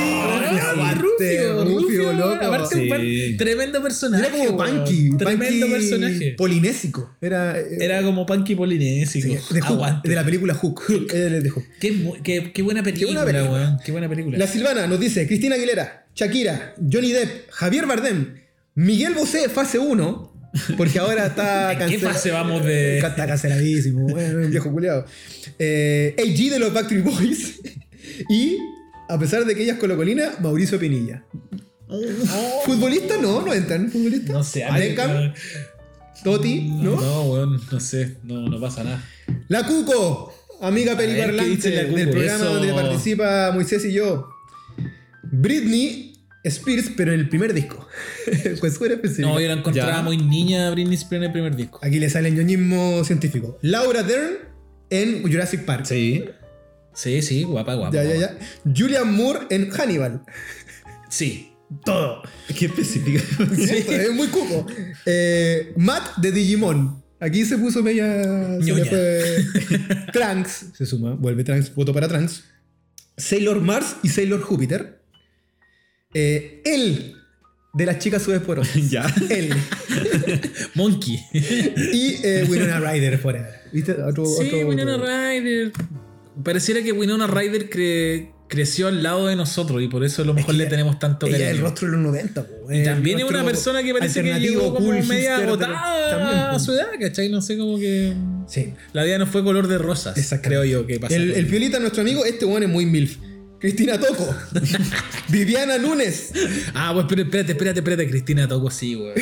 Speaker 1: Ah, Rufio,
Speaker 2: Rufio,
Speaker 1: Rufio,
Speaker 2: loco.
Speaker 1: Aparte, un pan- tremendo personaje.
Speaker 2: Era como
Speaker 1: weón.
Speaker 2: Punky,
Speaker 1: Tremendo
Speaker 2: Punky
Speaker 1: personaje.
Speaker 2: polinésico. Era, eh,
Speaker 1: Era como Punky
Speaker 2: sí,
Speaker 1: polinésico.
Speaker 2: de, Hook,
Speaker 1: Aguante.
Speaker 2: de la película Hook. Él es de Hook.
Speaker 1: Qué, mu- qué- qué buena película,
Speaker 2: buena película.
Speaker 1: weón. Qué buena película.
Speaker 2: La Silvana nos dice, Cristina Aguilera, Shakira, Johnny Depp, Javier Bardem, Miguel Bosé, fase 1. Porque ahora está
Speaker 1: ¿En qué
Speaker 2: cancela-
Speaker 1: fase vamos de-
Speaker 2: Está canceladísimo, bueno, un viejo culiado. Eh, AG de los Backstreet Boys. Y, a pesar de que ella es colocolina, Mauricio Pinilla. Futbolista no, no entran. Futbolista.
Speaker 1: Oh. No sé, a mí-
Speaker 2: Beckham, Totti, ¿no?
Speaker 1: No, weón, no sé. No, no pasa nada.
Speaker 2: La Cuco, amiga
Speaker 1: ver, ¿qué
Speaker 2: periparlante
Speaker 1: dice la Cuco?
Speaker 2: del programa
Speaker 1: Eso.
Speaker 2: donde participa Moisés y yo. Britney Spears, pero en el primer disco. pues fuera específico.
Speaker 1: No, yo la encontraba
Speaker 3: Ya.
Speaker 1: muy niña Britney Spears en el primer disco.
Speaker 2: Aquí le sale el ñoñismo científico. Laura Dern en Jurassic Park.
Speaker 3: Sí.
Speaker 1: Sí, sí, guapa, guapa.
Speaker 2: Ya, ya,
Speaker 1: guapa.
Speaker 2: ya. Julian Moore en Hannibal.
Speaker 1: Sí.
Speaker 2: Todo.
Speaker 3: Qué específica.
Speaker 2: Esto Es muy cuco. Eh, Matt de Digimon. Aquí se puso media. se
Speaker 1: Ñoña.
Speaker 2: le fue. Trunks se suma, vuelve Trunks, voto para Trunks. Sailor Mars y Sailor Júpiter. Eh, él, de las chicas superpoderosas.
Speaker 3: ya.
Speaker 2: él.
Speaker 1: Monkey.
Speaker 2: Y eh, Winona Ryder Forever. ¿Viste? Otro,
Speaker 1: Sí,
Speaker 2: otro-
Speaker 1: Winona Ryder. Pareciera que Winona Ryder cre- creció al lado de nosotros y por eso a lo mejor le tenemos tanto
Speaker 2: Ella
Speaker 1: cariño.
Speaker 2: es el rostro de los 90. po.
Speaker 1: y
Speaker 2: El
Speaker 1: también es
Speaker 2: rostro
Speaker 1: una persona que parece que
Speaker 2: alternativo,
Speaker 1: llegó como
Speaker 2: cool,
Speaker 1: media
Speaker 2: hipster, pero
Speaker 1: agotada
Speaker 2: también, pues. po.
Speaker 1: a su edad, ¿cachai? No sé, como que...
Speaker 2: Sí.
Speaker 1: La vida no fue color de rosas, creo
Speaker 2: Exactamente.
Speaker 1: yo que pasa.
Speaker 2: El, el piolita, nuestro amigo, este weón es muy milf. Cristina Toco. Viviana Nunes.
Speaker 1: Ah, pues pero espérate, espérate, espérate. Cristina Toco sí, güey.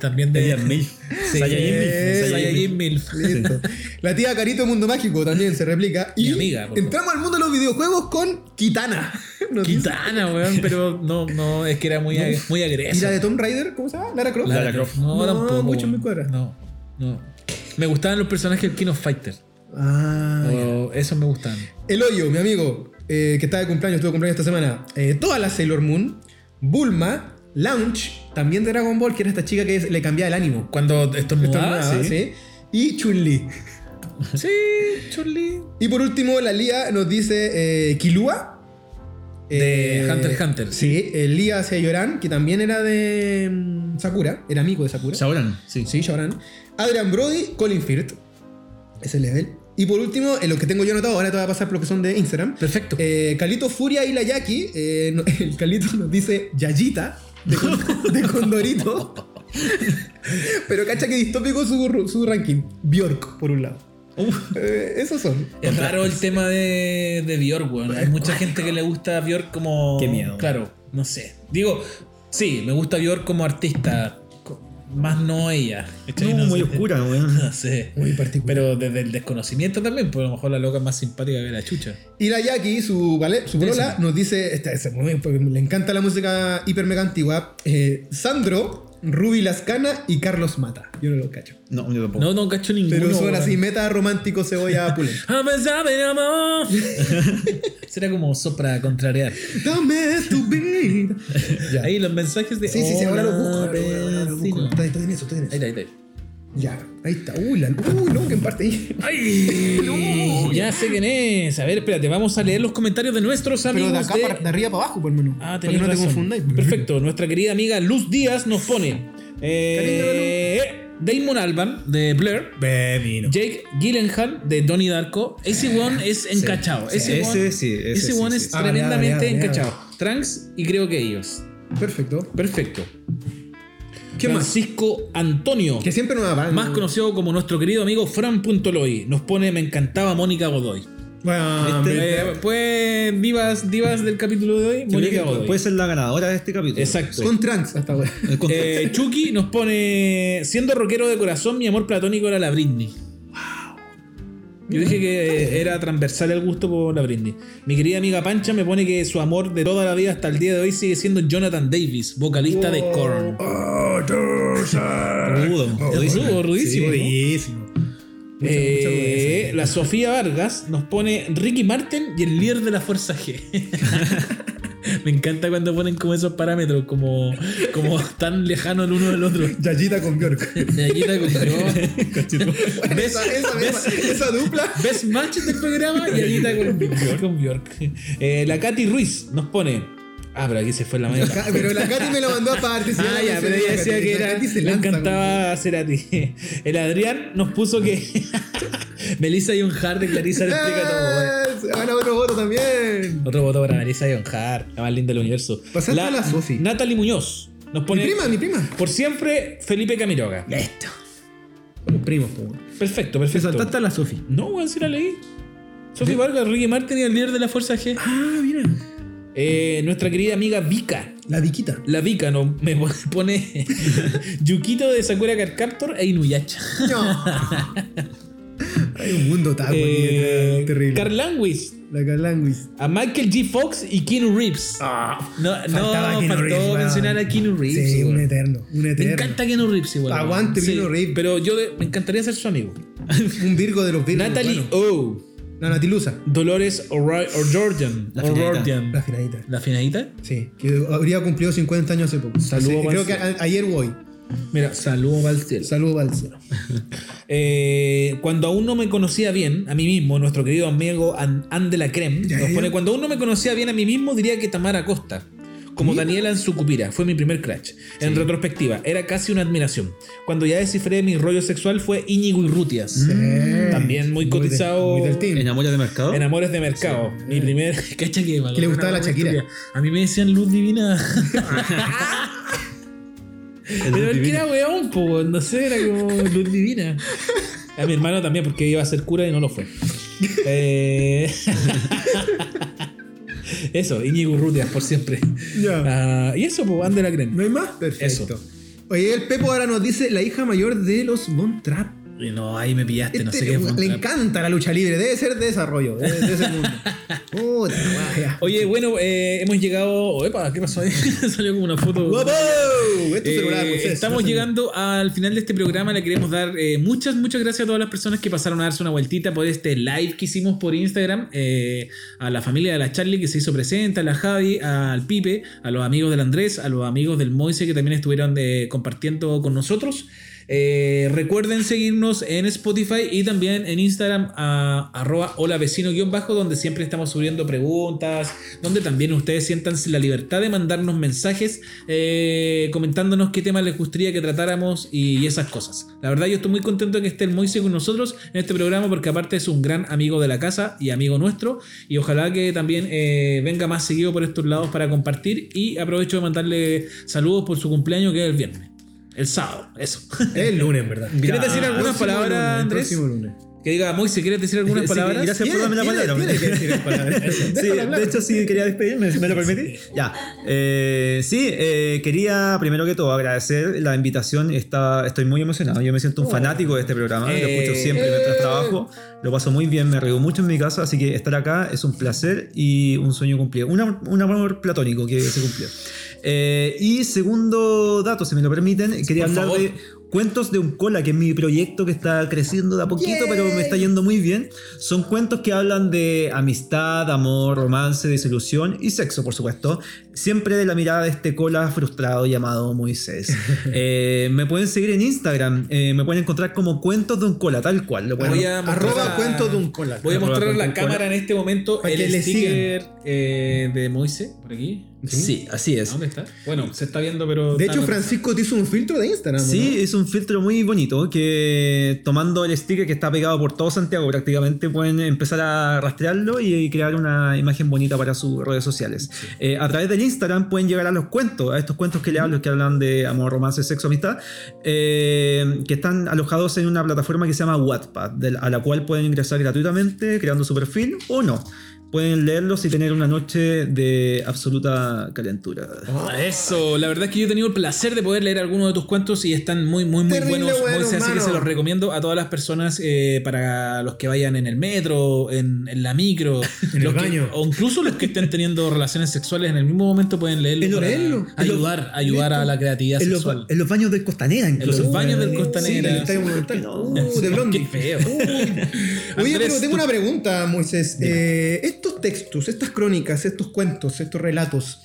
Speaker 1: también de...
Speaker 3: Ella es Milf.
Speaker 1: Sí.
Speaker 3: Saiyajin Milf.
Speaker 1: Eh,
Speaker 3: Saiyajin
Speaker 1: Saiyajin
Speaker 3: Milf.
Speaker 1: Milf.
Speaker 2: Listo. La tía Carito de Mundo Mágico también se replica.
Speaker 1: Mi
Speaker 2: Y
Speaker 1: amiga, por favor.
Speaker 2: entramos al mundo de los videojuegos con Kitana. Nos dice-
Speaker 1: Kitana, weón, pero no, no, es que era muy, ag- muy
Speaker 2: ¿Y la
Speaker 1: agresiva.
Speaker 2: de Tomb Raider? ¿Cómo se llama? Lara Croft.
Speaker 3: Lara Croft.
Speaker 1: No,
Speaker 2: No,
Speaker 1: tampoco.
Speaker 2: mucho
Speaker 1: weón.
Speaker 2: me cuadra.
Speaker 1: No, no. Me gustaban los personajes del Kino Fighter.
Speaker 2: Ah, ya.
Speaker 1: O esos me gustaban.
Speaker 2: El Hoyo, mi amigo, eh, que está de cumpleaños, tuvo cumpleaños esta semana. Eh, todas las Sailor Moon, Bulma, Launch, también de Dragon Ball, que era esta chica que es- le cambiaba el ánimo.
Speaker 1: Cuando estornudaba,
Speaker 2: Esta nueva,
Speaker 1: sí.
Speaker 2: ¿sí? Y Chun-Li.
Speaker 1: Sí, Chun-Li.
Speaker 2: Y por último, la Lía nos dice eh, Kilua.
Speaker 1: De
Speaker 2: Eh,
Speaker 1: Hunter x Hunter.
Speaker 2: Sí, eh, Lía Seyoran, que también era de mm, Sakura, era amigo de Sakura.
Speaker 3: Shaoran, sí.
Speaker 2: sí, Seyoran. Adrian Brody, Colin Firth. Ese level. Y por último, eh, lo que tengo yo anotado, ahora te voy a pasar por lo que son de Instagram.
Speaker 1: Perfecto.
Speaker 2: Eh, Calito Furia y la Jackie. eh, no- el Calito nos dice Yayita de, Con- de Condorito. Pero cacha que distópico su, ru- su ranking. Bjork, por un lado.
Speaker 1: Uh.
Speaker 2: Eh, esos son.
Speaker 1: es raro el tema de, de Bjork, weón. Hay mucha gente que le gusta a Bjork como.
Speaker 3: Qué miedo.
Speaker 1: Claro, no sé. Digo, sí, me gusta Bjork como artista. co- Más no ella. ¿cachai?
Speaker 3: No,
Speaker 1: No
Speaker 3: muy
Speaker 1: sé.
Speaker 3: oscura, weón.
Speaker 1: No sé.
Speaker 2: Muy particular.
Speaker 1: Pero desde el desconocimiento también, porque a lo mejor la loca es más simpática que la chucha.
Speaker 2: Y la Jackie, su, vale, su polola,
Speaker 1: Esa.
Speaker 2: pues, nos dice, esta, esa, muy bien, porque le encanta la música hiper mega antigua, eh, Sandro, Ruby Lascana y Carlos Mata. Yo no lo cacho.
Speaker 3: No, yo tampoco.
Speaker 1: No, no cacho ninguno.
Speaker 2: Pero son
Speaker 1: weón.
Speaker 2: así, meta romántico cebolla pulenta.
Speaker 1: A pesar de mi amor. Será como sopra contrariar.
Speaker 2: Dame tu vida. Ya.
Speaker 1: Ahí los mensajes de.
Speaker 2: Sí, sí, sí, ahora lo busco. Ahora, ahora, ahora lo busco.
Speaker 1: vecino.
Speaker 2: Está, está en eso, está en eso.
Speaker 1: Ahí, ahí, ahí.
Speaker 2: Ya, ahí está. Uy, la- uy, no, que en parte ahí.
Speaker 1: ¡Ay! ya sé quién es. A ver, espérate, vamos a leer los comentarios de nuestros
Speaker 2: Pero
Speaker 1: amigos.
Speaker 2: de acá,
Speaker 1: de-
Speaker 2: para- de arriba para abajo, por hermano.
Speaker 1: Ah,
Speaker 2: para que
Speaker 1: tenés
Speaker 2: no te
Speaker 1: razón.
Speaker 2: confundáis.
Speaker 1: Perfecto, nuestra querida amiga Luz Díaz nos pone. eh, Damon Alban de Blair.
Speaker 5: Bemino.
Speaker 1: Jake Gyllenhaal de Donnie Darko. Ese one es encachado.
Speaker 3: sí.
Speaker 1: ese one,
Speaker 3: Ese sí, ese
Speaker 1: ese
Speaker 3: sí,
Speaker 1: one
Speaker 3: sí,
Speaker 1: es
Speaker 3: sí.
Speaker 2: Ah,
Speaker 1: tremendamente
Speaker 2: ya, ya, ya.
Speaker 1: encachado. Trunks y creo que ellos.
Speaker 2: Perfecto.
Speaker 1: Perfecto.
Speaker 2: ¿Qué más?
Speaker 1: Francisco Antonio.
Speaker 2: Que siempre nos avanza.
Speaker 1: Más conocido como nuestro querido amigo Fran.loy. Nos pone Me encantaba Mónica Godoy.
Speaker 2: Bueno,
Speaker 3: Este-
Speaker 2: mira.
Speaker 1: Eh, pues divas, divas del capítulo de hoy.
Speaker 3: Yo creo
Speaker 1: Mónica
Speaker 3: que
Speaker 1: Godoy.
Speaker 3: puede ser la ganadora de este capítulo.
Speaker 1: Exacto.
Speaker 2: Con trans hasta ahora.
Speaker 3: El con-
Speaker 1: Eh, Chucky nos pone Siendo rockero de corazón, mi amor platónico era la Britney. Yo dije que eh, era transversal el gusto por la Britney. Mi querida amiga Pancha me pone que su amor de toda la vida hasta el día de hoy sigue siendo Jonathan Davis, vocalista de Korn.
Speaker 3: Oh,
Speaker 2: Oh,
Speaker 3: Rudo. Rudísimo.
Speaker 1: rudo, Eh, rudísimo.
Speaker 3: Sí,
Speaker 1: ¿no?
Speaker 2: Buenísimo. Mucha-
Speaker 1: Eh,
Speaker 2: mucha rudeza.
Speaker 1: la Sofía Vargas nos pone Ricky Martin y el líder de la Fuerza G. me encanta cuando ponen como esos parámetros, como, como tan lejano el uno del otro.
Speaker 2: Yayita con Bjork.
Speaker 1: De aquí está como-
Speaker 2: Esa, esa, esa, esa dupla.
Speaker 1: Best match del programa y ahí está con Bjork. Con Bjork. Eh, la Katy Ruiz nos pone. Ah, pero aquí se fue la
Speaker 2: Ca-
Speaker 1: mañana.
Speaker 2: Pero la Katy me la mandó aparte. si
Speaker 1: Ah,
Speaker 2: no
Speaker 1: ya,
Speaker 2: me
Speaker 1: pero ella
Speaker 2: la
Speaker 1: decía
Speaker 2: Katy.
Speaker 1: que
Speaker 2: La
Speaker 1: era,
Speaker 2: Katy se
Speaker 1: le
Speaker 2: lanza,
Speaker 1: encantaba hacer a ti. El Adrián nos puso que Melissa y un de Clarisa
Speaker 2: güey.
Speaker 1: le explica todo. bueno.
Speaker 2: ¡Eh! Se van a otro voto también.
Speaker 1: Otro voto para Melissa y la más linda del universo.
Speaker 2: Pasaste a la Sofi.
Speaker 1: Natalie Muñoz nos
Speaker 2: Mi
Speaker 1: pone.
Speaker 2: prima, mi prima.
Speaker 1: Por siempre, Felipe Camiroga.
Speaker 2: Listo. Los primos,
Speaker 1: pues,
Speaker 2: po. güey.
Speaker 1: Perfecto,
Speaker 2: Te
Speaker 1: perfecto.
Speaker 2: saltaste a la Sofi.
Speaker 1: No, weón, sí la leí. Sofi Vargas, Ricky Martin y el líder de la Fuerza G.
Speaker 2: Ah, mira.
Speaker 1: Eh, nuestra querida amiga Vika.
Speaker 2: La Viquita.
Speaker 1: La Vika no, me pone Yukito de Sakura Card Captor e Inuyacha.
Speaker 2: No. Hay un mundo tan
Speaker 1: Eh,
Speaker 2: bonito, Ah, pues, terrible.
Speaker 1: Carl Langwis,
Speaker 2: la Carlanguis.
Speaker 1: a Michael G. Fox y Keanu Reeves. no, no
Speaker 2: Ah, faltaba Keanu
Speaker 1: faltó
Speaker 2: Reeves, weón.
Speaker 1: mencionar a Keanu Reeves.
Speaker 2: Sí,
Speaker 1: weón.
Speaker 2: un eterno. Un
Speaker 1: me
Speaker 2: eterno.
Speaker 1: encanta Keanu Reeves igual. weón.
Speaker 2: Aguante Keanu Reeves.
Speaker 1: Pero yo de- me encantaría ser su amigo.
Speaker 2: Un Virgo de los Virgos.
Speaker 1: Natalie
Speaker 2: bueno.
Speaker 1: O.
Speaker 2: No, Natilusa.
Speaker 1: Dolores O'Riordan.
Speaker 3: La finadita.
Speaker 1: O'Riordan.
Speaker 2: La finadita.
Speaker 1: La finadita.
Speaker 2: Sí, que habría cumplido 50 años hace poco.
Speaker 1: Saludo
Speaker 2: Hace-
Speaker 1: para
Speaker 2: creo
Speaker 1: el
Speaker 2: que
Speaker 1: cielo.
Speaker 2: a- ayer voy.
Speaker 1: Mira, saludo al cielo.
Speaker 2: Saludo para el cielo.
Speaker 1: Mm. Eh, cuando aún no me conocía bien a mí mismo, nuestro querido amigo An, An de la Creme
Speaker 2: Ya,
Speaker 1: nos
Speaker 2: ya.
Speaker 1: pone: Cuando aún no me conocía bien a mí mismo, diría que Tamara Costa. Como Daniela en su cupira, fue mi primer crash. En retrospectiva, era casi una admiración. Cuando ya descifré mi rollo sexual fue Íñigo Irrutias. También muy
Speaker 2: de-
Speaker 1: cotizado.
Speaker 2: muy del team.
Speaker 3: ¿En Amores de Mercado?
Speaker 1: En Amores de Mercado. Mi primer. Cacha que
Speaker 2: Que le gustaba la Shakira.
Speaker 1: A mí me decían luz divina.
Speaker 3: El
Speaker 1: Pero él que
Speaker 3: divino.
Speaker 1: era weón, po, weón. no sé, era como luz divina. A mi hermano también, porque iba a ser cura y no lo fue. Eh, Eso, Íñigo Urrutia, por siempre.
Speaker 2: Ya.
Speaker 1: Ah, y eso, pues, ande la
Speaker 2: ¿No
Speaker 1: crema.
Speaker 2: hay más? Perfecto. Oye, el Pepo ahora nos dice la hija mayor de los Montrap.
Speaker 1: Y No, ahí me pillaste, no sé
Speaker 2: Este
Speaker 1: qué
Speaker 2: le-
Speaker 1: fue.
Speaker 2: le encanta la lucha libre, debe ser de desarrollo, de, de ese mundo. Puta, la guaya.
Speaker 1: Oye, bueno, eh, hemos llegado. Epa, ¿qué pasó ahí? Salió como una foto.
Speaker 2: ¡Wow! Es tu
Speaker 1: Eh,
Speaker 2: este celular, Moisés.
Speaker 1: estamos
Speaker 2: No sé.
Speaker 1: llegando al final de este programa. Le queremos dar eh, muchas, muchas gracias a todas las personas que pasaron a darse una vueltita por este live que hicimos por Instagram. eh, a la familia de la Charlie que se hizo presente, a la Javi, al Pipe, a los amigos del Andrés, a los amigos del Moise que también estuvieron eh, compartiendo con nosotros. Eh, recuerden seguirnos en Spotify y también en Instagram a arroba hola vecino guión bajo donde siempre estamos subiendo preguntas, donde también ustedes sientan la libertad de mandarnos mensajes eh, comentándonos qué temas les gustaría que tratáramos y, y esas cosas. La verdad yo estoy muy contento de que esté el Moise con nosotros en este programa porque aparte es un gran amigo de la casa y amigo nuestro y ojalá que también eh, venga más seguido por estos lados para compartir y aprovecho de mandarle saludos por su cumpleaños que es el viernes. El sábado, eso.
Speaker 2: Es el lunes, en verdad.
Speaker 1: ¿Quieres decir
Speaker 2: Ah,
Speaker 1: algunas
Speaker 2: próximo
Speaker 1: palabras,
Speaker 2: lunes, el
Speaker 1: Andrés?
Speaker 2: próximo lunes.
Speaker 1: Que diga, Moise, ¿quieres decir algunas
Speaker 3: Sí,
Speaker 1: palabras?
Speaker 3: gracias por
Speaker 2: Tiene-
Speaker 3: darme la
Speaker 2: tiene-
Speaker 3: palabra.
Speaker 2: tiene que decir palabras.
Speaker 3: Sí,
Speaker 2: Déjalo hablar.
Speaker 3: de hecho, sí quería despedirme, ¿me lo permití? Ya. Eh, sí, eh, quería primero que todo agradecer la invitación. Está, estoy muy emocionado. Yo me siento un fanático de este programa. lo
Speaker 1: Oh. Eh.
Speaker 3: escucho siempre mientras trabajo. Lo paso muy bien, me río mucho en mi casa. Así que estar acá es un placer y un sueño cumplido. Una- un amor platónico que se cumplió. Eh, y segundo dato, si me lo permiten, quería
Speaker 1: por
Speaker 3: hablar
Speaker 1: favor.
Speaker 3: de Cuentos de un cola, que es mi proyecto que está creciendo de a poquito,
Speaker 2: Yay.
Speaker 3: pero me está yendo muy bien. Son cuentos que hablan de amistad, amor, romance, desilusión y sexo, por supuesto. Siempre de la mirada de este cola frustrado llamado Moisés. Eh, me pueden seguir en Instagram, eh, me pueden encontrar como Cuentos de un cola, tal cual. Lo pueden-
Speaker 1: Voy a mostrar
Speaker 2: Arroba
Speaker 1: la-
Speaker 2: cuento de un cola.
Speaker 1: Voy a
Speaker 3: Arroba
Speaker 1: mostrar
Speaker 3: cuento
Speaker 1: la
Speaker 3: un cola.
Speaker 1: cámara en este momento
Speaker 2: Para que
Speaker 1: el
Speaker 2: le
Speaker 1: sticker eh, de Moise por aquí.
Speaker 3: Sí, Ah, así
Speaker 1: ¿A
Speaker 3: es.
Speaker 1: ¿Dónde está? Bueno, se está viendo, pero.
Speaker 2: De
Speaker 1: está
Speaker 2: hecho,
Speaker 1: no-
Speaker 2: Francisco te hizo un filtro de Instagram.
Speaker 3: Sí,
Speaker 2: ¿no?
Speaker 3: es un filtro muy bonito que tomando el sticker que está pegado por todo Santiago prácticamente pueden empezar a rastrearlo y crear una imagen bonita para sus redes sociales. Eh, a través del Instagram pueden llegar a los cuentos, a estos cuentos que le hablo, que hablan de amor, romance, sexo, amistad, eh, que están alojados en una plataforma que se llama Wattpad, de la- a la cual pueden ingresar gratuitamente creando su perfil o no. Pueden leerlos y tener una noche de absoluta calentura.
Speaker 1: Ah, Eso, la verdad es que yo he tenido el placer de poder leer algunos de tus cuentos y están muy, muy, muy
Speaker 2: Terrible
Speaker 1: buenos.
Speaker 2: bueno,
Speaker 1: Moise, así que
Speaker 2: hermano.
Speaker 1: se los recomiendo a todas las personas eh, para los que vayan en el metro, en, en la micro,
Speaker 5: En
Speaker 1: los
Speaker 5: el
Speaker 1: que-
Speaker 5: baño.
Speaker 1: o incluso los que estén teniendo relaciones sexuales en el mismo momento pueden leerlo.
Speaker 3: En lo-
Speaker 1: para
Speaker 2: leerlo. En
Speaker 3: lo-
Speaker 1: Ayudar, ayudar a la creatividad
Speaker 3: En los,
Speaker 1: sexual.
Speaker 3: en los baños del Costanera, incluso.
Speaker 1: los baños del Costanera.
Speaker 2: Sí, el estadio monumental. Uh, de
Speaker 1: Qué
Speaker 2: Blondie.
Speaker 1: feo.
Speaker 2: Oye,
Speaker 1: Andrés,
Speaker 2: pero tengo
Speaker 1: tú-
Speaker 2: una pregunta, Moisés. Eh, estos textos, estas crónicas, estos cuentos, estos relatos,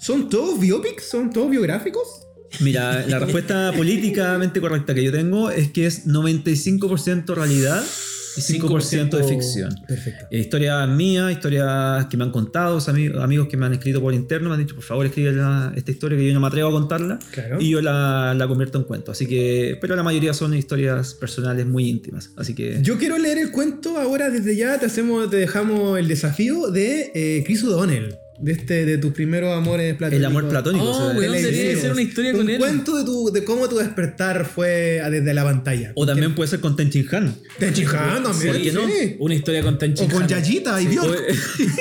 Speaker 2: ¿son todos biopics? ¿Son todos biográficos?
Speaker 3: Mira, la respuesta políticamente correcta que yo tengo es que es 95% realidad y 5% de ficción.
Speaker 2: Perfecto.
Speaker 3: Eh, Historias mías, historias que me han contado, ami- amigos que me han escrito por interno, me han dicho, por favor, escribe la- esta historia que yo no me atrevo a contarla.
Speaker 2: Claro.
Speaker 3: Y yo la, la convierto en cuento. Así que, pero la mayoría son historias personales muy íntimas. Así
Speaker 1: Eh.
Speaker 3: que,
Speaker 2: Yo quiero leer el cuento ahora desde ya, te hacemos, te dejamos el desafío de eh, Chris O'Donnell, de este, de tus primeros amores platónicos.
Speaker 3: el amor platónico.
Speaker 1: Oh,
Speaker 3: o sea,
Speaker 1: weón,
Speaker 3: sí.
Speaker 1: debería
Speaker 2: Telegrama.
Speaker 1: ser una historia
Speaker 2: un
Speaker 1: con él.
Speaker 2: cuento de, tu, de cómo tu despertar fue ah, desde la pantalla.
Speaker 3: o también puede ser con Tenchin Han.
Speaker 2: De Chihán también.
Speaker 1: ¿Por qué no?
Speaker 2: sí.
Speaker 1: Una historia con Tan
Speaker 2: O
Speaker 1: Chin
Speaker 2: con
Speaker 1: Han.
Speaker 2: Yayita y
Speaker 1: Sí,
Speaker 2: Bjork.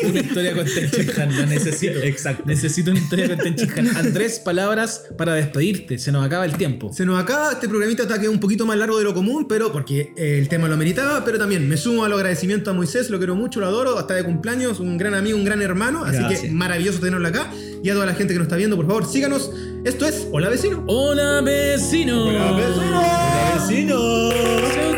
Speaker 1: o- Una historia con Tan Chin Han, la necesito.
Speaker 3: Exacto.
Speaker 1: Necesito una historia con Tan Chin Han. Andrés, palabras para despedirte. Se nos acaba el tiempo.
Speaker 2: Se nos acaba este programita está que es un poquito más largo de lo común, pero porque eh, el tema lo meritaba, pero también me sumo al agradecimiento a Moisés, lo quiero mucho, lo adoro, hasta de cumpleaños, un gran amigo, un gran hermano, así que
Speaker 3: Gracias.
Speaker 2: maravilloso tenerlo acá. Y a toda la gente que nos está viendo, por favor, síganos. Esto es Hola Vecino.
Speaker 1: Hola, vecino.
Speaker 2: Hola, vecino.
Speaker 1: Chau.